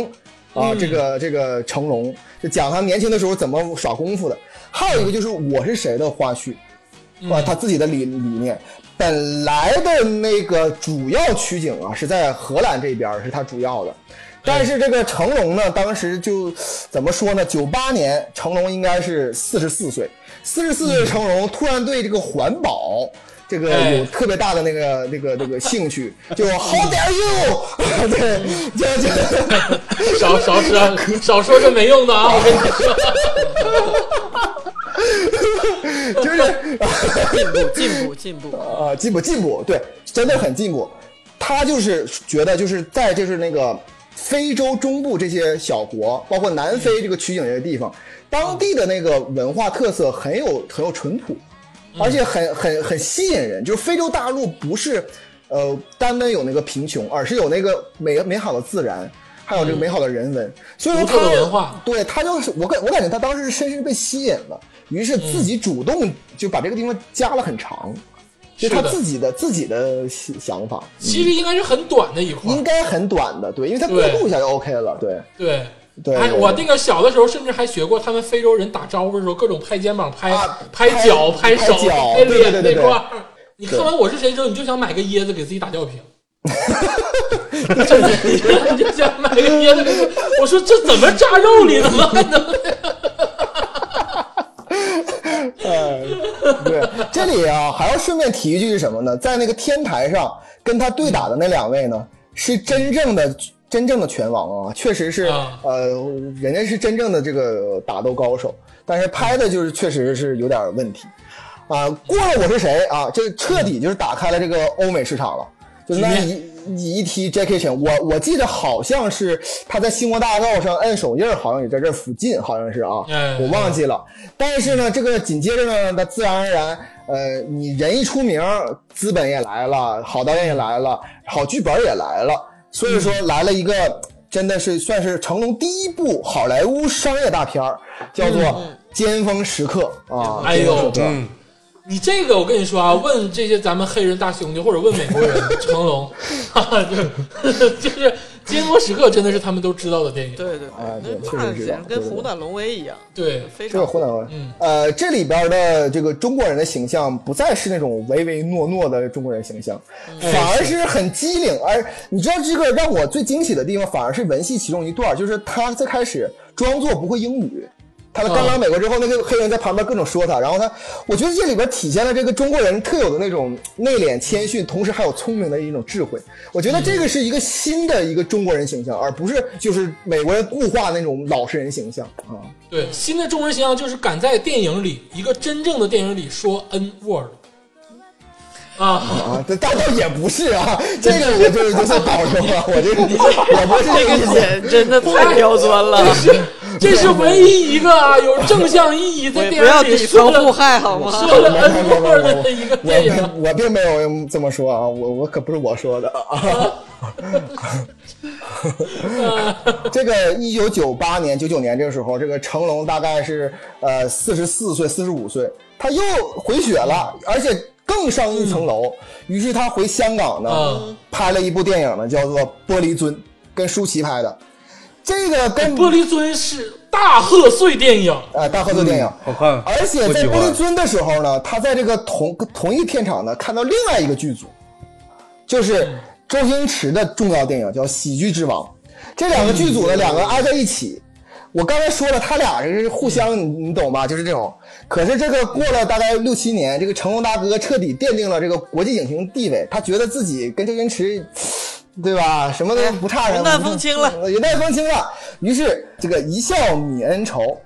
S4: 啊，这个这个成龙就讲他年轻的时候怎么耍功夫的；还有一个就是《我是谁》的花絮，啊，他自己的理理念。本来的那个主要取景啊是在荷兰这边，是他主要的。但是这个成龙呢，当时就怎么说呢？九八年，成龙应该是四十四岁，四十四岁的成龙突然对这个环保。这个
S1: 哎
S4: 有特别大的那个、那个、那个兴趣，就 How dare you？对， <laughs> 就就
S1: 少少说少说这没用的
S4: <laughs>
S1: 啊！我跟你说，
S4: 就是 <laughs>
S2: 进步，进步，进步。
S4: 啊，进步进步，对，真的很进步。他就是觉得就是在就是那个非洲中部这些小国，包括南非这个取景这些地方，当地的那个文化特色很有很有淳朴，而且很很很吸引人。就是非洲大陆不是呃单单有那个贫穷，而是有那个美美好的自然。还有这个美好的人文，所以说
S1: 独特
S4: 他
S1: 的文化
S4: 对他就是我感我感觉他当时深深被吸引了，于是自己主动就把这个地方加了很长，就是他
S1: 的
S4: 自己的自己的想想法，
S1: 其实应该是很短的一块儿
S4: 应，该很短的，对，因为他过
S1: 对
S4: 渡一下就 OK 了，对
S1: 对。
S4: 对
S1: 哎，
S4: 对
S1: 我那个小的时候，甚至还学过他们非洲人打招呼的时候，各种拍肩膀、拍、
S4: 啊
S1: 拍
S4: 拍
S1: 脚、拍手、
S4: 拍脚对
S1: 脸
S4: 对对
S1: 那
S4: 对对
S1: 块儿。你看完《我是谁》之后，你就想买个椰子给自己打吊瓶，真的，你就想买个椰子给自己。我说这怎么扎肉里？怎么还能？
S4: 对。这里啊，还要顺便提一句是什么呢？在那个天台上跟他对打的那两位呢，是真正的真正的拳王啊，确实是、
S1: 啊
S4: 呃，人家是真正的这个打斗高手，但是拍的就是确实是有点问题啊。过了我是谁啊，这彻底就是打开了这个欧美市场了。就那一一提 Jackie Chan，我我记得好像是他在星光大道上摁手印儿，好像也在这附近，好像是啊，
S1: 哎
S4: 我忘记了。但是呢，这个紧接着呢，他自然而然，呃，你人一出名，资本也来了，好导演也来了，好剧本也来了，所以说来了一个。真的是算是成龙第一部好莱坞商业大片儿，叫做《尖峰时刻》啊！
S1: 嗯哎
S4: 尖峰
S1: 呦
S4: 时刻
S3: 嗯，
S1: <laughs> 你这个我跟你说啊，问这些咱们黑人大兄弟，或者问美国人成龙， <laughs> 哈哈，就就是《尖峰时刻》真的是他们都知道的电影。
S2: 对对
S4: 哎
S2: 对
S4: 对，
S2: 那
S4: 确
S2: 那
S4: 实知道
S2: 简直跟
S4: 对对
S2: 虎胆龙威一样，
S1: 对，
S2: 非
S4: 这个
S2: 常
S4: 湖南文，
S1: 嗯
S4: 呃，这里边的这个中国人的形象不再是那种唯唯诺诺的中国人形象，反而是很机灵。而你知道这个让我最惊喜的地方，反而是文戏其中一段，就是他最开始装作不会英语。他刚来美国之后，那个黑人在旁边各种说他，然后他，我觉得这里边体现了这个中国人特有的那种内敛、谦逊，同时还有聪明的一种智慧。我觉得这个是一个新的一个中国人形象，而不是就是美国人固化那种老实人形象啊。
S1: 对，新的中国人形象就是敢在电影里，一个真正的电影里说 N word，啊，
S4: 啊，这倒倒也不是啊，这个我就是就算保留了，我这个我不是这
S2: 这
S4: 个意
S2: 个
S4: 思。
S2: 简真的太刁钻了，
S1: <laughs> 这是唯一一个啊有正向意义在
S2: 不
S1: 电影
S2: 要
S1: 里
S2: 以
S1: 说
S2: 身
S1: 的
S2: 互害好吗？
S1: 说
S4: 没
S1: 的
S4: 没
S1: N
S4: 没没
S1: word 的一个电
S4: 没，我
S1: 影。
S4: 我我并没有这么说啊，我我可不是我说的啊。这个一九九八年、九九年这个时候，这个成龙大概是呃四十四岁、四十五岁，他又回血了，而且更上一层楼。于是他回香港呢，
S1: 嗯
S4: 拍了一部电影呢，叫做《玻璃樽》，跟舒淇拍的。这个跟
S1: 玻璃樽是大贺岁电影，
S4: 呃大合作电影，
S3: 嗯好看，
S4: 而且
S3: 我
S4: 在
S3: 喜
S4: 玻璃
S3: 欢。
S4: 樽的时候呢，他在这个同同一片场呢，看到另外一个剧组，就是
S3: 嗯
S4: 周星驰的重要电影叫《喜剧之王》，这两个剧组
S3: 嗯
S4: 呢，两个挨在一起。我刚才说了，他俩是互相，你你懂吧？就是这种。可是这个过了大概六七年，这个成龙大哥彻底奠定了这个国际影星地位，他觉得自己跟周星驰，对吧？什么都不差人，
S2: 云淡哎风轻了
S4: 呃云淡风轻了。于是这个一笑泯恩仇，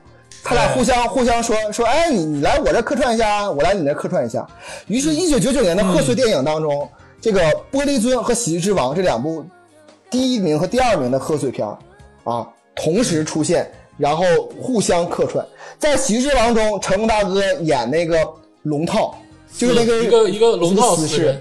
S4: 他俩互相互相说说，哎，你你来我这客串一下啊，我来你那客串一下。于是，一九九九年的贺岁电影当中，这个《玻璃樽》和《喜剧之王》这两部第一名和第二名的贺岁片儿啊，同时出现，然后互相客串。在《喜剧之王》中，成龙大哥演那个龙套，就是那
S1: 嗯一个一个龙套
S4: 死
S1: 死
S4: 士
S1: 人，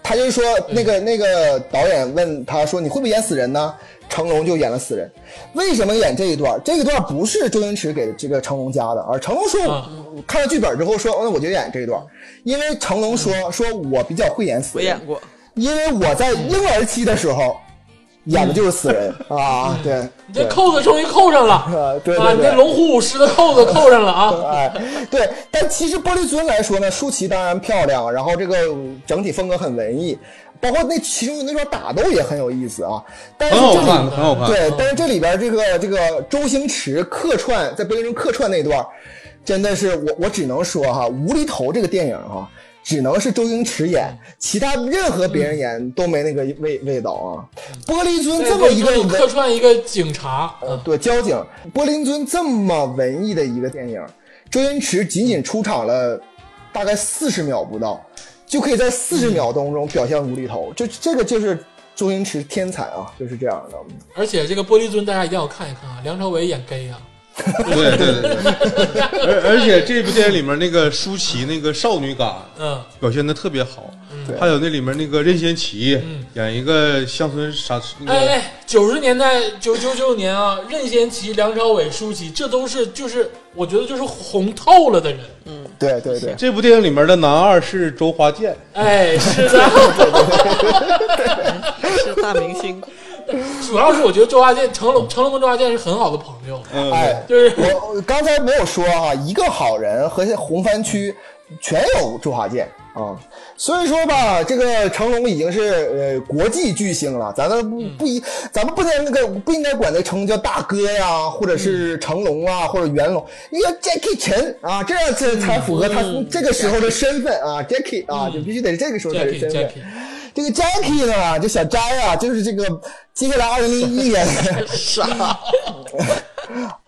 S4: 他就是说，那个那个导演问他说：“你会不会演死人呢？”成龙就演了死人。为什么演这一段？这一段不是周星驰给这个成龙加的，而成龙说、
S1: 啊
S4: 看了剧本之后说：“哦那我就演这一段。”因为成龙说：“
S1: 嗯
S4: 说我比较会演死
S2: 我
S4: 人
S2: 演，过，
S4: 因为我在婴儿期的时候演的就是死人、啊。”对，
S1: 嗯你
S4: 对
S1: 这扣子终于扣上了，
S4: 呃对对
S1: 啊，你
S4: 对
S1: 这龙虎舞狮的扣子扣上了啊。
S4: 哎，对，但其实玻璃樽来说呢，舒淇当然漂亮，然后这个整体风格很文艺，包括那其中那段打斗也很有意思啊。但是
S3: 很
S4: 这
S3: 好
S4: 里
S3: 看，很好看。
S4: 对，但是这里边这个这个周星驰客串在玻璃中客串那段，真的是我我只能说哈，《无厘头》这个电影哈，只能是周星驰演，其他任何别人演都没那个味味道啊。玻璃樽这么一个
S1: 你
S4: 文
S1: 客串一个警察，嗯
S4: 呃，对，交警，柏林尊这么文艺的一个电影，周星驰仅仅出场了大概四十秒不到，就可以在四十秒当中表现无厘头，这这个就是周星驰天才啊，就是这样的。
S1: 而且这个玻璃樽大家一定要看一看啊，梁朝伟演 gay 啊，
S3: 对对对
S1: <laughs>
S3: 对，而而且这部电影里面那个舒淇那个少女感
S1: 嗯，
S3: 表现的特别好，
S4: 对
S3: 还有那里面那个任贤齐演一个乡村啥
S1: 嗯
S3: 那
S1: 哎
S3: 个，
S1: 哎，九十年代九九九年啊，任贤齐、梁朝伟、舒淇，这都是就是我觉得就是红透了的人，
S4: 对对对，
S3: 这部电影里面的男二是周华健，
S1: 哎，是的，
S2: 是大明星，
S1: 主要是我觉得周华健、成龙、成龙跟周华健是很好的朋友，
S3: 嗯，
S4: 哎， <laughs>
S1: 就是
S4: 我刚才没有说哈、一个好人和红番区全有周华健啊，所以说吧，这个成龙已经是呃国际巨星了，咱们不不一，咱们不能那个不应该管那成龙叫大哥呀、或者是成龙啊，或者元龙，应该 Jackie 陈啊，这样才才符合他这个时候的身份啊，Jackie 啊，就必须得是这个时候才是
S1: Jackie
S4: 身份
S1: Jackie。。
S4: 这个 Jackie 呢，就小斋啊，就是这个接下来二零零一年，傻，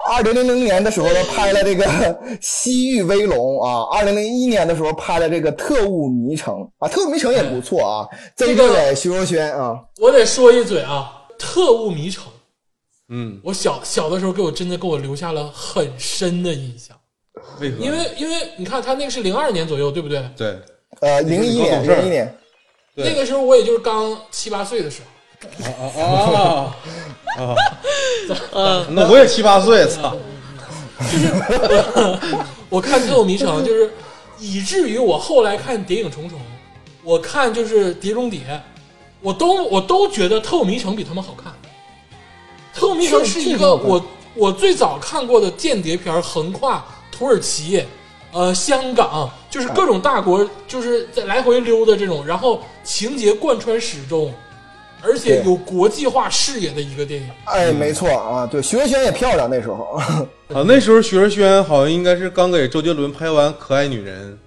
S4: 二零零零年的时候呢，拍了这个《西域威龙》啊，二零零一年的时候拍了这个《特务迷城》啊，《特务迷城》也
S1: 嗯
S4: 不错啊，曾志伟、徐若瑄啊，
S1: 我得说一嘴啊，《特务迷城》，
S3: 嗯，
S1: 我小小的时候给我真的给我留下了很深的印象，
S3: 为何？
S1: 因为因为你看他那个是零二年左右，对不对？ <laughs>
S3: 对，
S4: 呃，零一年，
S3: 你说懂事儿
S4: 零一年，
S3: 对
S1: 那个时候我也就是刚七八岁的时候，
S3: 啊
S1: <laughs>
S3: 啊，
S2: 嗯，
S3: 那我也七八岁，操，
S1: 我看《特务迷城》就是以至于我后来看《谍影重重》，我看就是《碟中谍》，我都我都觉得《特务迷城》比他们好看。《特务迷城》是一个我我最早看过的间谍片儿，横跨土耳其、呃香港，就是各种大国，就是在来回溜达这种，然后情节贯穿始终，而且
S4: 对
S1: 有国际化视野的一个电影。
S4: 哎，没错啊，对，徐若瑄也漂亮那时候， <laughs>
S3: 啊，那时候徐若瑄好像应该是刚给周杰伦拍完《可爱女人》，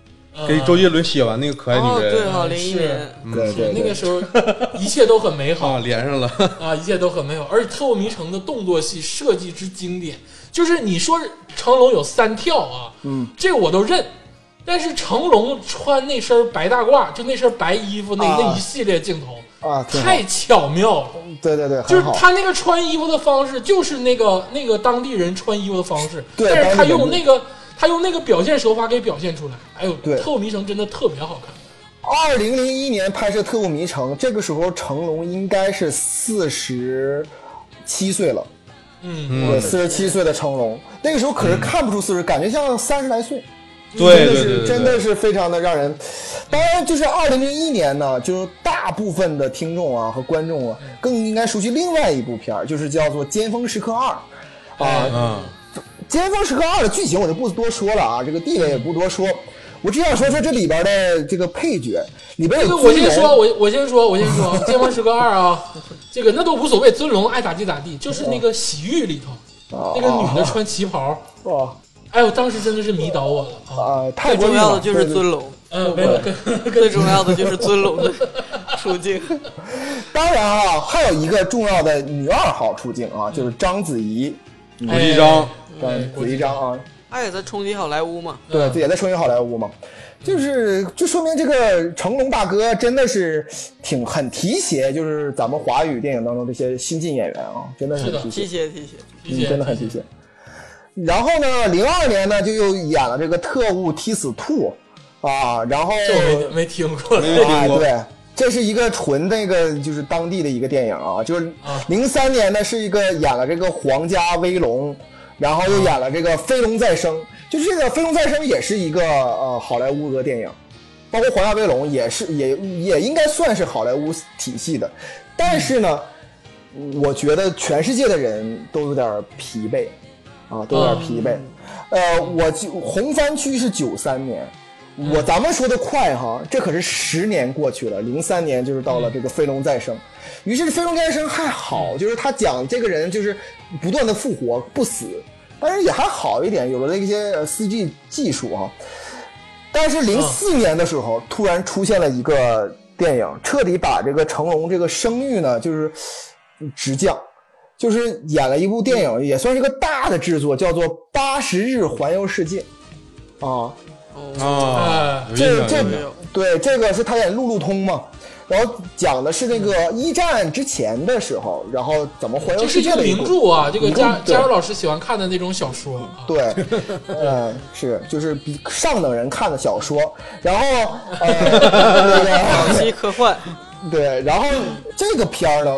S3: 给周杰伦写完那个《可爱
S2: 哦
S3: 女人
S2: 对》哈，零一
S1: 是
S2: 年，
S4: 对对
S1: 是嗯那
S4: 对
S1: 个，时
S4: <laughs>
S1: 候一切都很美好
S3: 啊，连上了， <laughs>
S1: 啊，一切都很美好。而且《特务迷城》的动作戏设计之经典，就是你说成龙有三跳啊，嗯，这我都认。但是成龙穿那身白大褂，就那身白衣服那、
S4: 啊
S1: 那一系列镜头
S4: 啊，挺好
S1: 太巧妙了，
S4: 对对对，
S1: 就
S4: 很
S1: 是
S4: 好，
S1: 他那个穿衣服的方式，就是那个那个当地人穿衣服的方式，
S4: 对
S1: 但是他
S4: 当地人
S1: 用那个他用那个表现手法给表现出来。哎呦，
S4: 对
S1: 《特务迷城》真的特别好看。
S4: 二零零一年拍摄《特务迷城》，这个时候成龙应该是四十七岁了，
S1: 嗯，
S4: 对，四十七岁的成龙，那个时候可是看不出四十，感觉像三十来岁，
S3: 嗯对
S4: 真的
S3: 对
S4: 是
S3: 对对，
S4: 真的是非常的让人。当然，就是二零零一年呢，就是大部分的听众啊和观众啊，更应该熟悉另外一部片儿，就是叫做《尖峰时刻二》。
S1: 哎
S3: 啊，
S4: 《尖峰时刻二》的剧情我就不多说了啊，这个地位也不多说，我只想说说这里边的这个配角，里边
S1: 这个
S4: 有
S1: 我
S4: 尊
S1: 先
S4: 龙
S1: 说，我我先说，我先说《剑魂十个二》啊，这个那都无所谓，尊龙爱咋地咋地，就是那个洗浴里头，那个女的穿旗袍，
S4: 哦
S1: 哎呦，当时真的是迷倒我了啊！
S4: 啊，泰
S2: 最
S4: 国
S2: 重
S4: 女
S2: 要
S4: 嘛
S2: 的就是
S4: 对对
S2: 尊龙，
S1: 嗯，没有
S4: <laughs>
S1: 跟
S2: 最重要的就是尊龙的处境。 <laughs>
S4: 当然啊，还有一个重要的女二号出镜啊，就是章子怡，
S3: 古力张，
S4: 章
S1: 哎
S4: 子怡张啊，
S2: 他也在冲击好莱坞嘛，
S1: 嗯
S4: 对，这也在冲击好莱坞嘛。就是，就说明这个成龙大哥真的是挺很提携，就是咱们华语电影当中这些新晋演员啊，真的是
S1: 是的
S4: 很提携
S2: 提。携提携。
S1: 理
S4: 嗯，
S1: 解
S4: 真的很提携。然后呢，零二年呢就又演了这个特务踢死兔啊，然后
S1: 这我没没听过，
S3: 没有
S4: 哎
S3: 听过，
S4: 对，这是一个纯那个就是当地的一个电影啊，就是
S1: 啊
S4: 零三年呢是一个演了这个皇家威龙，然后
S3: 啊
S4: 又演了这个飞龙再生，就是这个飞龙再生也是一个呃好莱坞的电影，包括皇家威龙也是也也应该算是好莱坞体系的，但是
S3: 嗯
S4: 呢，我觉得全世界的人都有点疲惫啊，都有点疲惫。呃，我就红番区是九三年，我咱们说的快哈，这可是十年过去了，零三年就是到了这个飞龙再生。于是飞龙再生还好，就是他讲这个人就是不断的复活不死，但是也还好一点，有了一些呃 CG 技术啊。但是零四年的时
S1: 嗯
S4: 候，突然出现了一个电影，彻底把这个成龙这个声誉呢，就是嗯直降。就是演了一部电
S1: 嗯
S4: 影，也算是个大的制作，叫做《八十日环游世界》啊。
S2: 哦，
S3: 啊，有印
S4: 这
S3: 象
S4: 这
S3: 有印
S2: 没
S3: 象
S2: 有
S4: 对，这个是他演路路通嘛，然后讲的是那个一战之前的时候，然后怎么环游
S1: 这是
S4: 世
S1: 一
S4: 界
S1: 个
S4: 的一
S1: 名
S4: 部
S1: 著啊，这个
S4: 名
S1: 佳
S4: 著对
S1: 佳茹老师喜欢看的那种小说啊。
S4: <laughs> 对，嗯，是就是比上等人看的小说，然后呃， <laughs>
S2: 早
S4: 那个
S2: 期科幻，
S4: 对，然后这个片儿呢，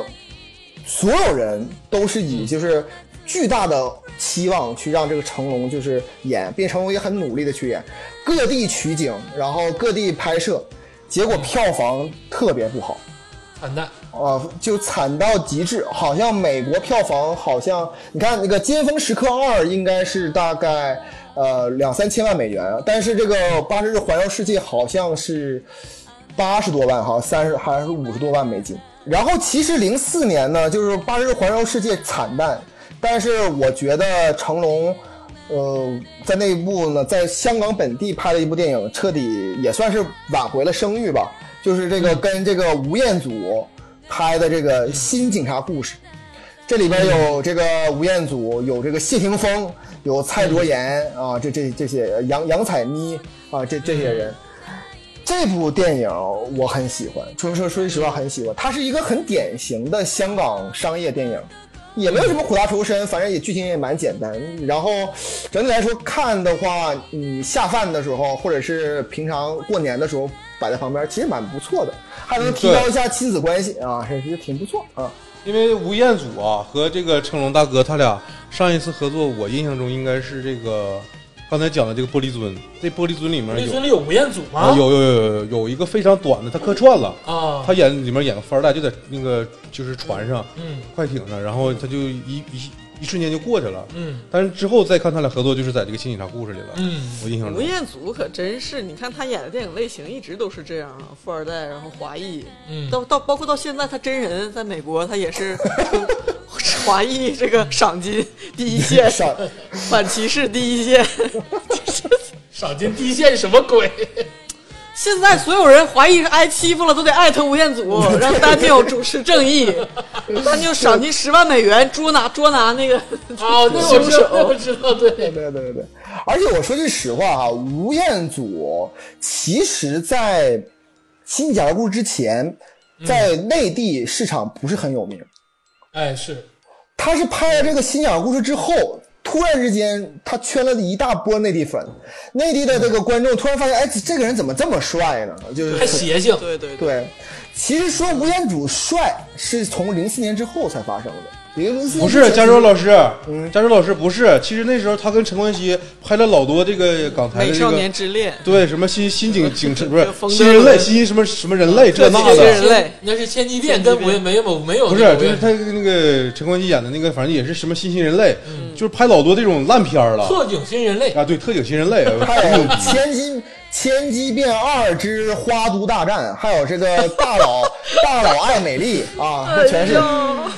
S4: 所有人都是以就是巨大的期望去让这个成龙就是演，并且成龙也很努力的去演，各地取景，然后各地拍摄，结果票房特别不好。
S1: 惨淡，
S4: 啊，就惨到极致，好像美国票房好像你看那个《尖峰时刻二》应该是大概呃两三千万美元，但是这个《八十日环游世界》好像是八十多万哈，三十还是五十多万美金。然后其实零四年呢，就是《八十日环游世界》惨淡，但是我觉得成龙。呃，在那一部呢，在香港本地拍的一部电影，彻底也算是挽回了声誉吧。就是这个跟这个吴彦祖拍的这个《新警察故事》，这里边有这个吴彦祖，有这个谢霆锋，有蔡卓妍啊，这这这些杨杨采妮啊，这这些人。这部电影我很喜欢，说说说句实话很喜欢，它是一个很典型的香港商业电影，也没有什么苦大仇深，反正也剧情也蛮简单。然后整体来说看的话，你下饭的时候，或者是平常过年的时候摆在旁边，其实蛮不错的，还能提高一下亲子关系啊，还是挺不错啊。
S3: 因为吴彦祖啊和这个成龙大哥他俩上一次合作，我印象中应该是这个刚才讲的这个《玻璃樽》，这《玻璃樽》里面
S1: 那
S3: 有
S1: 村里有吴彦祖
S3: 哎啊
S1: 吗？
S3: 有有有有有一个非常短的，他客串了。
S1: 啊，
S3: 他演里面演个富二代，就在那个就是船上、
S1: 嗯
S3: 快艇上，然后他就一一一瞬间就过去了。
S1: 嗯
S3: 但是之后再看他俩合作，就是在这个《新警察故事》里了。
S1: 嗯，
S3: 我印象
S2: 吴
S3: 中，
S2: 彦祖可真是，你看他演的电影类型一直都是这样啊，富二代，然后华裔，
S1: 嗯
S2: 到到包括到现在他真人在美国，他也是 <laughs> 华裔这个赏金第一
S4: <laughs>
S2: 线，
S4: 上
S2: 反歧视第一线。
S1: 赏金第一线什么鬼？ <laughs>
S2: 现在所有人怀疑是挨欺负了，都得艾特吴彦祖，让丹尼尔主持正义，丹尼尔赏金十万美元捉拿捉拿那个
S1: 啊，那我
S2: 凶
S1: 知道，那我
S2: 手。
S1: 知道，对，
S4: 对对对对，而且我说句实话哈、吴彦祖其实在《新假如故事》之前，在内地市场不是很有名。
S1: 哎是，
S4: 他是拍了这个《新假如故事》之后，突然之间他圈了一大波内地粉，内地的这个观众突然发现，哎，这个人怎么这么帅呢？就是
S1: 还邪性，
S2: 对对对，
S4: 对，其实说吴彦祖帅是从零四年之后才发生的，零零四
S3: 不是加州老师，
S2: 嗯
S3: 加州老师不是。其实那时候他跟陈冠希拍了老多这个港台
S2: <laughs> 美
S3: 的这
S2: 少年
S3: 个
S2: 之恋，
S3: 对什么新新警警察不是
S2: 这个风筝
S3: 新人类
S2: 的
S3: 新什么什么人类这那
S2: 这些
S3: 的
S2: 人。类
S1: 那是千机变，跟没没有没有
S3: 不是
S1: 那，个
S3: 就是他那个陈冠希演的那个，反正也是什么新新人类，
S2: 嗯
S3: 就是拍老多这种烂片儿了
S1: 特警新人类，
S3: 啊。对，特警新人
S2: <laughs>
S3: 类，
S4: 还有《千金千机变二之花都大战》，还有这个大佬大佬爱美丽啊，这全是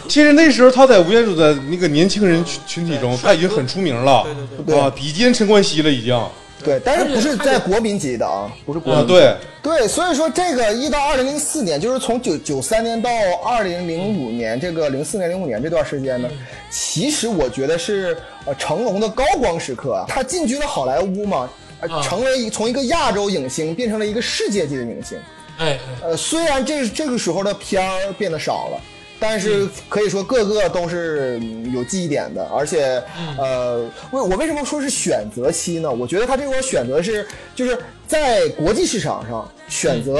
S3: 其实那时候他在吴彦祖的那个年轻人群群体中，他已经很出名了，
S2: 对
S4: 对
S3: 啊，比肩陈冠希了已经啊，
S4: 对，但是不是在国民级的啊，不是国民级
S1: 嗯
S3: 对，
S4: 对，所以说这个一到二零零四年，就是从九九三年到二零零五年，这个零四年零五年这段时间呢，其实我觉得是呃成龙的高光时刻啊，他进军了好莱坞嘛，
S1: 啊
S4: 呃、成为一从一个亚洲影星变成了一个世界级的明星。
S1: 哎哎，
S4: 呃，虽然这这个时候的片儿变得少了，但是可以说各个都是嗯有记忆点的，而且，呃，为我为什么说是选择期呢？我觉得他这块选择是就是在国际市场上选择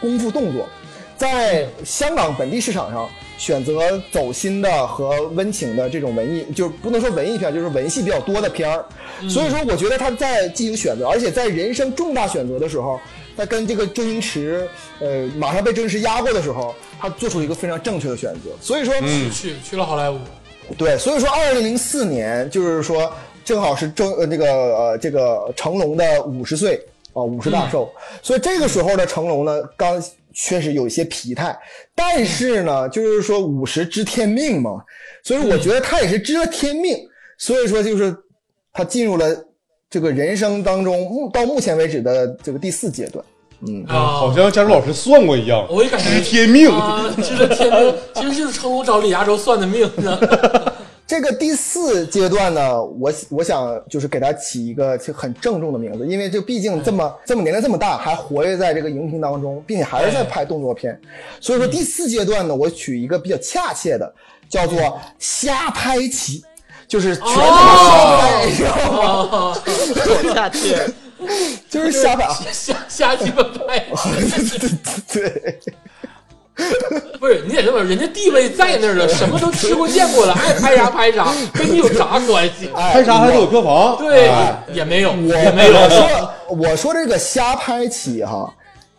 S4: 功夫动作，在香港本地市场上选择走心的和温情的这种文艺，就是不能说文艺片，就是文戏比较多的片儿。所以说，我觉得他在进行选择，而且在人生重大选择的时候，他跟这个周星驰，呃，马上被周星驰压过的时候，他做出了一个非常正确的选择。所以说，
S1: 去去了好莱坞，
S4: 对，所以说二零零四年就是说正好是周呃这个呃这个成龙的五十岁啊五十大寿，所以这个时候的成龙呢，刚确实有一些疲态，但是呢，就是说五十知天命嘛，所以我觉得他也是知了天命，所以说就是他进入了这个人生当中目到目前为止的这个第四阶段。
S1: 啊，
S3: 好像加州老师算过一样，
S1: 我也感觉
S3: 知天命，
S1: 啊，知道天命，其实就是成龙找李亚洲算的命呢。 <laughs>
S4: 这个第四阶段呢，我我想就是给他起一个就很郑重的名字，因为就毕竟这么、
S3: 嗯
S4: 这么年龄这么大，还活跃在这个荧屏当中，并且还
S3: 嗯
S4: 是在拍动作片，所以说第四阶段呢，我取一个比较恰切的，叫
S3: 嗯
S4: 做瞎拍期，就是
S3: 哦
S4: 全他妈瞎拍， <laughs> 你知道吗？
S1: 啊，
S2: 下去。
S4: 就是
S3: <laughs>
S4: 瞎拍，
S1: 瞎瞎鸡巴拍， <laughs>
S4: 对，
S1: 不是你得这么说，人家地位在那儿了，什么都吃过见过了，爱拍啥拍啥，跟你有啥关系？
S4: 哎
S3: 拍啥还得有票房，
S1: 对
S3: 哎，
S1: 也没有，
S4: 我
S1: 也没有
S4: 我。说我说这个瞎拍期哈，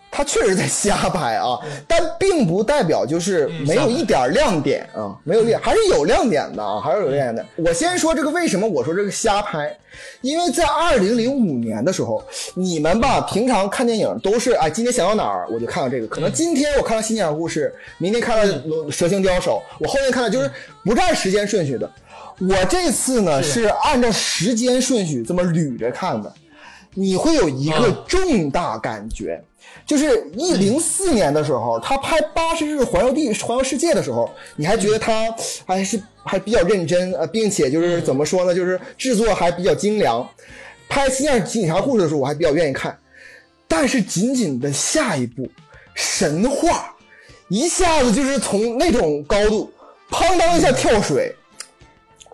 S4: 他确实在瞎拍啊，
S1: 嗯
S4: 但并不代表就是没有一点亮点
S1: 嗯
S4: 啊，没有亮还是有亮点的啊，还是有亮点的。我先说这个为什么我说这个瞎拍，因为在二零零五年的时候，你们吧平常看电影都是哎今天想到哪儿我就看到这个，可能
S1: 嗯
S4: 今天我看到《新讲故事》，明天看到《蛇形刁手》，我后面看到
S1: 嗯
S4: 就是不按时间顺序的。我这次呢是按照时间顺序这么捋着看的，你会有一个重大感觉，就是一零四年的时候，他拍《八十日环游地环游世界》的时候，你还觉得他还是还比较认真，呃，并且就是怎么说呢，就是制作还比较精良。拍《新疆警察故事》的时候，我还比较愿意看，但是仅仅的下一步，《神话》一下子就是从那种高度，砰当一下跳水。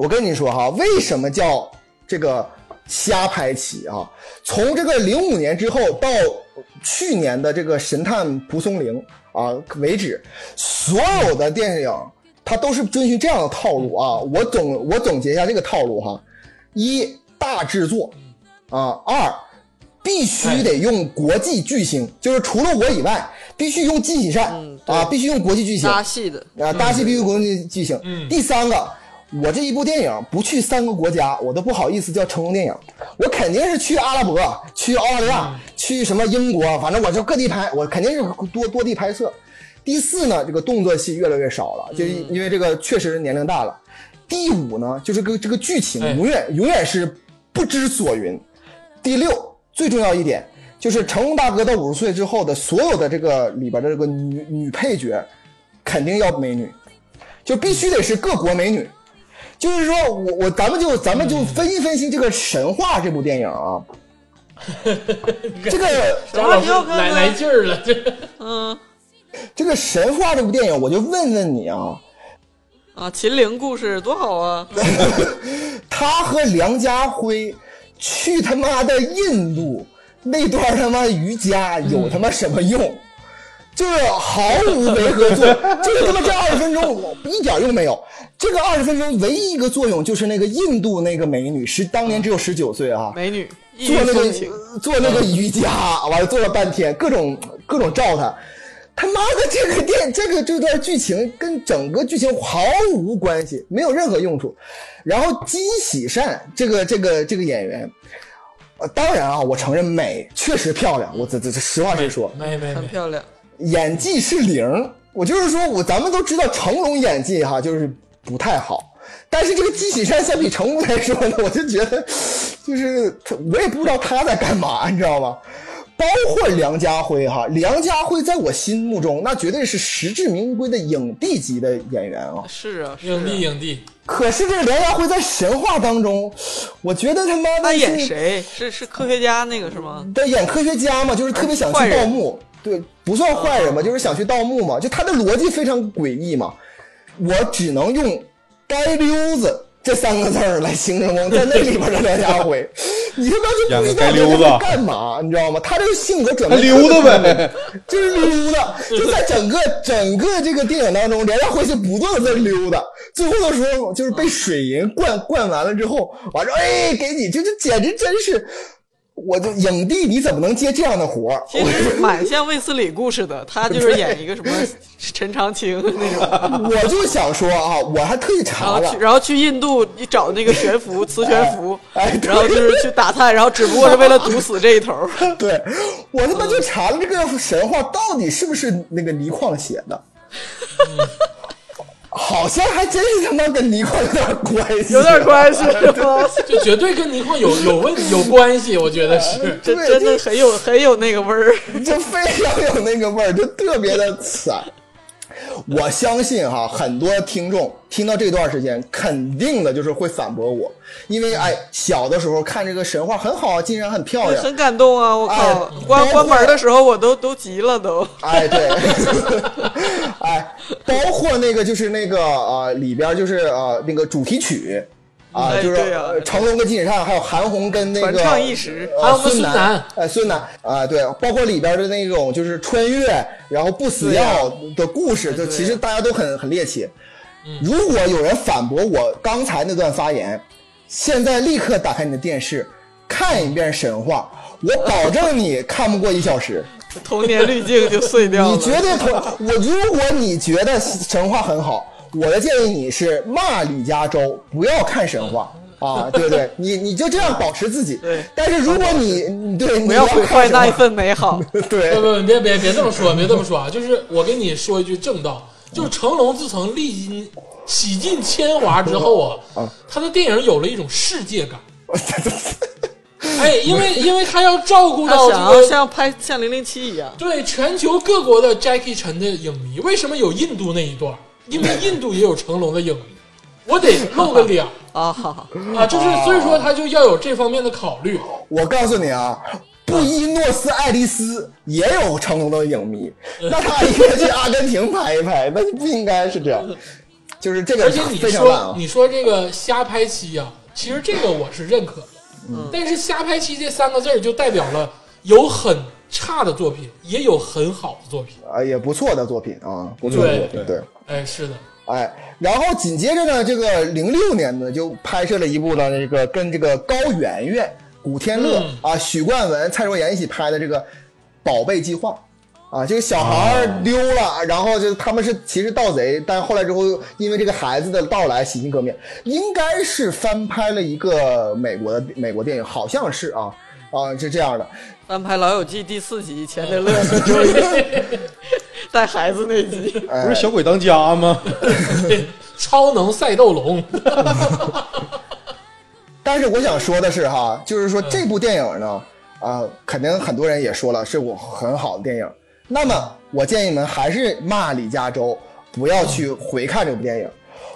S4: 我跟你说哈，为什么叫这个瞎拍起啊？从这个零五年之后到去年的这个《神探蒲松龄》啊为止，所有的电影它都是遵循这样的套路啊。我总我总结一下这个套路哈：一大制作啊，二必须得用国际巨星，就是除了我以外，必须用金喜善
S2: 嗯对
S4: 啊，必须用国际巨星
S2: 搭戏的，
S4: 啊，搭戏必须国际巨星。
S1: 嗯
S4: 第三个，我这一部电影不去三个国家，我都不好意思叫成龙电影，我肯定是去阿拉伯、去澳大利亚、
S1: 嗯
S4: 去什么英国，反正我就各地拍，我肯定是多多地拍摄。第四呢，这个动作戏越来越少了，就是
S1: 嗯
S4: 因为这个确实年龄大了。第五呢，就是这个这个剧情
S1: 哎
S4: 永远永远是不知所云。第六，最重要一点就是成龙大哥到五十岁之后的所有的这个里边的这个女女配角，肯定要美女，就必须得是各国美女。就是说我我咱们就咱们就分析分析这个《神话》这部电影啊，这个
S1: 张老师
S2: 挺好看的
S1: 来来劲儿了， <laughs> 这
S2: 嗯
S4: 这个《神话》这部电影，我就问问你啊，
S2: 啊，秦岭故事多好啊！
S4: <laughs> 他和梁家辉去他妈的印度那段他妈瑜伽有他妈什么用？就是毫无违和作用，就是他妈这二十分钟我一点用没有。这个二十分钟唯一一个作用就是那个印度那个美女，十当年只有十九岁啊，
S2: 美女，异
S4: 做
S2: 域
S4: 那
S2: 风情，
S4: 个做那个瑜伽，完了做了半天，各种各种照他。他妈的，这个电这个这段剧情跟整个剧情毫无关系，没有任何用处。然后金喜善这个这个这个演员，呃，当然啊，我承认美，确实漂亮，我这这这实话实说，
S1: 没没
S2: 很
S1: 没，
S2: 漂亮。
S4: 演技是零。我就是说我咱们都知道成龙演技哈，就是不太好。但是这个金喜善相比成龙来说呢，我就觉得，就是他，我也不知道他在干嘛，你知道吗？包括梁家辉哈，梁家辉在我心目中那绝对是实至名归的影帝级的演员啊。
S2: 是啊，是
S1: 影帝
S2: 啊。
S1: 影帝，
S4: 可是这个梁家辉在神话当中，我觉得他妈的
S2: 他演
S4: 是
S2: 谁？是是科学家那个是吗？
S4: 他演科学家嘛，就是特别想
S2: 坏
S4: 去
S2: 人
S4: 盗墓，对，不算坏
S3: 啊
S4: 人吧，就是想去盗墓嘛，就他的逻辑非常诡异嘛。我只能用“街溜子”这三个字儿来形容在那里边的梁家
S3: <laughs>
S4: 辉，你他妈就不知道
S3: 演个街溜子
S4: 他干嘛，你知道吗？他这个性格转
S3: 他
S4: 变
S3: 溜达
S1: <laughs>
S3: 呗，
S4: <laughs> 就是溜达，就在整个整个这个电影当中，梁家辉就不断的在溜达，最后的时候就是被水银灌灌完了之后，完了哎给你，这这简直真是，我就影帝你怎么能接这样的活儿？ <laughs>
S2: 其实蛮像卫斯理故事的，他就是演一个什么陈长青那种，
S4: 我就想说啊，我还特意
S2: 然
S4: 查
S2: 后
S4: 了
S2: 啊去，然后去印度你找那个悬浮磁悬浮
S4: 哎哎，对
S2: 然后就是去打探，然后只不过是为了堵死这一头。
S4: 对我他妈就查了这个神话到底是不是那个倪匡写
S2: <laughs>
S4: 的。好像还真是他妈跟倪匡有点关系，
S2: 有点关系是吗？
S1: 这绝对跟倪匡有有问有关系，我觉得是。
S2: 这真的很有很有那个味儿。
S4: 就非常有那个味儿，就特别的惨。我相信哈，很多听众听到这段时间，肯定的就是会反驳我，因为哎，小的时候看这个神话很好，啊，竟然很漂
S2: <laughs>
S4: 亮，
S2: 很感动啊！我靠，
S4: 哎
S2: 关
S4: 包括
S2: 关门的时候我都都急了都。
S4: 哎，对，哎，包括那个就是那个呃里边就是呃那个主题曲啊、
S2: 哎
S4: 就是、
S2: 对啊
S4: 呃成龙跟金喜善，还有韩红跟那个
S2: 传唱一时
S4: 呃
S1: 还有个
S4: 孙
S1: 孙楠
S4: 哎孙楠啊对，包括里边的那种就是穿越然后不死药的故事，就其实大家都很很猎奇。
S1: 嗯
S4: 如果有人反驳我刚才那段发言，现在立刻打开你的电视看一遍《神话》，我保证你看不过一小时。
S2: 童年滤镜就碎掉了。
S4: 你绝对同 <laughs> 我。如果你觉得神话很好，我的建议你是骂李嘉洲，不要看神话。啊，
S2: <laughs>
S4: 对不对，你你就这样保持自己。
S2: 对
S4: 但是如果你你对
S2: 不
S4: 你
S2: 要毁
S4: 看
S2: 坏
S4: 神话
S2: 那一份美 <laughs> 好。
S1: 不
S4: <laughs> 对
S1: 不，别别别这么说，别这么说啊！就是我跟你说一句正道，就是成龙自从历经洗尽铅华之后啊，他的电影有了一种世界感。哎，因为因为他要照顾
S2: 他
S1: 到
S2: 想
S1: 这
S2: 要
S1: 个
S2: 像拍像零零七一样，
S1: 对全球各国的 Jackie Chan 的影迷，为什么有印度那一段？因为印度也有成龙的影迷，我得露个脸
S2: <laughs> 啊，好好，
S1: 啊，就是所以说他就要有这方面的考虑。
S4: 我告诉你啊，布宜诺斯艾利斯也有成龙的影迷，
S2: 嗯
S4: 那他应该去阿根廷拍一拍，那就不应该是这样。就是这个
S1: 而且你
S4: 非常烂
S1: 说
S4: 啊！
S1: 你说这个瞎拍期啊，其实这个我是认可的，
S4: 嗯
S2: 嗯
S1: 但是瞎拍期这三个字儿就代表了有很差的作品，也有很好的作品。
S4: 啊，也不错的作品啊，不错的作品，
S3: 对
S4: 对
S1: 哎，是的，
S4: 哎，然后紧接着呢，这个零六年呢，就拍摄了一部呢，这个跟这个高圆圆、古天乐、
S1: 嗯
S4: 啊、许冠文、蔡卓妍一起拍的这个《宝贝计划》啊，这个小孩
S3: 哦
S4: 儿溜了，然后就他们是其实盗贼，但后来之后因为这个孩子的到来洗心革面，应该是翻拍了一个美国的美国电影，好像是啊啊是这样的，
S2: 翻拍《老友记》第四集，钱德勒其中一个 <laughs> 带孩子那 <laughs> 集，
S4: 哎、
S3: 不是小鬼当家吗？
S1: 超能赛斗龙， <laughs>
S4: 但是我想说的是哈，就是
S1: 嗯
S4: 说这部电影呢，啊、肯定很多人也说了是我很好的电影。那么我建议你们还是骂李嘉洲，不要去回看这部电影。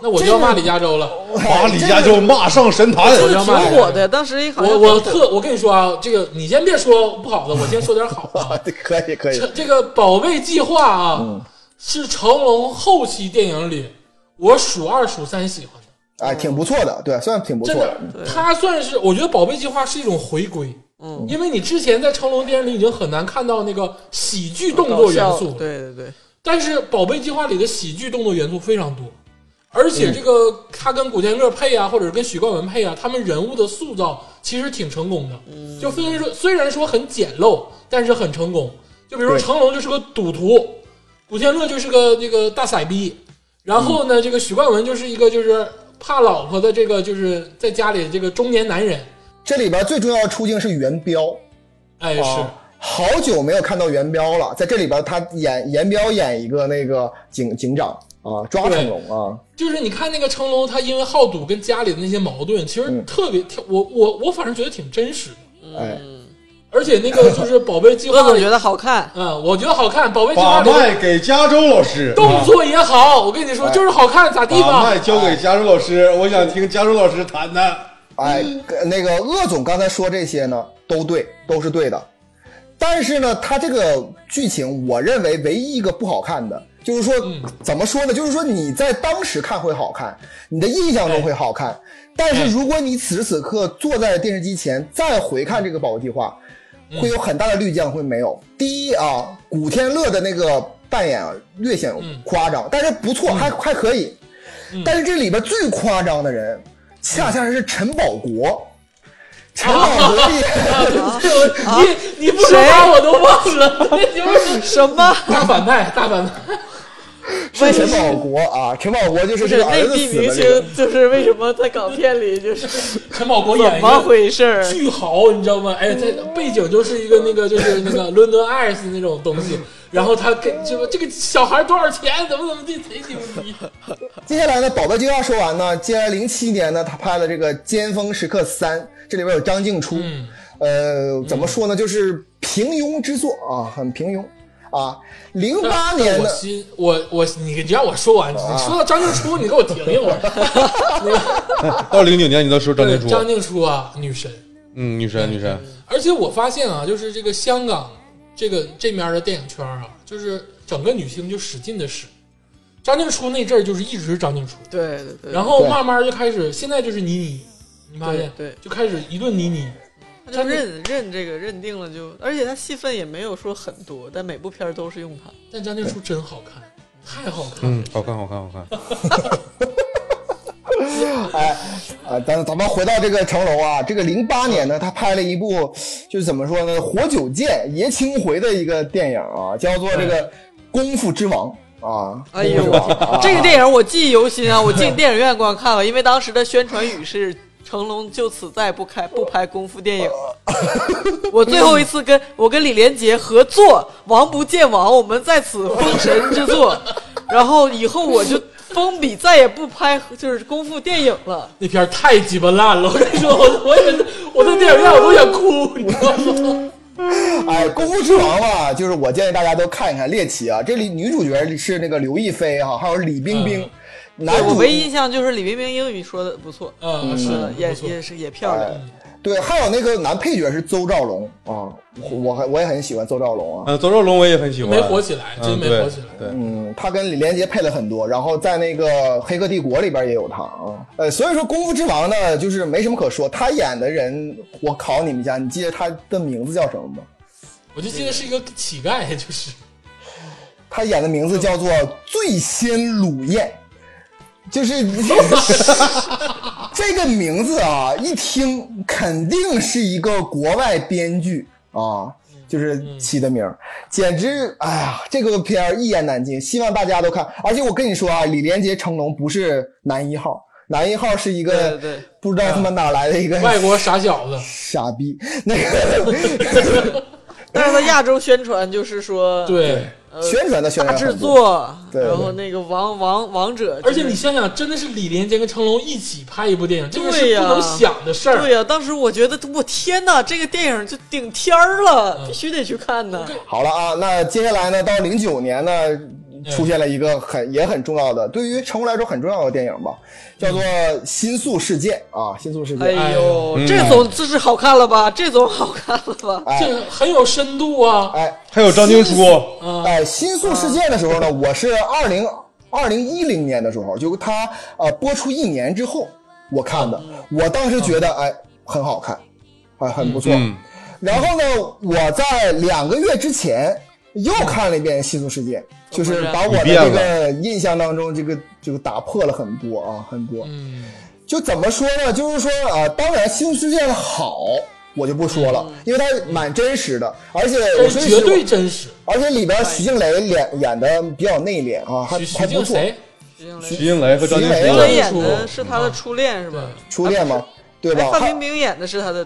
S1: 那我就要骂李嘉洲了。
S3: 把李家就骂上神坛。
S1: 我
S2: 是
S1: 要
S2: 挺
S1: 骂人
S2: 火的，当时好像
S1: 我我特我跟你说啊，这个你先别说不好的，我先说点好的啊。
S4: 啊，可以可以
S1: 这，这个《宝贝计划》
S4: 嗯
S1: 啊，是成龙后期电影里我数二数三喜欢的，
S4: 哎，挺不错的，对，算挺不错
S1: 真的
S4: 的。，嗯
S1: 他算是我觉得《宝贝计划》是一种回归。
S2: 嗯，
S1: 因为你之前在成龙电影里已经很难看到那个喜剧动
S2: 搞
S1: 作元
S2: 笑
S1: 素，
S2: 对对对，
S1: 但是《宝贝计划》里的喜剧动作元素非常多，而且
S4: 嗯
S1: 这个他跟古天乐配啊，或者是跟许冠文配啊，他们人物的塑造其实挺成功
S4: 嗯
S1: 的。就虽然说虽然说很简陋，但是很成功。就比如说
S4: 对
S1: 成龙就是个赌徒，古天乐就是个这个大色逼，然后
S4: 嗯
S1: 呢，这个许冠文就是一个就是怕老婆的这个就是在家里这个中年男人。
S4: 这里边最重要的出镜是元彪，
S1: 哎，是
S4: 啊，好久没有看到元彪了，在这里边他演元彪演一个那个警警长啊，抓成龙啊，
S1: 就是你看那个成龙，他因为好赌跟家里的那些矛盾，其实
S4: 嗯
S1: 特别，挺我我我反正觉得挺真实的。
S4: 哎，
S1: 而且那个就是宝贝计
S2: <laughs> 我
S1: 划
S2: 总
S1: 里，
S2: 觉得好看，
S1: 嗯，我觉得好看，宝贝计划
S3: 把
S1: 里
S3: 麦给加州老师，
S1: 动作也好，我跟你说就是好看，咋地
S3: 把
S1: 吧
S3: 麦？交给加州老师，我想听加州老师
S1: <laughs>
S3: 谈谈。
S4: 哎，跟那个鄂总刚才说这些呢，都对，都是对的。但是呢，他这个剧情，我认为唯一一个不好看的，就是说、怎么说呢？就是说你在当时看会好看，你的印象中会好看。但是如果你此时此刻坐在电视机前再回看这个《宝计划》，会有很大的滤镜会没有。第一啊，古天乐的那个扮演啊略显夸张，但是不错，还还可以。但是这里边最夸张的人，恰恰是陈宝国。陈宝国
S2: 哦
S4: 这
S1: <laughs> 你你不说话我都忘了， <laughs> 那就是
S2: 什 <laughs> 么？
S1: 大反派，大反
S3: <laughs>
S1: 派。
S4: <laughs> 是陈宝
S2: <laughs>
S4: 国啊，陈宝国就是
S2: 不
S4: 这
S2: 是
S4: 个儿
S2: 内
S4: 子
S2: 地
S4: 死
S2: 明
S4: 的这个。
S2: 星，就是为什么在港片里 <laughs> 就是
S1: 陈宝国演
S2: 怎
S1: 一个
S2: 么回事儿？
S1: 巨豪，你知道吗？哎，他背景就是一个那个就是那个伦敦爱斯那种东西，然后他跟这个这个小孩多少钱，怎么怎么地，贼牛逼。
S4: 接下来呢，宝贝计划说完呢，接下来零七年呢，他拍了这个《尖峰时刻三》，这里边有张静初，
S1: 嗯
S4: 呃，怎么说呢，就是平庸之作啊，很平庸啊。
S2: <laughs>
S4: 零八年
S1: 我
S4: 呢，
S1: 心我我你你让我说完，你
S3: 啊
S1: 说到张静初，你给我停一
S3: <laughs>
S1: 会儿。
S3: 到零九年，你再说张静初，
S1: 张静初啊，女神。
S3: 嗯，女神，女神，
S1: 而且我发现啊，就是这个香港这个这面的电影圈啊，就是整个女星就使劲的使。张静初那阵儿就是一直是张静初，
S2: 对对对，
S1: 然后
S4: 对
S1: 慢慢就开始，现在就是倪妮，你发现
S2: 对对
S1: 就开始一顿倪妮。
S2: 他就认认这个认定了就，而且他戏份也没有说很多，但每部片儿都是用他。
S1: 但张静初真好看，太好看了。
S3: 嗯，好看，好看，好看。
S4: 哎，啊，咱咱们回到这个成龙啊，这个零八年呢，他拍了一部就是怎么说呢，《活久见》爷青回的一个电影啊，叫做这个《功夫之王》啊。
S2: 哎呦
S1: <laughs>
S4: 功夫之王啊
S2: 这个电影我记忆犹新啊，我进电影院观看了，因为当时的宣传语是成龙就此再不开不拍功
S1: <laughs>
S2: 夫电影了。我最后一次跟我跟李连杰合
S1: <laughs>
S2: 作《王不见王》，我们在此封神之作，然后以后我就封笔再也不拍就是功夫电影了。
S1: 那片儿太鸡巴烂了，我跟你说，我我也我在电影院我都想哭，你知道吗？
S4: 哎，《功夫之王》吧，就是我建议大家都看一看，猎奇啊！这里女主角是那个刘亦菲哈、还有李冰冰，男
S2: 我
S4: 主
S2: 唯一印象就是李冰冰英语说的不错，
S1: 嗯，是
S2: 嗯，也
S1: 不错哎
S2: 也是也漂亮。
S4: 对，还有那个男配角是邹兆龙啊，我我还我也很喜欢邹兆龙啊。
S3: 嗯，邹兆龙我也很喜欢，
S1: 没火起来，真
S3: 嗯
S1: 没
S3: 对
S1: 火起来。
S3: 对，
S4: 嗯，他跟李连杰配了很多，然后在那个《黑客帝国》里边也有他啊。呃，所以说《功夫之王》呢，就是没什么可说。他演的人，我考你们一下，你记得他的名字叫什么吗？
S1: 我就记得是一个乞丐，就是
S4: 他演的名字叫做醉仙鲁彦，就是这个名字啊，一听肯定是一个国外编剧啊，就是起的名儿，简直哎呀，这个片儿一言难尽，希望大家都看。而且我跟你说啊，李连杰、成龙不是男一号，男一号是一
S2: 对
S4: 个
S2: 对对
S4: 不知道他妈哪来的一个
S1: 外国傻小子，
S4: 傻逼，那个 <laughs>
S2: 但是他亚洲宣传就是说，
S1: 对。
S4: 宣传的宣
S2: 大
S4: 传
S2: 制
S4: 很多
S2: 作，
S4: 对对
S2: 然后那个王王王者，
S1: 而且你想想，真的是李连杰跟成龙一起拍一部电影，这个
S2: 对
S1: 是
S2: 呀
S1: 不能想的事儿。
S2: 对呀、当时我觉得我天哪，这个电影就顶天儿了，必须得去看呢。
S4: 好了啊，那接下来呢，到零九年呢，
S2: 嗯
S4: 出现了一个很也很重要的，对于成龙来说很重要的电影吧，叫做《新宿事件》啊，《新宿事件》
S2: 哎呦，
S4: 嗯
S2: 这总这是好看了吧？这总好看了吧？
S4: 哎
S1: 这个很有深度啊！
S4: 哎
S3: 还有张静初，哦
S4: 哎，《新宿事件》的时候呢，我是二零二零一零年的时候，就它呃播出一年之后我看的，我当时觉得哎很好看，哎很不错。
S3: 嗯，
S4: 然后呢，我在两个月之前又看了一遍《新宿事件》，就是把我的这个印象当中，这个这个打破了很多啊，很多。
S1: 嗯，
S4: 就怎么说呢？就是说啊，当然《新宿事件》好，我就不说了，因为它蛮真实的，而且我
S1: 这
S4: 说
S1: 是
S4: 句
S1: 哎绝
S4: 实
S1: 对
S4: 话，
S1: 真实。
S4: 而且里边徐静蕾演演的比较内敛啊，还
S1: 徐徐
S4: 还不
S1: 静
S4: 错。
S1: 谁？
S3: 徐静蕾和张静
S2: 徐
S4: 徐
S2: 哎
S4: 静
S2: 静
S3: 初哦
S2: 蕾，演的是他的初恋是吧？
S4: 初恋嘛，对吧
S2: 哎，？范
S4: 还
S2: 冰冰演的是他的，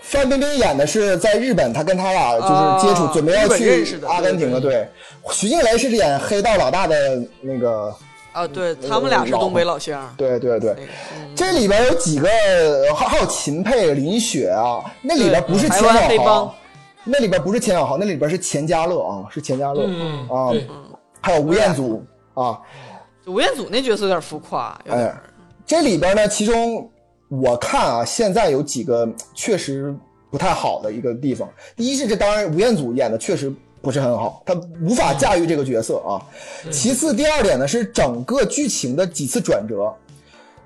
S4: 范冰冰演的是在日本，她跟他俩就是接触，
S2: 啊
S4: 准备要
S2: 日本认
S4: 去
S2: 识的
S4: 阿根廷了。对，徐静蕾是演黑道老大的那个
S2: 啊，对他们俩是东北老乡。
S4: 哦对对对
S2: 那，个嗯
S4: 这里边有几个，呃还还有秦沛、林雪啊，那里边不是
S2: 嗯台
S4: 钱
S2: 湾黑
S4: 小
S2: 帮
S4: 豪，那里边不是钱小豪，那里边是钱嘉乐啊，是钱嘉乐
S1: 嗯，
S4: 啊，
S1: 对，
S4: 还有吴彦祖
S2: 嗯
S4: 啊，
S2: 就吴彦祖那角色有点浮夸，有点
S4: 哎，这里边呢，其中我看啊，现在有几个确实不太好的一个地方。第一是这，当然吴彦祖演的确实不是很好，他无法驾驭这个角色啊。其次，第二点呢是整个剧情的几次转折，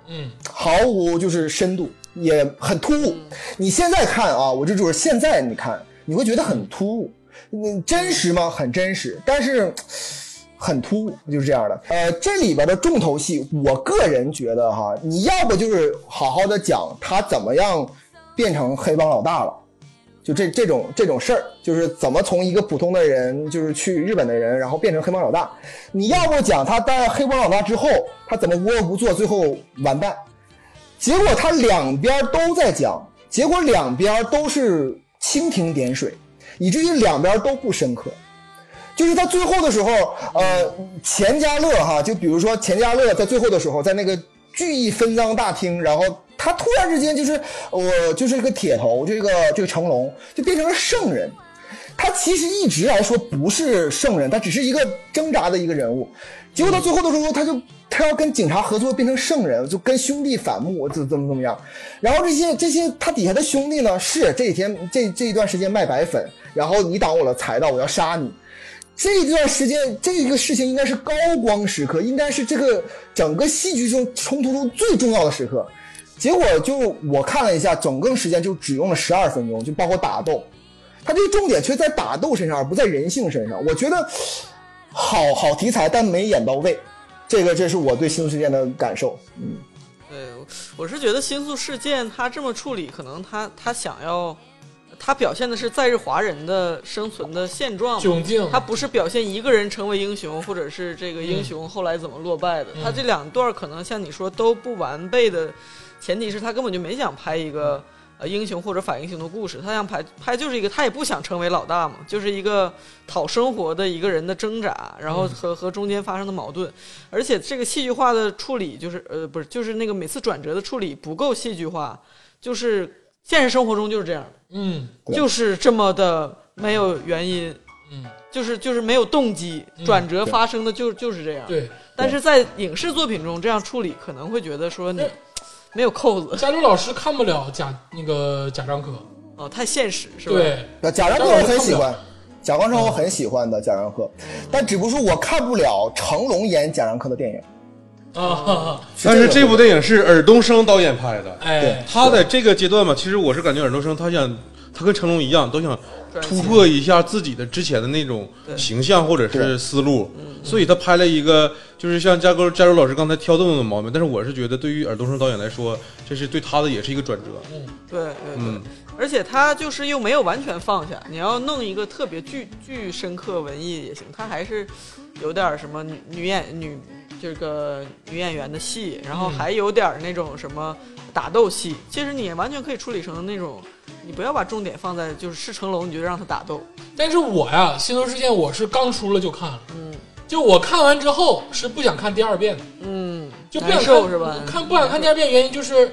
S1: 嗯，
S4: 毫无就是深度，也很突兀。你现在看啊，我就就是现在你看，你会觉得很突兀。嗯，真实吗？很真实，但是很突兀，就是这样的。呃，这里边的重头戏，我个人觉得哈，你要不就是好好的讲他怎么样变成黑帮老大了。就这这种这种事儿，就是怎么从一个普通的人，就是去日本的人，然后变成黑帮老大。你要不讲他当黑帮老大之后，他怎么无恶不作，最后完蛋。结果他两边都在讲，结果两边都是蜻蜓点水，以至于两边都不深刻。就是到最后的时候，呃，钱嘉乐哈，就比如说钱嘉乐在最后的时候，在那个聚义分赃大厅，然后他突然之间就是我、就是一个铁头，这个这个成龙就变成了圣人。他其实一直来说不是圣人，他只是一个挣扎的一个人物。结果到最后的时候，他就他要跟警察合作变成圣人，就跟兄弟反目，怎怎么怎么样。然后这些这些他底下的兄弟呢，是这几天这这一段时间卖白粉，然后你挡我的财道，我要杀你。这段时间，这个事情应该是高光时刻，应该是这个整个戏剧中冲突中最重要的时刻。结果就我看了一下，整个时间就只用了十二分钟，就包括打斗。他这个重点却在打斗身上，而不在人性身上。我觉得好好题材，但没演到位。这个，这是我对《新宿事件》的感受。
S2: 对，我我是觉得《新宿事件》他这么处理，可能他他想要，他表现的是在日华人的生存的现状嘛，
S1: 窘境。
S2: 他不是表现一个人成为英雄，或者是这个英雄后来怎么落败的。他这两段可能像你说都不完备的，前提是他根本就没想拍一个呃英雄或者反英雄的故事。他想拍拍就是一个他也不想成为老大嘛，就是一个讨生活的一个人的挣扎，然后和和中间发生的矛盾。而且这个戏剧化的处理就是呃不是就是那个每次转折的处理不够戏剧化，就是现实生活中就是这样的。
S1: 嗯
S2: 就是这么的没有原因，
S1: 嗯，
S2: 就是就是没有动机，转折发生的就就是这样。，
S1: 对，
S2: 但是在影视作品中这样处理，可能会觉得说你
S1: 对
S2: 没有扣子
S1: 加州老师看不了贾那个贾樟柯，
S2: 哦，太现实是吧？，
S1: 对，啊
S4: 那贾樟柯我很喜欢，贾樟柯我很喜欢的贾樟柯，但只不过是我看不了成龙演贾樟柯的电影。
S2: 嗯
S1: 啊，
S3: 但是这
S4: 个
S3: 部电影是尔冬升导演拍的，
S1: 哎，
S3: 他在这个阶段吧，其实我是感觉尔冬升他想，他跟成龙一样，都想
S2: 转型
S3: 突破一下自己的之前的那种
S2: 对
S3: 形象或者是
S4: 对
S3: 思路，所以他拍了一个就是像加州加州老师刚才挑这么多毛病，但是我是觉得对于尔冬升导演来说，这是对他的也是一个转折。
S2: 对对对，
S3: 嗯
S2: 而且他就是又没有完全放下，你要弄一个特别巨巨深刻文艺也行，他还是有点儿什么女女演女这个女演员的戏，然后还有点儿那种什么打斗戏，其实你完全可以处理成那种，你不要把重点放在就是是成龙你就让他打斗，
S1: 但是我呀，《西游事件》我是刚出了就看了，就我看完之后是不想看第二遍的，
S2: 嗯，
S1: 就不想
S2: 难
S1: 看
S2: 受是吧？
S1: 看不想看第二遍原因就是，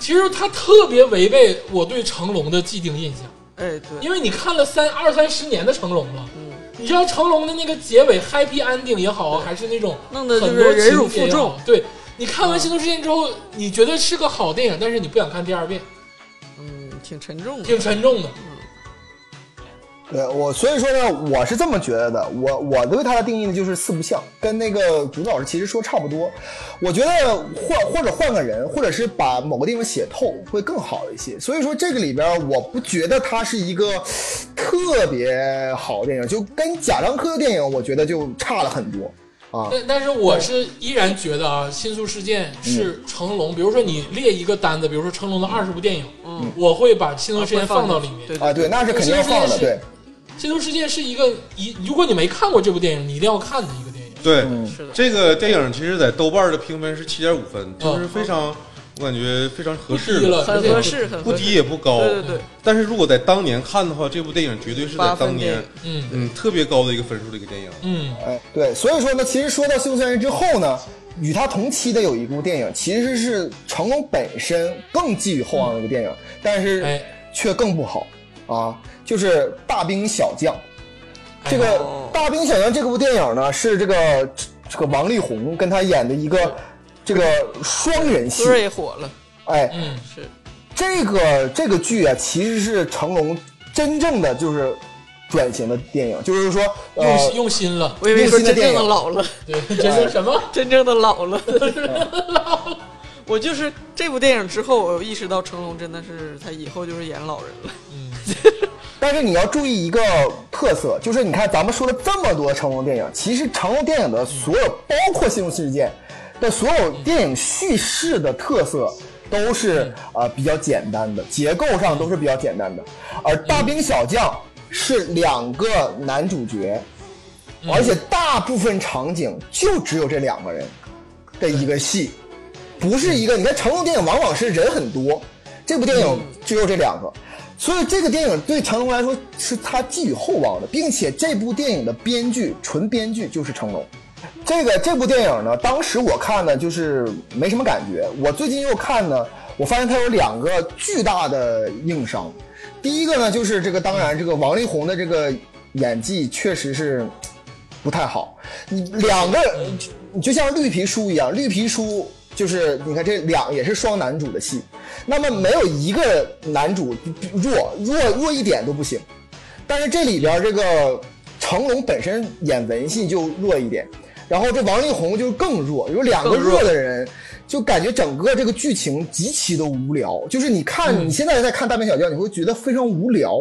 S1: 其实他特别违背我对成龙的既定印象，
S2: 哎对，
S1: 因为你看了三二三十年的成龙了。你知道成龙的那个结尾 happy ending 也好啊，还是那种
S2: 弄得就
S1: 很多
S2: 是忍辱
S1: 情节
S2: 负
S1: 也好
S2: 重。
S1: 对你看完《西游事件》之后，你觉得是个好电影，但是你不想看第二遍，
S2: 嗯，挺沉重的，
S1: 挺沉重的。
S4: 对我，所以说呢，我是这么觉得的。我我对他的定义呢，就是四不像，跟那个主导师其实说差不多。我觉得换或者换个人，或者是把某个地方写透会更好一些。所以说这个里边儿，我不觉得它是一个特别好的电影，就跟贾樟柯的电影，我觉得就差了很多啊。
S1: 但但是我是依然觉得啊，《新宿事件》
S2: 嗯
S1: 是成龙，比如说你列一个单子，比如说成龙的二十部电影，
S2: 嗯，
S1: 我会把《新宿事件》
S2: 会
S1: 放
S2: 放
S1: 到
S2: 进
S1: 里
S2: 去
S1: 面。
S2: 对
S4: 啊，对，那是肯定要放的，对，
S1: 《新宿事件》是一个一，如果你没看过这部电影，你一定要看的一个电影。
S3: 对，
S2: 是的
S3: 这个电影其实在豆瓣的评分是七点五分，就是
S1: 嗯
S3: 非常、我感觉非常合适
S1: 不低
S3: 的
S1: 了，
S2: 很合适，很
S3: 不
S2: 合
S3: 低
S2: 适。
S3: 也不高。
S2: 呃对对对，
S3: 但是如果在当年看的话，这部电影绝对是在
S2: 八分
S3: 当
S2: 电
S3: 年
S2: 影
S1: 嗯
S3: 嗯特别高的一个分数的一个电影。
S1: 嗯，
S4: 哎，对，所以说呢，其实说到《西部三人》之后呢，与他同期的有一部电影，其实是成龙本身更寄予厚望的一个电影，但是
S1: 哎，
S4: 却更不好啊，就是《大兵小将》。
S1: 哎
S4: 这个
S2: 哦
S4: 《大兵小将》这部电影呢，是这个这个王力宏跟他演的一个这个双人戏
S2: 苏，芮也火了，
S4: 哎，
S1: 嗯
S2: 是
S4: 这个这个剧啊，其实是成龙真正的就是转型的电影，就是说，呃，
S1: 用心用心了，
S2: 我以为说
S4: 用心
S2: 真正
S4: 的电
S2: 的
S4: 影
S2: 老了。
S1: 对， <laughs> 这是什么？
S2: 真正的老
S1: <laughs>
S2: 了。我就是这部电影之后，我意识到成龙真的是他以后就是演老人了。
S4: 但是你要注意一个特色，就是你看咱们说了这么多成龙电影，其实成龙电影的所有，包括《西游事件》的所有电影叙事的特色，都是啊、呃比较简单的，结构上都是比较简单的。而《大兵小将》是两个男主角，而且大部分场景就只有这两个人的一个戏，不是一个。你看成龙电影往往是人很多，这部电影只有这两个，所以这个电影对成龙来说是他寄予厚望的，并且这部电影的编剧纯编剧就是成龙。这个这部电影呢，当时我看呢就是没什么感觉，我最近又看呢，我发现它有两个巨大的硬伤。第一个呢，就是这个当然这个王力宏的这个演技确实是不太好。你两个，你就像绿皮书一样，绿皮书就是你看这两也是双男主的戏，那么没有一个男主弱弱弱一点都不行。但是这里边这个成龙本身演文戏就弱一点，然后这王力宏就更弱，有两个
S2: 更弱
S4: 弱的人，就感觉整个这个剧情极其的无聊。就是你看你现在在看《大兵小将》，你会觉得非常无聊。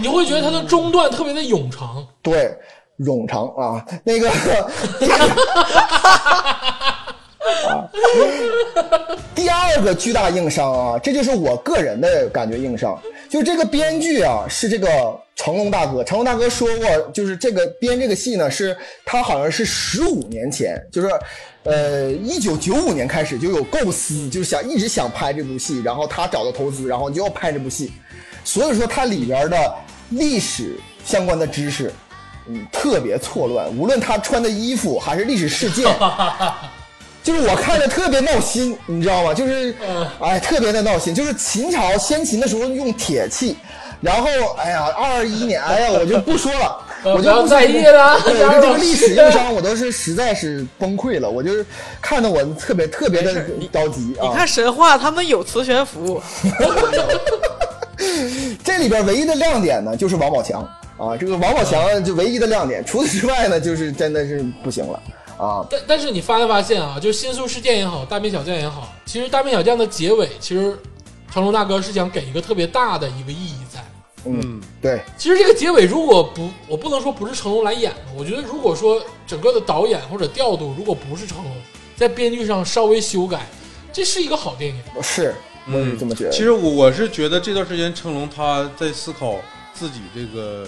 S1: 你会觉得它的中段特别的冗长，
S4: 对，冗长啊，那个。啊第二个巨大硬伤啊，这就是我个人的感觉硬伤，就这个编剧啊是这个成龙大哥，成龙大哥说过，就是这个编这个戏呢，是他好像是十五年前，就是呃一九九五年开始就有构思，就是想一直想拍这部戏，然后他找到投资，然后就要拍这部戏，所以说它里边的历史相关的知识，嗯，特别错乱，无论他穿的衣服还是历史
S2: <laughs>
S4: 事件。就是我看着特别闹心，你知道吗？就是，
S2: 嗯
S4: 哎，特别的闹心。就是秦朝先秦的时候用铁器，然后，哎呀，二一年，哎呀，我就不说
S2: <laughs>
S4: 了，
S2: 嗯
S4: 我就
S1: 不要
S4: 不
S1: 在意了
S4: 对，
S1: 加入
S4: 这个历史
S1: 老师
S4: 硬伤，我都是实在是崩溃了。我就是看得我特别特别的着急啊。
S2: 你看神话，他们有磁悬浮，
S4: 这里边唯一的亮点呢，就是王宝强啊，这个王宝强就唯一的亮点。除此之外呢，就是真的是不行了啊。
S1: 但但是你发没发现啊？就新宿事件也好，大兵小将也好，其实大兵小将的结尾，其实成龙大哥是想给一个特别大的一个意义在。
S4: 嗯，对，
S1: 其实这个结尾如果不，我不能说不是成龙来演的。我觉得如果说整个的导演或者调度如果不是成龙，在编剧上稍微修改，这是一个好电影。
S4: 是，我也这么觉得。
S3: 其实我我是觉得这段时间成龙他在思考自己这个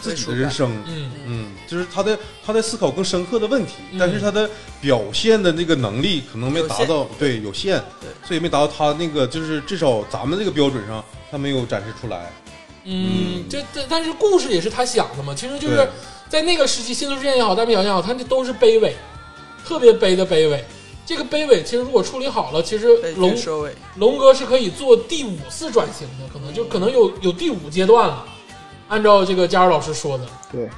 S3: 自己的人生，
S1: 嗯，
S3: 嗯，就是他在他在思考更深刻的问题，
S1: 嗯
S3: 但是他的表现的那个能力可能没达到，对，有限，
S2: 对
S3: 所以没达到他那个就是至少咱们这个标准上，他没有展示出来。
S1: 嗯，这这但是故事也是他想的嘛，其实就是
S3: 对
S1: 在那个时期，新宿事件也好，大兵小将也好，他那都是卑微，特别卑的卑微。这个卑微其实如果处理好了，其实
S2: 对，
S1: 龙
S2: 就收尾。
S1: 龙哥是可以做第五次转型的，可能就可能有有第五阶段了。按照这个佳儿老师说的，
S4: 对，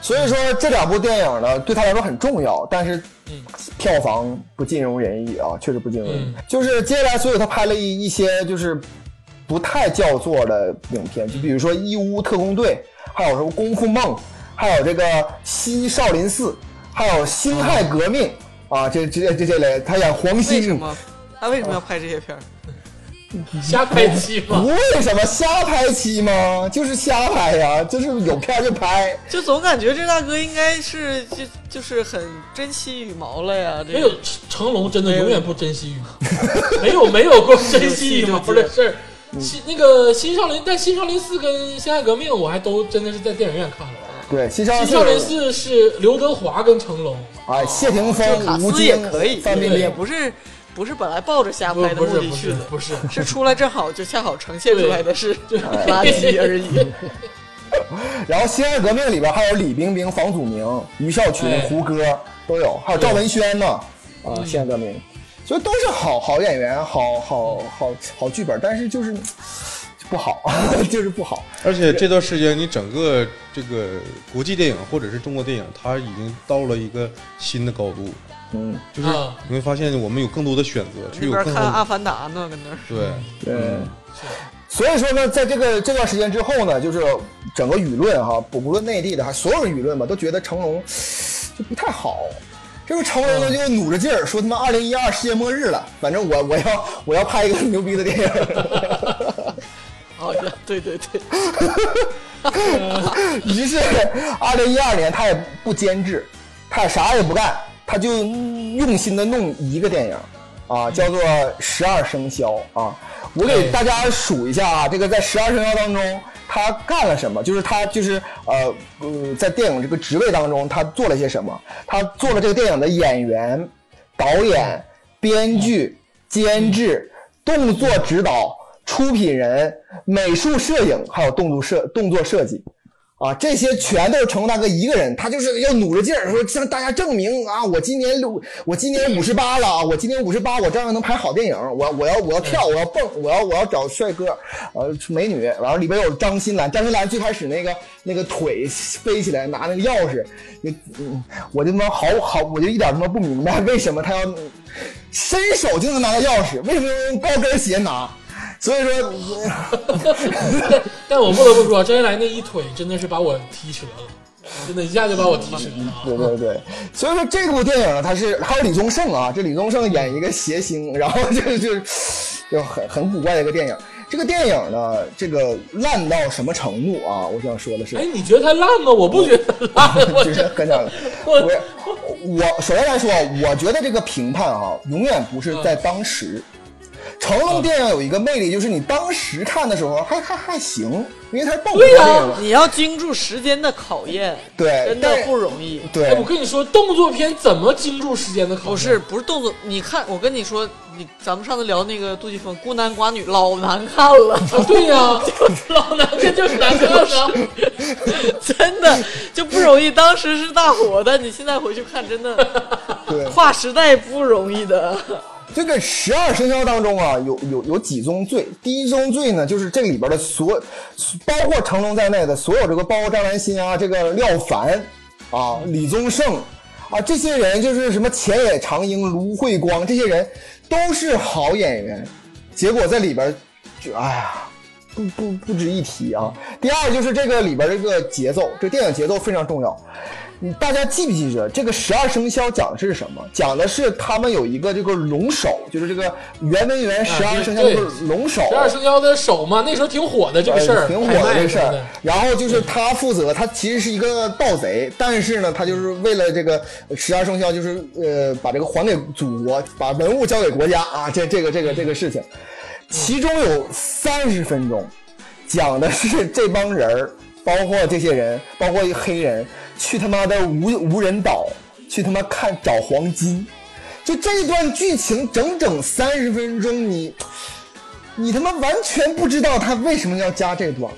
S4: 所以说这两部电影呢，对他来说很重要，但是
S1: 嗯
S4: 票房不尽如人意啊，确实不尽如人
S1: 嗯
S4: 意。就是接下来，所以他拍了一一些就是不太叫座的影片，就比如说《义乌特工队》，还有什么《功夫梦》，还有这个《西少林寺》，还有《辛亥革命》啊，这这这这类，他演黄
S2: 为
S4: 兴
S2: 什，么？他为什么要拍这些片儿？
S1: 瞎开机嘛
S4: 不。为什么瞎拍期吗？就是瞎拍呀，就是有片儿就拍。
S2: 就总感觉这大哥应该是就就是很珍惜羽毛了呀。这
S1: 没
S2: 个
S1: 有成龙真的永远不珍惜羽毛，没有 <laughs> 嗯没有过珍惜 <laughs> 羽毛的事儿。新那个新少林，但新少林寺跟辛亥革命我还都真的是在电影院看了。
S4: 对，《西少
S1: 新
S4: 林寺》
S1: 少林寺呃是刘德华跟成龙，
S4: 啊，谢霆
S2: 哦这卡
S4: 锋、吴
S2: 斯
S4: 京
S2: 也可以，
S4: 范冰
S1: 对
S2: 也
S4: 冰，
S2: 不是不是本来抱着瞎
S1: 不
S2: 拍的
S1: 不
S2: 目
S1: 是
S2: 的
S1: 不
S2: 去
S1: 是
S2: 的，
S1: 不 <laughs> 是，
S2: 是出来正好就恰好呈现出来的是
S1: 对
S2: 垃圾
S1: <laughs>
S2: 而已。
S4: 然后《辛亥革命》里边还有李冰冰、房祖名、于少群
S1: 哎、
S4: 胡歌都有，还有赵文轩呢。啊，
S2: 嗯
S4: 《辛亥革命》，所以都是好好演员、好好好好剧本，但是就是嗯不好， <laughs> 就是不好。
S3: 而且这段时间，你整个这个国际电影或者是中国电影，它已经到了一个新的高度，
S4: 嗯，
S3: 就是
S1: 啊
S3: 你会发现我们有更多的选择，去
S2: 那
S3: 有
S2: 边
S3: 更
S2: 看《阿
S3: 多
S2: 凡达》呢，跟那儿。
S3: 对，
S4: 对。嗯所以说呢，在这个这段时间之后呢，就是整个舆论哈，不不论内地的，还所有人舆论吧，都觉得成龙就不太好。这不成龙呢就努着劲儿说他妈二零一二世界末日了，反正我我要我要拍一个牛逼的电影。
S2: 哦，对对对，
S4: <laughs> 于是二零一二年他也不监制，他也啥也不干，他就用心的弄一个电影，啊，叫做《十二生肖》啊。我给大家数一下啊，这个在《十二生肖》当中他干了什么？就是他就是呃呃，在电影这个职位当中他做了些什么？他做了这个电影的演员、导演、编剧、监制、动作指导。出品人、美术摄影，还有动作设动作设计，啊，这些全都是成龙大哥一个人，他就是要努着劲儿说向大家证明啊，我今年六，我今年五十八了啊，我今年五十八，我照样能拍好电影，我我要我要跳，我要蹦，我要我要找帅哥，呃，美女，完了里边有张新兰，张新兰最开始那个那个腿飞起来拿那个钥匙，那嗯，我就他妈好好，我就一点他妈不明白为什么他要伸手就能拿到钥匙，为什么要用高跟鞋拿？所以说，
S1: 但但我不得不说，周恩来那一腿真的是把我踢折了，真的一下就把我踢折了啊。
S4: 对对对，所以说这部电影呢，它是还有李宗盛啊，这李宗盛演一个谐星，然后就就就很很古怪的一个电影。这个电影呢，这个烂到什么程度啊？我想说的是
S1: 哎，，你觉得他烂吗？我不觉得烂，我
S4: 就是
S1: 这
S4: 很想，
S1: 我
S4: 不是啊
S1: 嗯
S4: 我首先来说，我觉得这个评判啊，永远不是在当时，成龙电影有一个魅力，就是你当时看的时候还还还行，因为它是爆米
S1: 对呀
S4: 花电影嘛。
S2: 你要经住时间的考验，
S4: 对
S2: 真
S4: 但
S2: 的
S4: 是
S2: 不容易。
S1: 哎，我
S4: 对，
S1: 跟你说，动作片怎么经住时间的考验？
S2: 不是不是动作，你看我跟你说，你咱们上次聊那个杜琪峰《孤男寡女》老难看
S4: <laughs>
S2: 了，
S1: 啊，对呀、老难看就是难看啊！
S2: 真的就不容易。当时是大火的，你现在回去看，真的
S4: <laughs> 对
S2: 跨时代不容易的。
S4: 这个十二生肖当中啊，有有有几宗罪。第一宗罪呢，就是这里边的所，包括成龙在内的所有这个，包括张兰心啊，这个廖凡啊，李宗盛啊，这些人就是什么前野长英、卢慧光，这些人都是好演员，结果在里边就哎呀，不不不值一提啊。第二就是这个里边这个节奏，这电影节奏非常重要。你大家记不记着这个十二生肖讲的是什么？讲的是他们有一个这个龙首，就是这个圆明园十二生肖
S1: 啊对
S4: 这个龙首。
S1: 十二生肖的手嘛，那时候挺火的这个事儿，
S4: 呃挺火的这个事
S1: 拍卖什么
S4: 儿
S1: 的。
S4: 然后就是他负责，他其实是一个盗贼，但是呢，他就是为了这个十二生肖，就是呃，把这个还给祖国，把文物交给国家啊，这这个这个这个事情，其中有三十分钟讲的是这帮人儿，包括这些人，包括黑人，去他妈的无无人岛，去他妈看找黄金。就这段剧情整整三十分钟，你你他妈完全不知道他为什么要加这段，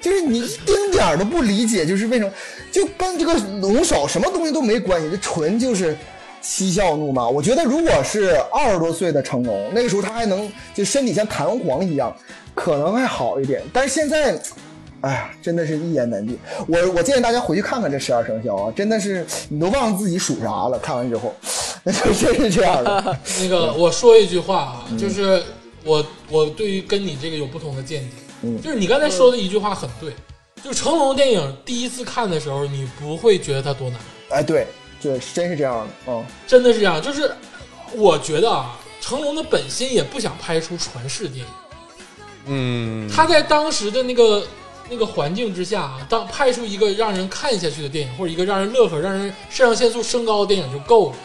S4: 就是你一丁点儿都不理解，就是为什么就跟这个龙首什么东西都没关系，这纯就是嬉笑怒骂。我觉得如果是二十多岁的成龙，那个时候他还能就身体像弹簧一样，可能还好一点，但是现在。哎呀，真的是一言难尽。我我建议大家回去看看这十二生
S1: <laughs>
S4: 肖啊， <laughs> 真的是你都忘了自己属啥了。看完之后，那就真是这样的。
S1: 那个，我说一句话啊，就是我我对于跟你这个有不同的见解，就是你刚才说的一句话很对，就是成龙电影第一次看的时候，你不会觉得它多难，
S4: 哎，对，这真是这样的。嗯，
S1: 真的是这样。就是我觉得啊，成龙的本心也不想拍出传世电影，
S3: 嗯，
S1: 他在当时的那个那个环境之下啊，当拍出一个让人看下去的电影，或者一个让人乐呵、让人肾上腺素升高的电影就够了。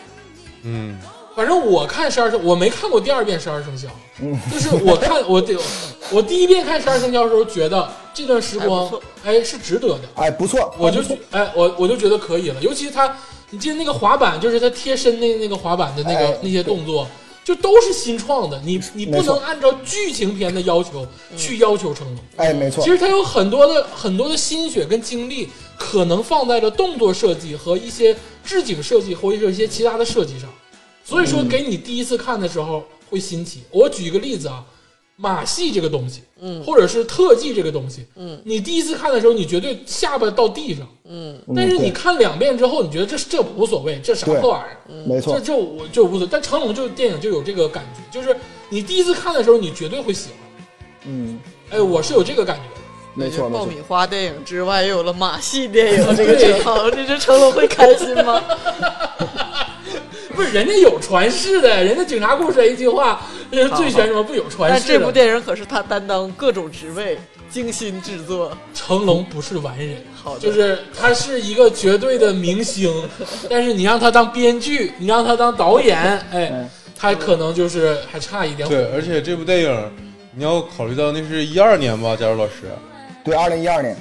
S3: 嗯，
S1: 反正我看十二生，我没看过第二遍十二生肖，
S4: 嗯
S1: 就是我看我得我第一遍看十二生肖的时候，觉得这段时
S2: 还不
S1: 光
S2: 错
S1: 哎是值得的，
S4: 哎，不错，
S1: 我就
S4: 不错
S1: 哎我我就觉得可以了。尤其他，你记得那个滑板，就是他贴身那那个滑板的那个、
S4: 哎
S1: 那些动作，就都是新创的，你你不
S4: 没
S1: 能
S4: 错嗯
S1: 按照剧情片的要求去要求成龙。
S4: 哎，没错
S1: 其，实他有很多的很多的心血跟精力，可能放在了动作设计和一些置景设计，或者是一些其他的设计上。所以说，给你第一次看的时候会新奇。
S4: 嗯
S1: 我举一个例子啊，马戏这个东西，嗯，或者是特技这个东西，嗯，你第一次看的时候，你绝对下巴到地上，嗯，但是
S4: 嗯
S1: 你
S4: 对
S1: 看两遍之后，你觉得这这无所谓，这啥
S4: 对
S1: 破玩意儿，这
S4: 没错，
S1: 这我就无所谓。但成龙就电影就有这个感觉，就是你第一次看的时候，你绝对会喜欢。
S4: 嗯，
S1: 哎，我是有这个感觉的。
S4: 没错，没
S2: 爆
S4: 错。
S2: 米花电影之外，又有了马戏电影
S4: <laughs>
S2: 这个称号，这这成龙会开心吗？
S1: 不是人家有传世的，人家警察故事一句话，人家最选什么不有传
S2: 但
S1: 世的？
S2: 这部电影可是他担当各种职位，精心制作。
S1: 成龙不是完人，
S2: 好的
S1: 就是他是一个绝对的明星，但是你让他当编剧，你让他当导演，哎，他可能就是还差一点。
S3: 对，而且这部电影你要考虑到那是一二年吧，佳茹老师
S4: 对，二零一二年，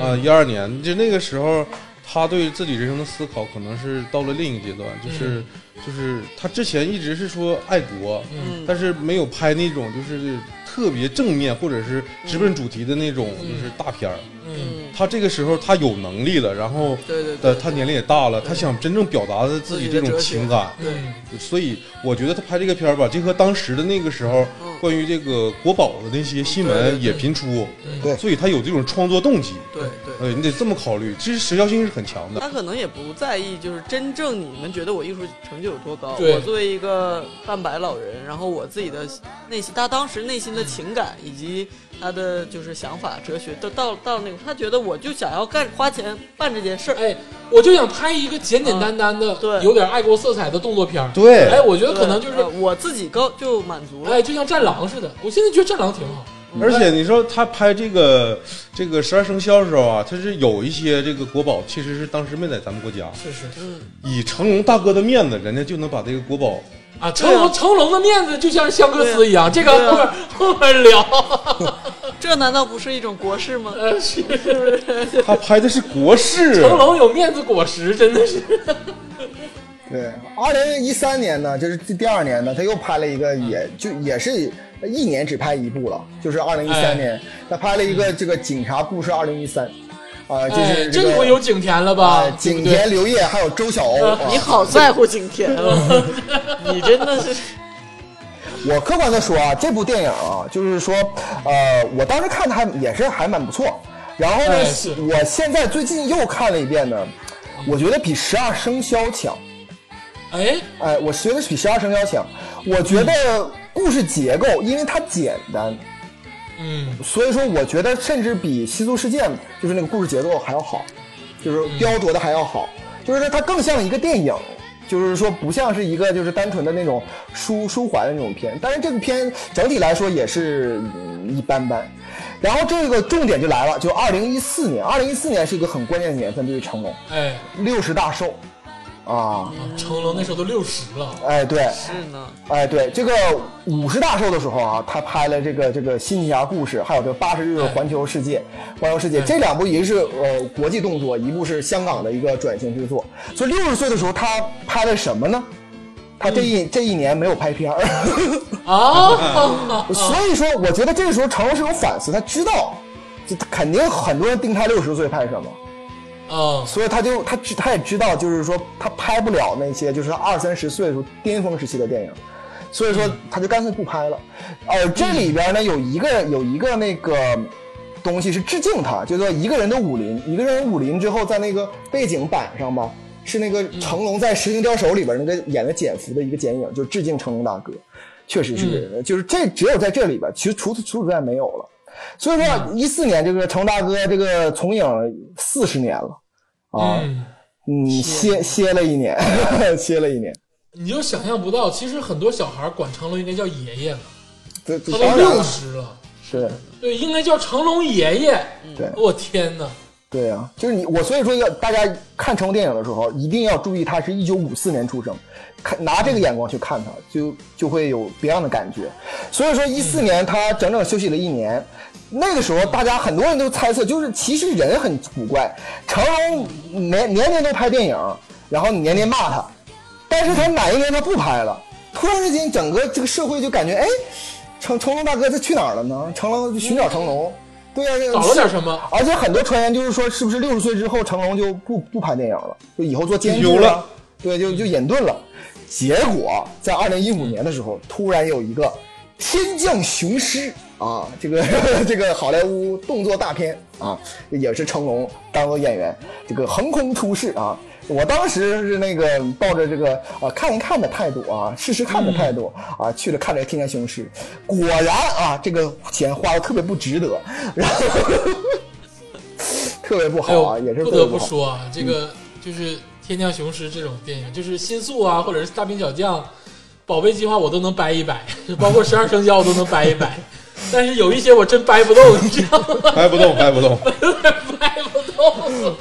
S3: 啊，一二年就那个时候，他对自己人生的思考可能是到了另一个阶段，就是就是他之前一直是说爱国，
S1: 嗯
S3: 但是没有拍那种就是特别正面或者是直奔主题的那种就是大片儿。
S1: 嗯，
S3: 他这个时候他有能力了，然后
S2: 对对对
S3: 呃，他年龄也大了，他想真正表达的自己这种情感，
S1: 对，
S3: 所以我觉得他拍这个片儿吧，结合当时的那个时候
S2: 嗯
S3: 关于这个国宝的那些新闻也频出，
S4: 对
S3: 所以他有这种创作动机。
S2: 对对。
S3: 呃，你得这么考虑，其实时效性是很强的。
S2: 他可能也不在意，就是真正你们觉得我艺术成就有多高。
S1: 对
S2: 我作为一个半白老人，然后我自己的内心，他当时内心的情感以及他的就是想法、哲学，都到到那个，他觉得我就想要干花钱办这件事儿。
S1: 哎，我就想拍一个简简单单的，
S2: 对
S1: 有点爱国色彩的动作片儿。
S3: 对
S1: 哎，我觉得可能就
S2: 对呃
S1: 是，
S2: 我自己高就满足了。
S1: 哎，就像《战狼》似的，我现在觉得《战狼》挺好。
S3: 而且你说他拍这个这个十二生肖的时候啊，他是有一些这个国宝其实是当时没在咱们国家，
S1: 是是，
S2: 嗯，
S3: 以成龙大哥的面子，人家就能把这个国宝
S1: 啊，成龙成龙的面子就像香克斯一样，这个
S2: 对
S1: 后面
S2: 啊
S1: 后面聊，哎
S2: 这难道不是一种国事吗？
S1: 呃是
S3: 他拍的是国
S1: <laughs>
S3: 事，啊
S1: 成龙有面子果实，真的是
S4: 对，二零一三年呢，就是第第二年呢，他又拍了一个也，
S1: 嗯
S4: 就也是一年只拍一部了，就是二零一
S1: 哎嗯
S4: 三年，他拍了一个这个《警察故事二零一三》，啊， <laughs> 就
S1: 哎，
S4: 是这
S1: 这
S4: 个
S1: 回有啊景甜了吧
S4: 哎？景甜、刘烨还有周晓鸥，
S1: 哦
S4: 啊
S2: 你好在乎景甜
S1: <laughs>
S2: 啊，你真的是
S4: 我客观的说啊，这部电影啊，就是说，呃，我当时看的还也是还蛮不错。然后呢，
S1: 哎是
S4: 我现在最近又看了一遍呢，我觉得比《十二生肖》强。
S1: 哎，
S4: 哎，我觉得比《十二生肖》强。我觉得故事结构，因为它简单，
S1: 嗯，
S4: 所以说我觉得甚至比《西族事件》就是那个故事结构还要好，就是雕琢的还要好，就是它更像一个电影。就是说，不像是一个就是单纯的那种舒舒缓的那种片，但是这个片整体来说也是嗯一般般。然后这个重点就来了，就二零一四年，二零一四年是一个很关键的年份，对于成龙
S1: 哎，
S4: 六十大寿，啊，
S1: 成龙那时候都六十了，
S4: 哎对，
S2: 是呢，
S4: 哎，对，这个五十大寿的时候啊，他拍了这个这个《新侠故事》，还有这个《八十日环球世界》环球世界》这两部，一个是呃国际动作，一部是香港的一个转型之作。所以六十岁的时候，他拍了什么呢？他这一、这一年没有拍片儿，
S1: 啊，
S4: <laughs> 所以说我觉得这个时候成龙是有反思，他知道，就肯定很多人盯他六十岁拍什么，
S1: 啊，
S4: 所以他就他知他也知道，就是说他拍不了那些就是二三十岁的时候巅峰时期的电影，所以说他就干脆不拍了。而这里边呢有一个有一个那个东西是致敬他，就叫一个人的武林，一个人武林之后在那个背景板上吧。是那个成龙在《十行刁手》里边那个演的简福的一个剪影，就致敬成龙大哥，确实是，就是这只有在这里边，其实除此除此之外没有了。所以说，一四年这个成龙大哥这个从影四十年了，啊，
S1: 嗯。
S4: 嗯，歇歇了一年， <laughs> 歇了一年，
S1: 你就想象不到，其实很多小孩管成龙应该叫爷爷了，
S4: 这
S1: 他
S4: 这
S1: 都
S4: 当然
S1: 六
S4: 了
S1: 十了，
S4: 是，
S1: 对，应该叫成龙爷爷。
S4: 对
S1: 我天哪！
S4: 对呀、就是你我，所以说要大家看成龙电影的时候，一定要注意他是一九五四年出生，看拿这个眼光去看他，就就会有别样的感觉。所以说一
S1: 嗯
S4: 四年他整整休息了一年，那个时候大家很多人都猜测，就是其实人很古怪，成龙年年年都拍电影，然后你年年骂他，但是他哪一年他不拍了，突然之间整个这个社会就感觉哎，成成龙大哥他去哪儿了呢？成龙寻找成龙。对啊呀、
S1: 少了点什么？
S4: 而且很多传言就是说，是不是六十岁之后成龙就不不拍电影了，就以后做监制啊
S3: 有了，
S4: 对，就就隐遁了。结果在二零一五年的时候，突然有一个《天降雄狮》啊，这个 <laughs> 这个好莱坞动作大片啊，也是成龙当做演员，这个横空出世啊。我当时是那个抱着这个啊看一看的态度啊，试试看的态度
S3: 嗯
S4: 啊，去了看这个《天降雄狮》，果然啊，这个钱花的特别不值得，然后特别不
S1: 还
S4: 好
S1: 有，
S4: 啊，也是
S1: 哎不
S4: 特别
S1: 得不
S4: 不好。嗯
S1: 说啊，这个就是《天降雄狮》这种电影，就是《新宿》啊，或者是《大兵小将》《宝贝计划》，我都能掰一掰， <laughs> 包括《十二生肖》我都能掰一掰。但是有一些我真掰不动，你知道吗？ <laughs>
S3: 拍不动，拍不动。
S1: 掰不动。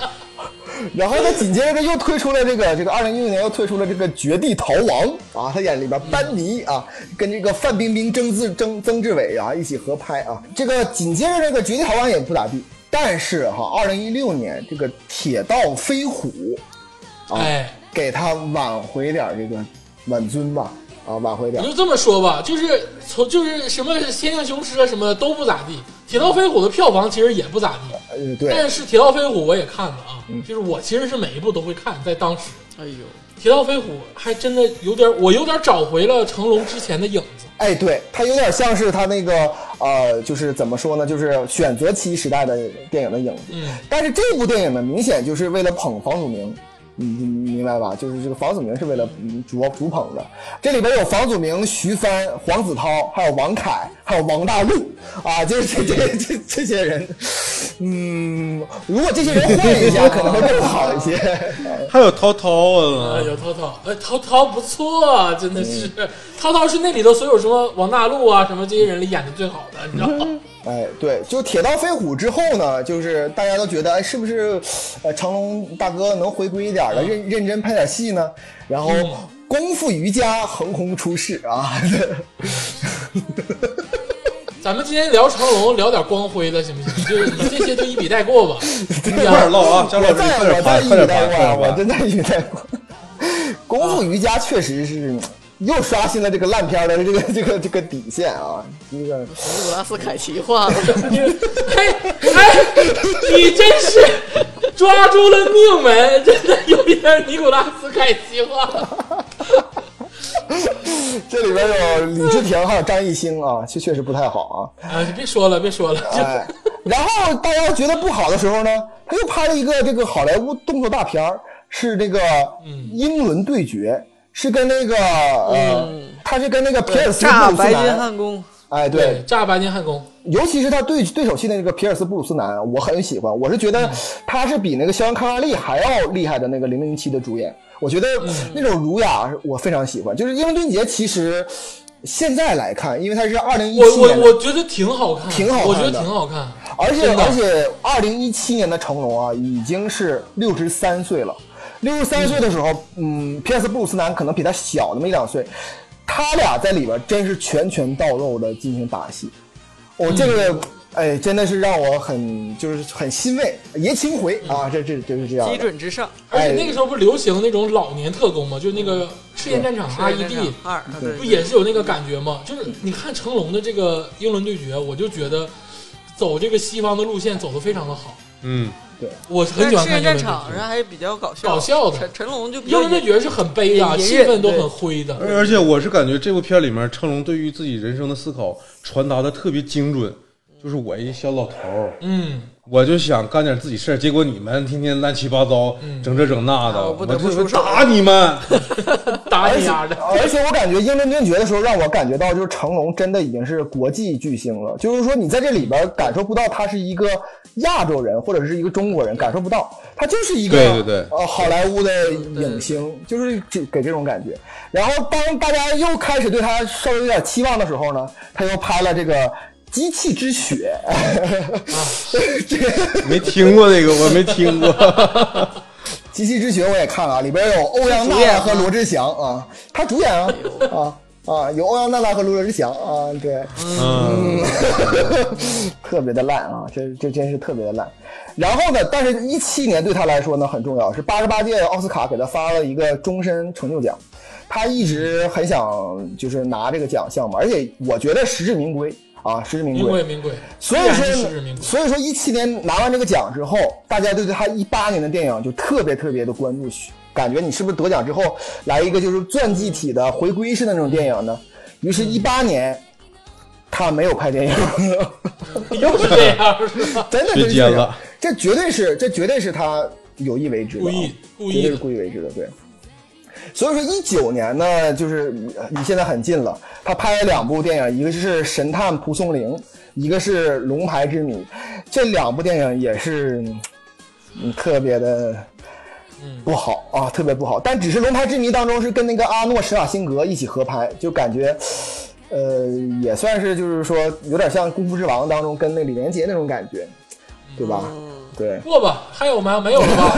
S4: 然后他紧接着又推出了这个这个二零一六年又推出了这个《绝地逃亡》啊，他演里边班尼啊，跟这个范冰冰、曾志曾曾志伟啊一起合拍啊。这个紧接着这个《绝地逃亡》也不咋地，但是哈，二零一六年这个《铁道飞虎》嗯哦啊
S1: 哎，
S4: 给他挽回点这个挽尊吧啊，挽回点
S1: 你。就这么说吧，就是从就是什么《天降雄狮》啊，什么的都不咋地，《铁道飞虎》的票房其实也不咋地，
S4: 呃，对，嗯
S1: 但是《铁道飞虎》我也看了啊，就是我其实是每一部都会看，在当时。
S2: 哎呦，
S1: 《铁道飞虎》还真的有点，我有点找回了成龙之前的影子。
S4: 哎，对，他有点像是他那个呃，就是怎么说呢，就是选择期时代的电影的影子。
S1: 嗯，
S4: 但是这部电影呢，明显就是为了捧房祖名，你你你明白吧？就是这个房祖名是为了嗯主主捧的。这里边有房祖名、徐帆、黄子韬，还有王凯，还有王大陆啊，就是这这这这些人。嗯，如果这些人换一下，可能会更好一些。
S3: 还有涛涛
S1: 啊，
S3: 啊，
S1: 有涛涛，哎，涛涛不错啊，真的是，涛涛是那里头所有什么王大陆啊，什么这些人里演的最好的，你知道 <laughs> 吗？
S4: 哎，对，就《铁道飞虎》之后呢，就是大家都觉得，哎，是不
S3: 嗯
S4: 是，呃，成龙大哥能回归一点儿了，认认真拍点戏呢？然后功夫瑜伽横空出世
S3: <laughs>
S4: 啊！
S1: 咱们今天聊成龙，聊点光辉的，行不行？就是你这些就一笔带过吧。你
S3: 快点
S1: 讲
S3: 唠啊，张老
S4: 我
S3: 师，
S4: 再
S3: 快点
S4: 我
S3: 爬，快
S4: 再一
S3: 点
S4: 带
S3: 爬，快
S4: 过，我
S3: 点
S4: 真再一带过。功夫瑜伽确实是又刷新了这个烂片儿的这个 <laughs> 这个这个底线啊！这个
S2: 尼古拉斯凯奇
S1: <laughs>
S2: 化了，
S1: 哎哎，你真是抓住了命门，真的有点尼古拉斯凯奇化。
S4: 这里边有李治廷还有张艺兴啊，确确实不太好啊。
S1: 啊，别说了，别说了，这
S4: 哎， <laughs> 然后大家觉得不好的时候呢，他又拍了一个这个好莱坞动作大片儿，是那个
S1: 嗯
S4: 英伦对决，是跟那个呃，
S1: 嗯
S4: 他是跟那个皮尔斯布
S2: 炸
S4: 鲁斯
S2: 白金
S4: 南，
S2: 汉宫，
S4: 哎，对，
S1: 炸白金汉宫，
S4: 尤其是他对对手戏的那个皮尔斯布鲁斯南，我很喜欢。我是觉
S1: 嗯
S4: 得他是比那个肖恩康纳利还要厉害的那个零零七的主演。我觉得
S1: 嗯
S4: 那种儒雅，我非常喜欢。就是英伦对决，其实现在来看，因为它是二零一
S1: 我
S4: 七
S1: 我
S4: 年的，
S1: 我觉得挺好看，
S4: 挺好看的
S1: 我觉得挺好看。
S4: 而且
S1: 真的
S4: 而且二零一七年的成龙啊，已经是六十三岁了。六十三岁的时候，嗯，皮尔斯布鲁斯南可能比他小那么一两岁，他俩在里边真是拳拳到肉的进行打戏。哦，这
S1: 嗯
S4: 个，哎，真的是让我很就是很欣慰，爷青回啊，这这就是这样
S2: 基
S4: 的。
S2: 准之上。
S1: 而且
S4: 哎
S1: 那个时候不是流行那种老年特工吗？就那个《赤焰战场》RED，
S2: 二啊对
S1: 不也是有那个感觉吗？就是你看成龙的这个《英伦对决》，我就觉得走这个西方的路线走得非常的好，
S3: 嗯，
S1: 我很
S2: 但是
S1: 喜欢
S2: 赤
S1: 看
S2: 焰
S1: 英伦
S2: 战
S1: 对决
S2: 场上还是比较搞笑，
S1: 搞笑的
S2: 陈成龙就比
S1: 英
S2: 较
S1: 伦对
S2: 野，
S1: 决是很悲的，
S2: 隐
S1: 气
S2: 忍
S1: 氛都
S2: 对
S1: 很灰
S2: 哎
S1: 的。
S3: 而而且我是感觉这部片里面，成龙对于自己人生的思考传达的特别精准，就是我一小老头儿，
S1: 嗯，
S3: 我就想干点自己事儿，结果你们天天乱七八糟，整这整那的，
S2: 啊我
S3: 我
S2: 不得不
S3: 就
S2: 出手
S3: 打你们。 <laughs>
S1: 打
S4: <laughs> 而
S1: 你啊丫
S4: 且
S1: 的！ <laughs>
S4: 而且我感觉《英伦对决》的时候，让我感觉到就是成龙真的已经是国际巨星了。就是说，你在这里边感受不到他是一个亚洲人或者是一个中国人，感受不到，他就是一个
S3: 对对对
S4: 呃好莱坞的影星，就是这给这种感觉。然后当大家又开始对他稍微有点期望的时候呢，他又拍了这个《机器之血》 <laughs> 这个。
S3: 没听过那个，我没听过。
S2: <laughs>
S4: 极其之学我也看了，里边有欧阳娜
S2: 主演吗
S4: 娜和罗志祥啊，他主演啊啊啊，有欧阳娜娜和罗志祥啊，对，
S3: 嗯，
S4: 特别的烂啊，这这真是特别的烂。然后呢，但是一七年对他来说呢很重要，是八十八届奥斯卡给他发了一个终身成就奖，他一直很想就是拿这个奖项嘛，而且我觉得实至名归啊，实至名
S1: 名
S4: 归
S1: 贵。名贵，
S4: 所以
S1: 依然
S4: 说
S1: 是实至名，归。
S4: 所以说一七年拿完这个奖之后，大家对他一八年的电影就特别特别的关注，感觉你是不是得奖之后来一个就是传记体的回归式的那种电影呢？于
S1: 嗯
S4: 是，一八年他没有拍电影，
S1: <laughs> 又是这样，是吧？
S4: <laughs> 真的
S3: 学
S4: 真
S3: 奸
S4: 是这样
S3: 了，
S4: 这绝对是这绝对是他有意为之的啊，
S1: 故意故意
S4: 绝对是
S1: 的，
S4: 故意为之的，对。所以说，一九年呢，就是呃离现在很近了。他拍了两部电影，一个是《神探蒲松龄》，一个是《龙牌之谜》，这两部电影也是嗯特别的
S1: 嗯
S4: 不好啊，特别不好。但只是《龙牌之谜》当中是跟那个阿诺·施瓦辛格一起合拍，就感觉呃也算是就是说有点像《功夫之王》当中跟那李连杰那种感觉，对吧？
S1: 嗯
S4: 对。
S1: 过吧，还有吗？没有了吧？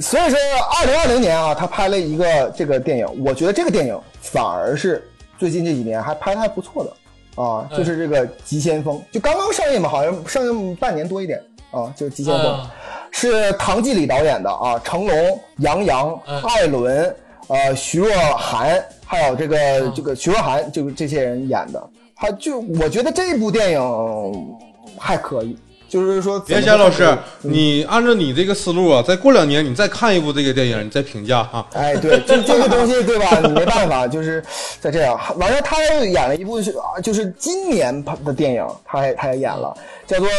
S4: 所以说，二零二零年啊，他拍了一个这个电影，我觉得这个电影反而是最近这几年还拍的还不错的啊，
S1: 哎
S4: 就是这个《急先锋》，就刚刚上映嘛，好像上映半年多一点啊，就是《急先锋》
S1: 啊
S4: 是唐季礼导演的啊，成龙、杨洋
S1: 嗯
S4: 艾伦、呃徐若涵，还有这个、这个徐若涵，就这些人演的，还就我觉得这部电影还可以，就是说怎
S3: 别
S4: 么
S3: 瞎老
S4: 说
S3: 师
S4: 呢，
S2: 嗯
S3: 你按照你这个思路啊，再过两年你再看一部这个电影，你再评价啊哈。
S4: 哎，对，这这个东西对吧？你没办法，就是在这样。完了，他又演了一部是啊，就是今年拍的电影，他也他也演了，叫做《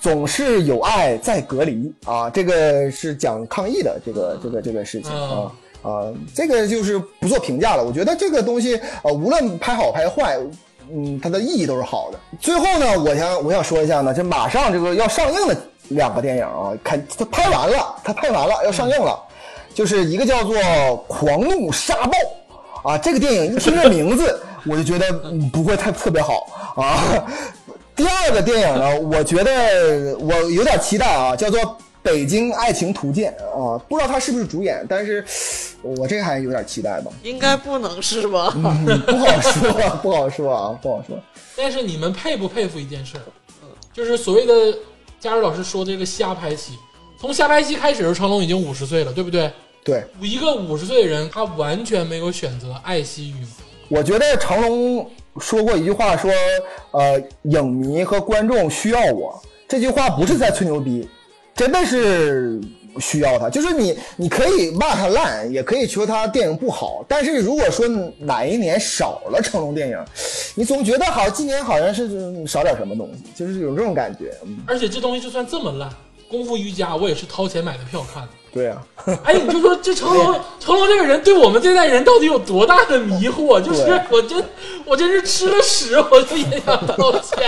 S4: 总是有爱在隔离》啊，这个是讲抗疫的这个这个这个事情啊。啊、这个就是不做评价了。我觉得这个东西，呃，无论拍好拍坏，嗯，它的意义都是好的。最后呢，我想我想说一下呢，这马上这个要上映的两个电影啊，看它拍完了，它拍完了要上映了，就是一个叫做《狂怒沙暴》啊，这个电影一听这名字，我就觉得嗯不会太特别好啊。第二个电影呢，我觉得我有点期待啊，叫做《北京爱情图鉴》啊、不知道他是不是主演，但是我这还有点期待吧，
S2: 应该不能是吧？
S4: 嗯不好说，不好说啊，不好说。
S1: 但是你们佩不佩服一件事儿，就是所谓的佳瑞老师说的这个瞎拍戏，从瞎拍戏开始，成龙已经五十岁了，对不对？
S4: 对，
S1: 一个五十岁的人，他完全没有选择爱惜羽毛。
S4: 我觉得成龙说过一句话，说呃，影迷和观众需要我。这句话不是在吹牛逼，真的是需要他。就是你，你可以骂他烂，也可以说他电影不好，但是如果说哪一年少了成龙电影，你总觉得好像今年好像是嗯少点什么东西，就是有这种感觉。嗯，
S1: 而且这东西就算这么烂，《功夫瑜伽》我也是掏钱买的票看的。
S4: 对啊，
S1: 哎，你就说这成龙，成龙这个人对我们这代人到底有多大的迷惑？就是
S4: 对
S1: 我真，我真是吃了屎，我就也想道歉。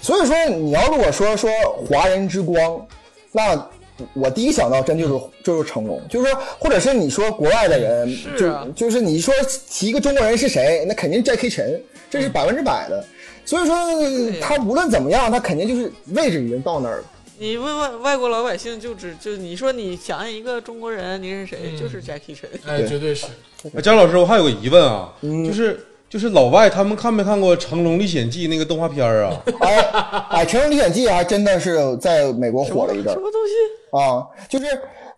S4: 所以说你要如果说说华人之光，那。我第一想到真就是就是成龙，就是说，或者是你说国外的人，
S2: 是啊
S4: 就就是你说提一个中国人是谁，那肯定 J.K. 陈，这
S2: 嗯
S4: 是百分之百的。所以说
S2: 呀
S4: 他无论怎么样，他肯定就是位置已经到那儿了。
S2: <laughs> 你问问外国老百姓，就只就你说你想想一个中国人，您是谁？
S1: 嗯
S2: 就是 Jackie Chan。
S1: 哎，绝对是。
S3: 哎，姜老师，我还有个疑问啊，就是就是老外他们看没看过《成龙历险记》那个动画片儿啊？
S4: 哎， <laughs> 哎，《成龙历险记》还真的是在美国火了一阵
S2: 什
S4: 儿
S2: 么东西？
S4: 啊，就是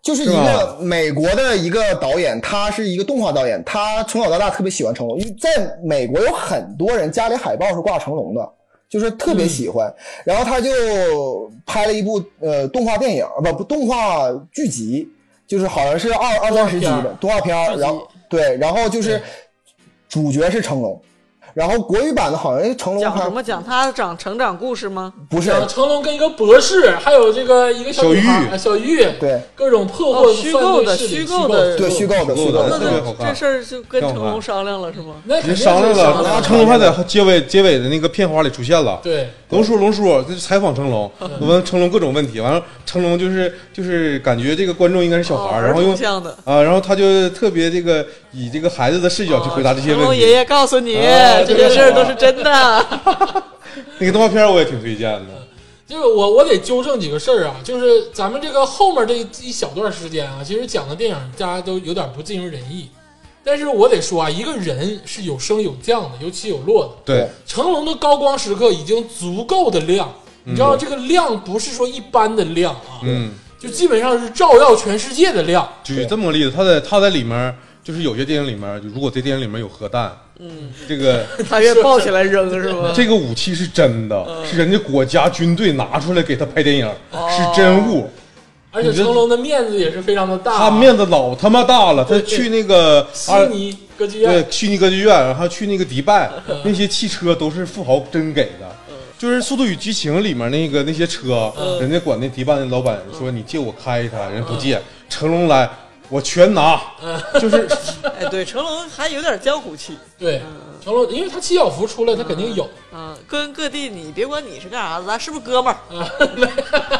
S4: 就是一
S3: 是
S4: 个
S3: 吧
S4: 美国的一个导演，他是一个动画导演，他从小到大特别喜欢成龙，因为在美国有很多人家里海报是挂成龙的。就是特别喜欢，然后他就拍了一部呃动画电影，不不动画剧集，就是好像是二二三十集的动画片儿，然后对，然后就是主角是成龙，然后国语版的好像是成龙
S2: 讲
S4: 还
S2: 什么？讲他长成长故事吗？
S4: 不是
S1: 讲成龙跟一个博士，还有这个一个小
S3: 小
S1: 女孩
S3: 玉
S1: 啊小玉，
S4: 对
S1: 各种破获
S2: 哦虚构的
S1: 犯罪事
S2: 虚
S1: 理
S2: 构的
S4: 对，虚构的，
S3: 虚构
S4: 虚构
S3: 的
S2: 那
S3: 特
S4: 的。
S3: 别
S2: 那
S3: 好呃看
S2: 这事儿就跟
S3: 挺好
S2: 成
S3: 看
S2: 龙商量了是吗？
S1: 那肯定
S3: 人
S1: 是
S3: 商量
S1: 商
S3: 了，啊
S1: 量
S3: 成龙还在结尾结尾的那个片花里出现了。
S1: 对，
S3: 龙叔，龙叔，这采访成龙，问成龙各种问题，完了成龙就是就是感觉这个观众应该是小孩
S2: 哦
S3: 儿，然后
S2: 儿童
S3: 用
S2: 向的
S3: 啊，然后他就特别这个以这个孩子的视角去回答这些
S2: 哦成
S3: 问
S2: 龙爷
S3: 题。
S2: 爷告诉你，
S1: 啊
S2: 这些事儿都是真
S3: <laughs>
S2: 的。
S3: 那个动画片我也挺推荐的，
S1: 就是我我得纠正几个事儿啊，就是咱们这个后面这一小段时间啊，其实讲的电影大家都有点不尽如人意，但是我得说啊，一个人是有升有降的，有起有落的。
S3: 对，
S1: 成龙的高光时刻已经足够的亮，你知道这个亮不是说一般的亮啊，
S3: 嗯，
S1: 就基本上是照耀全世界的亮。
S3: 举这么个例子，他在他在里面就是有些电影里面，如果这电影里面有核弹，嗯，这个
S2: 他愿抱起来扔是吗？
S3: 这个武器是真
S1: 嗯
S3: 的，是人家国家军队拿出来给他拍电影，
S1: 哦
S3: 是真物。
S1: 而且成龙的面子也是非常的大啊，
S3: 他面子老他妈大了，他
S1: 对对
S3: 去那个
S1: 悉
S3: 阿
S1: 尼歌剧
S3: 对
S1: 院，嗯
S3: 去尼歌剧院，然后去那个迪拜，那些汽车都是富豪真给的。就是《速度与激情》里面那个那些车，
S1: 嗯
S3: 人家管那迪拜那老板说：“你借我开一台。”人不借，成龙来，我全拿。
S1: 嗯
S3: 就是
S2: <laughs> 哎，对，成龙还有点江湖气。
S1: 对，成龙，因为他七小福出来，他肯定有。
S2: 啊，跟各地你别管你是干啥的，咱是不是哥们儿？ <laughs>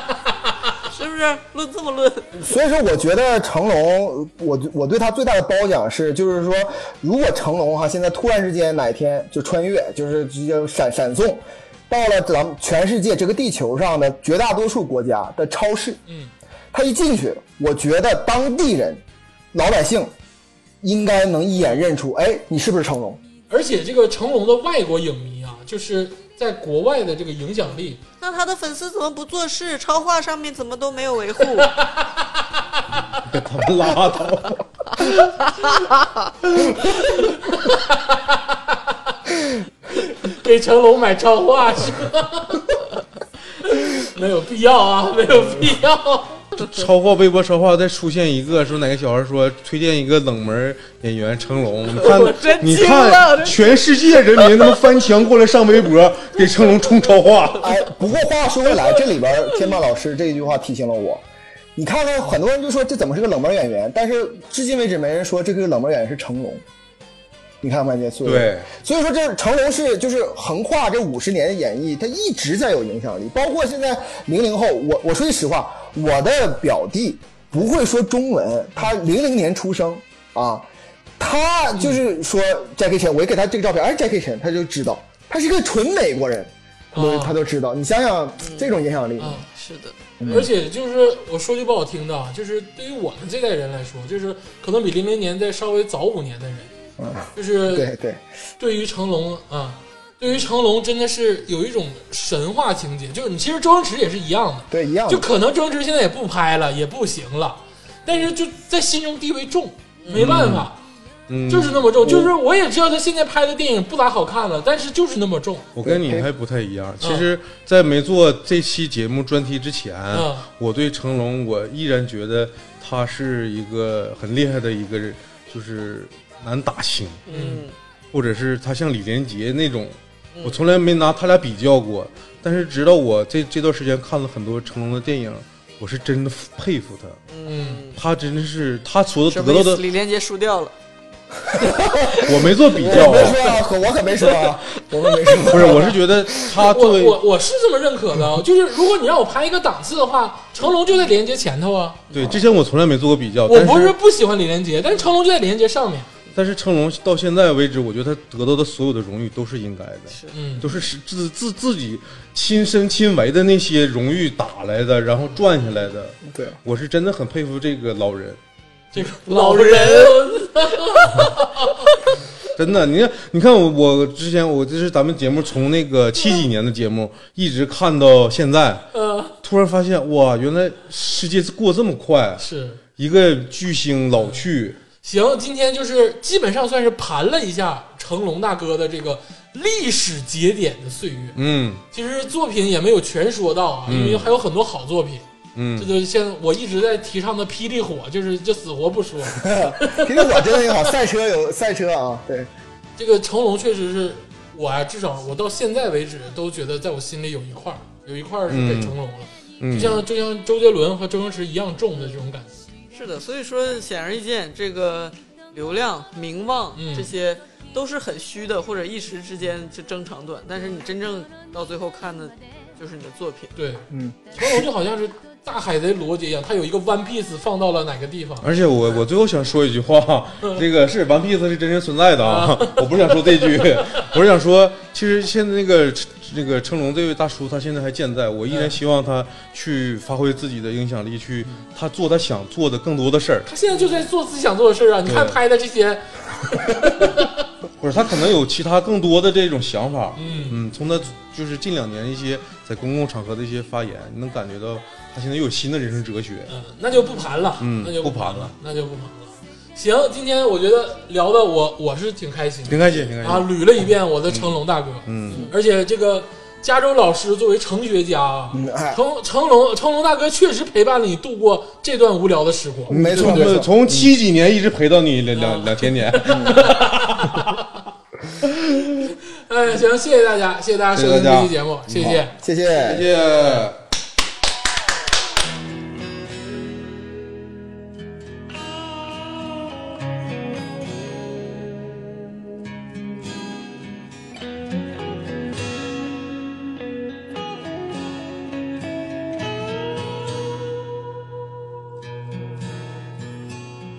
S2: 是不是论这么论？
S4: 所以说，我觉得成龙，我我对他最大的褒奖是，就是说，如果成龙哈、现在突然之间哪一天就穿越，就是直接闪闪送，到了咱们全世界这个地球上的绝大多数国家的超市，
S1: 嗯，
S4: 他一进去，我觉得当地人老百姓应该能一眼认出，哎，你是不是成龙？
S1: 而且这个成龙的外国影迷啊，就是在国外的这个影响力，
S2: 那他的粉丝怎么不做事？超话上面怎么都没有维 <laughs> 护？
S3: 他们拉倒。
S1: 给成龙买超话是吧？ <laughs> 没有必要啊，没有必要。
S3: 超话微博超话再出现一个，说哪个小孩说推荐一个冷门演员成龙，你
S2: <laughs>
S3: 看
S2: 我真
S3: 你
S2: 惊了我真
S3: 看全世界人民他妈翻墙过来上微博给成龙冲超话。
S4: 哎，不过话说回来，这里边天霸老师这一句话提醒了我。你看看，很多人就说这怎么是个冷门演员，但是至今为止没人说这个冷门演员是成龙。你看吧，这所以
S3: 对，
S4: 所以说这成龙是就是横跨这五十年的演绎，他一直在有影响力。包括现在零零后，我我说句实话，我的表弟不会说中文，他零零年出生啊，他就是说 Jackie Chan，我一给他这个照片，哎，Jackie Chan，他就知道他是一个纯美国人，
S1: 哦
S4: 他都知道。你想想这种影响力，
S1: 啊
S2: 是的，
S3: 嗯
S1: 而且就是我说句不好听的啊，就是对于我们这代人来说，就是可能比零零年再稍微早五年的人，
S3: 嗯
S1: 就是
S4: 对对，
S1: 对于成龙啊，对于成龙真的是有一种神话情节，就是你其实周星驰也是一样的，
S4: 对一样的
S1: 就可能周星驰现在也不拍了，也不行了，但是就在心中地位重，没办法，
S3: 嗯，
S1: 就是那么重。就是我也知道他现在拍的电影不咋好看了，但是就是那么重。
S3: 我跟你还不太一样。其实，在没做这期节目专题之前，
S1: 嗯
S3: 我对成龙，我依然觉得他是一个很厉害的一个人，就是男打星，
S1: 嗯，
S3: 或者是他像李连杰那种，我从来没拿他俩比较过。但是直到我这这段时间看了很多成龙的电影，我是真的佩服他，
S1: 嗯，
S3: 他真的是他所
S2: 什么
S3: 得到
S2: 意思？
S3: 的，
S2: 李连杰输掉了，
S3: 我没做比较
S4: 我没
S3: 啊，
S4: 说啊，可我可没说啊，我可没说。
S3: <laughs> 不是，我是觉得他
S1: 我
S3: 作为
S1: 我我是这么认可的啊，就是如果你让我排一个档次的话，成龙就在李连杰前头啊。
S3: 对之前我从来没做过比较，
S1: 我
S3: 但
S1: 不不喜欢李连杰，但是成龙就在李连杰上面。
S3: 但是成龙到现在为止，我觉得他得到的所有的荣誉都是应该的，
S1: 嗯
S3: 都是是自自自己亲身亲为的那些荣誉打来的，然后赚下来的。
S4: 对，
S3: 我是真的很佩服这个老人，
S1: 这个
S2: 老
S1: 人
S3: 真的。你看，你看我，我之前我这是咱们节目从那个七几年的节目一直看到现在，
S1: 呃
S3: 突然发现哇，原来世界过这么快，
S1: 是
S3: 一个巨星老去，
S1: 行，今天就是基本上算是盘了一下成龙大哥的这个历史节点的岁月。
S3: 嗯
S1: 其实作品也没有全说到啊，因为还有很多好作品。这
S3: 嗯，
S1: 就像我一直在提倡的《霹雳火》，就是就死活不说。
S4: 其实我真的挺好，赛车有赛车啊，对，
S1: 这个成龙确实是我啊，至少我到现在为止都觉得，在我心里有一块儿，有一块儿是给成龙了。
S3: 嗯
S1: 就像就像周杰伦和周星驰一样重的这种感觉。
S2: 是的，所以说显而易见，这个流量、名望
S1: 嗯
S2: 这些都是很虚的，或者一时之间就争长短。但是你真正到最后看的，就是你的作品。
S1: 对，
S4: 嗯，
S1: 成龙就好像是大海贼罗杰一样，他有一个 One Piece 放到了哪个地方。
S3: 而且我我最后想说一句话，
S1: 嗯
S3: 这个是《顽皮子》是真实存在的啊， <laughs> 我不是想说这句，我是想说，其实现在那个那个成龙这位大叔，他现在还健在，我依然希望他去发挥自己的影响力，去
S1: 嗯
S3: 他做他想做的更多的事儿。
S1: 他现在就在做自己想做的事儿啊！你看
S3: 对
S1: 拍的这些，
S3: 不是他可能有其他更多的这种想法，
S1: 嗯，
S3: 嗯，从他就是近两年一些在公共场合的一些发言，你能感觉到他现在又有新的人生哲学。
S1: 嗯，那就不盘了，
S3: 嗯
S1: 那就盘
S3: 不盘了，
S1: 那就不盘了。行，今天我觉得聊的我我是挺开心的
S3: 挺开心，挺开
S1: 啊，
S3: 心。
S1: 捋了一遍我的成龙大哥，
S3: 嗯，
S1: 而且这个加州老师作为成学家啊，
S4: 嗯哎
S1: 成成龙成龙大哥确实陪伴了你度过这段无聊的时光。
S4: 没错
S3: 从
S4: 没错。
S3: 从七几年一直陪到你两
S1: 啊
S3: 两两千年。
S1: 哎，行，谢谢大家，谢谢大家收听
S3: 谢
S1: 这
S3: 谢大家嗯
S1: 期节目，谢谢。
S4: 谢
S3: 再见。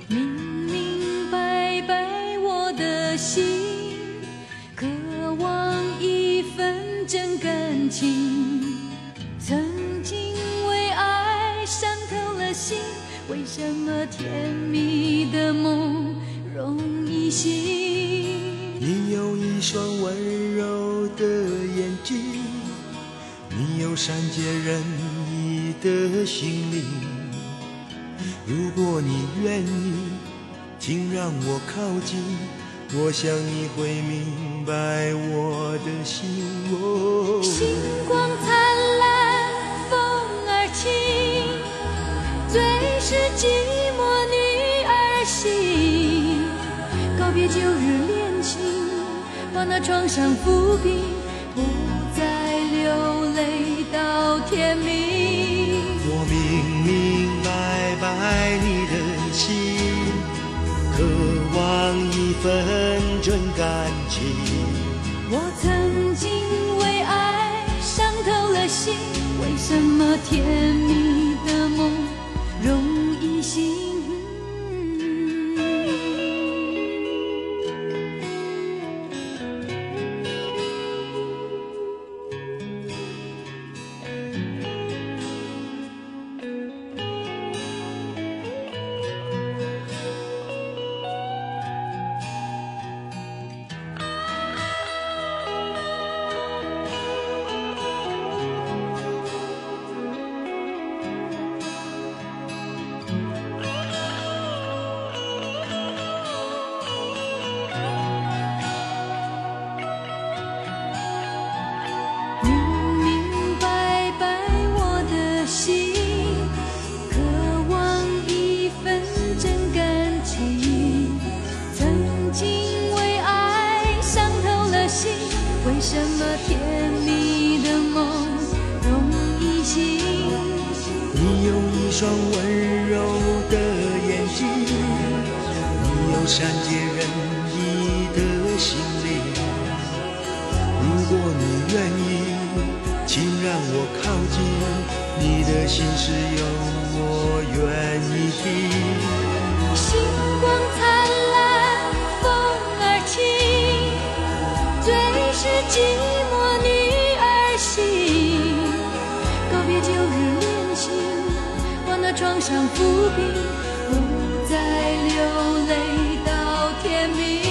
S6: 明明白白我的心，渴望一份真感情。曾经为爱伤透了心，为什么甜蜜的梦容易醒？
S5: 你有一双温柔的眼睛，你有善解人意的心灵。如果你愿意，请让我靠近，我想你会明白我的心。
S6: 星
S5: 哦
S6: 光灿烂，风儿轻，最是寂寞女儿心。告别旧日恋情，把那创伤抚平，不再流泪到天明。
S5: 我明明白白你的心，渴望一份真感情。
S6: 我曾经为爱伤透了心，为什么甜蜜的梦容易醒？
S5: 有一双温柔的眼睛，你有善解人意的心灵。如果你愿意，请让我靠近，你的心事有我愿意听。
S6: 星光灿烂，风儿轻，最是寂寞女儿心。告别旧日恋情，我那创伤伏笔，不再流泪到天明。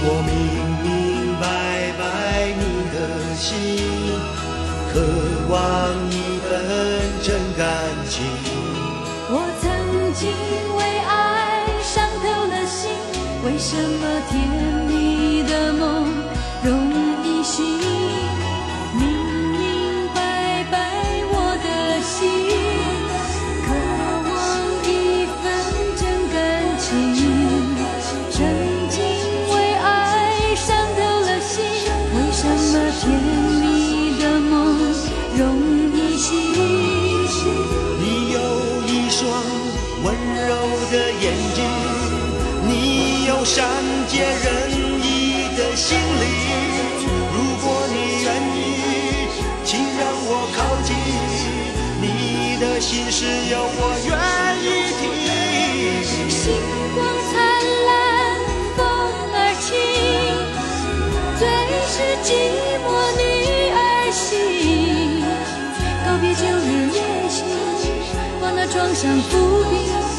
S5: 我明明白白你的心，渴望一份真感情。
S6: 我曾经为爱伤透了心，为什么甜蜜的梦容易醒？明明白白我的心，渴望一份真感情。曾经为爱伤透了心，为什么甜蜜的梦容易醒？
S5: 你有一双温柔的眼睛，你有善解人意的心灵。如果你愿意，请让我靠近，你的心事有我愿意听。
S6: 星光灿烂，风儿轻，最是寂寞女儿心。告别旧日恋情，我那创伤伏笔，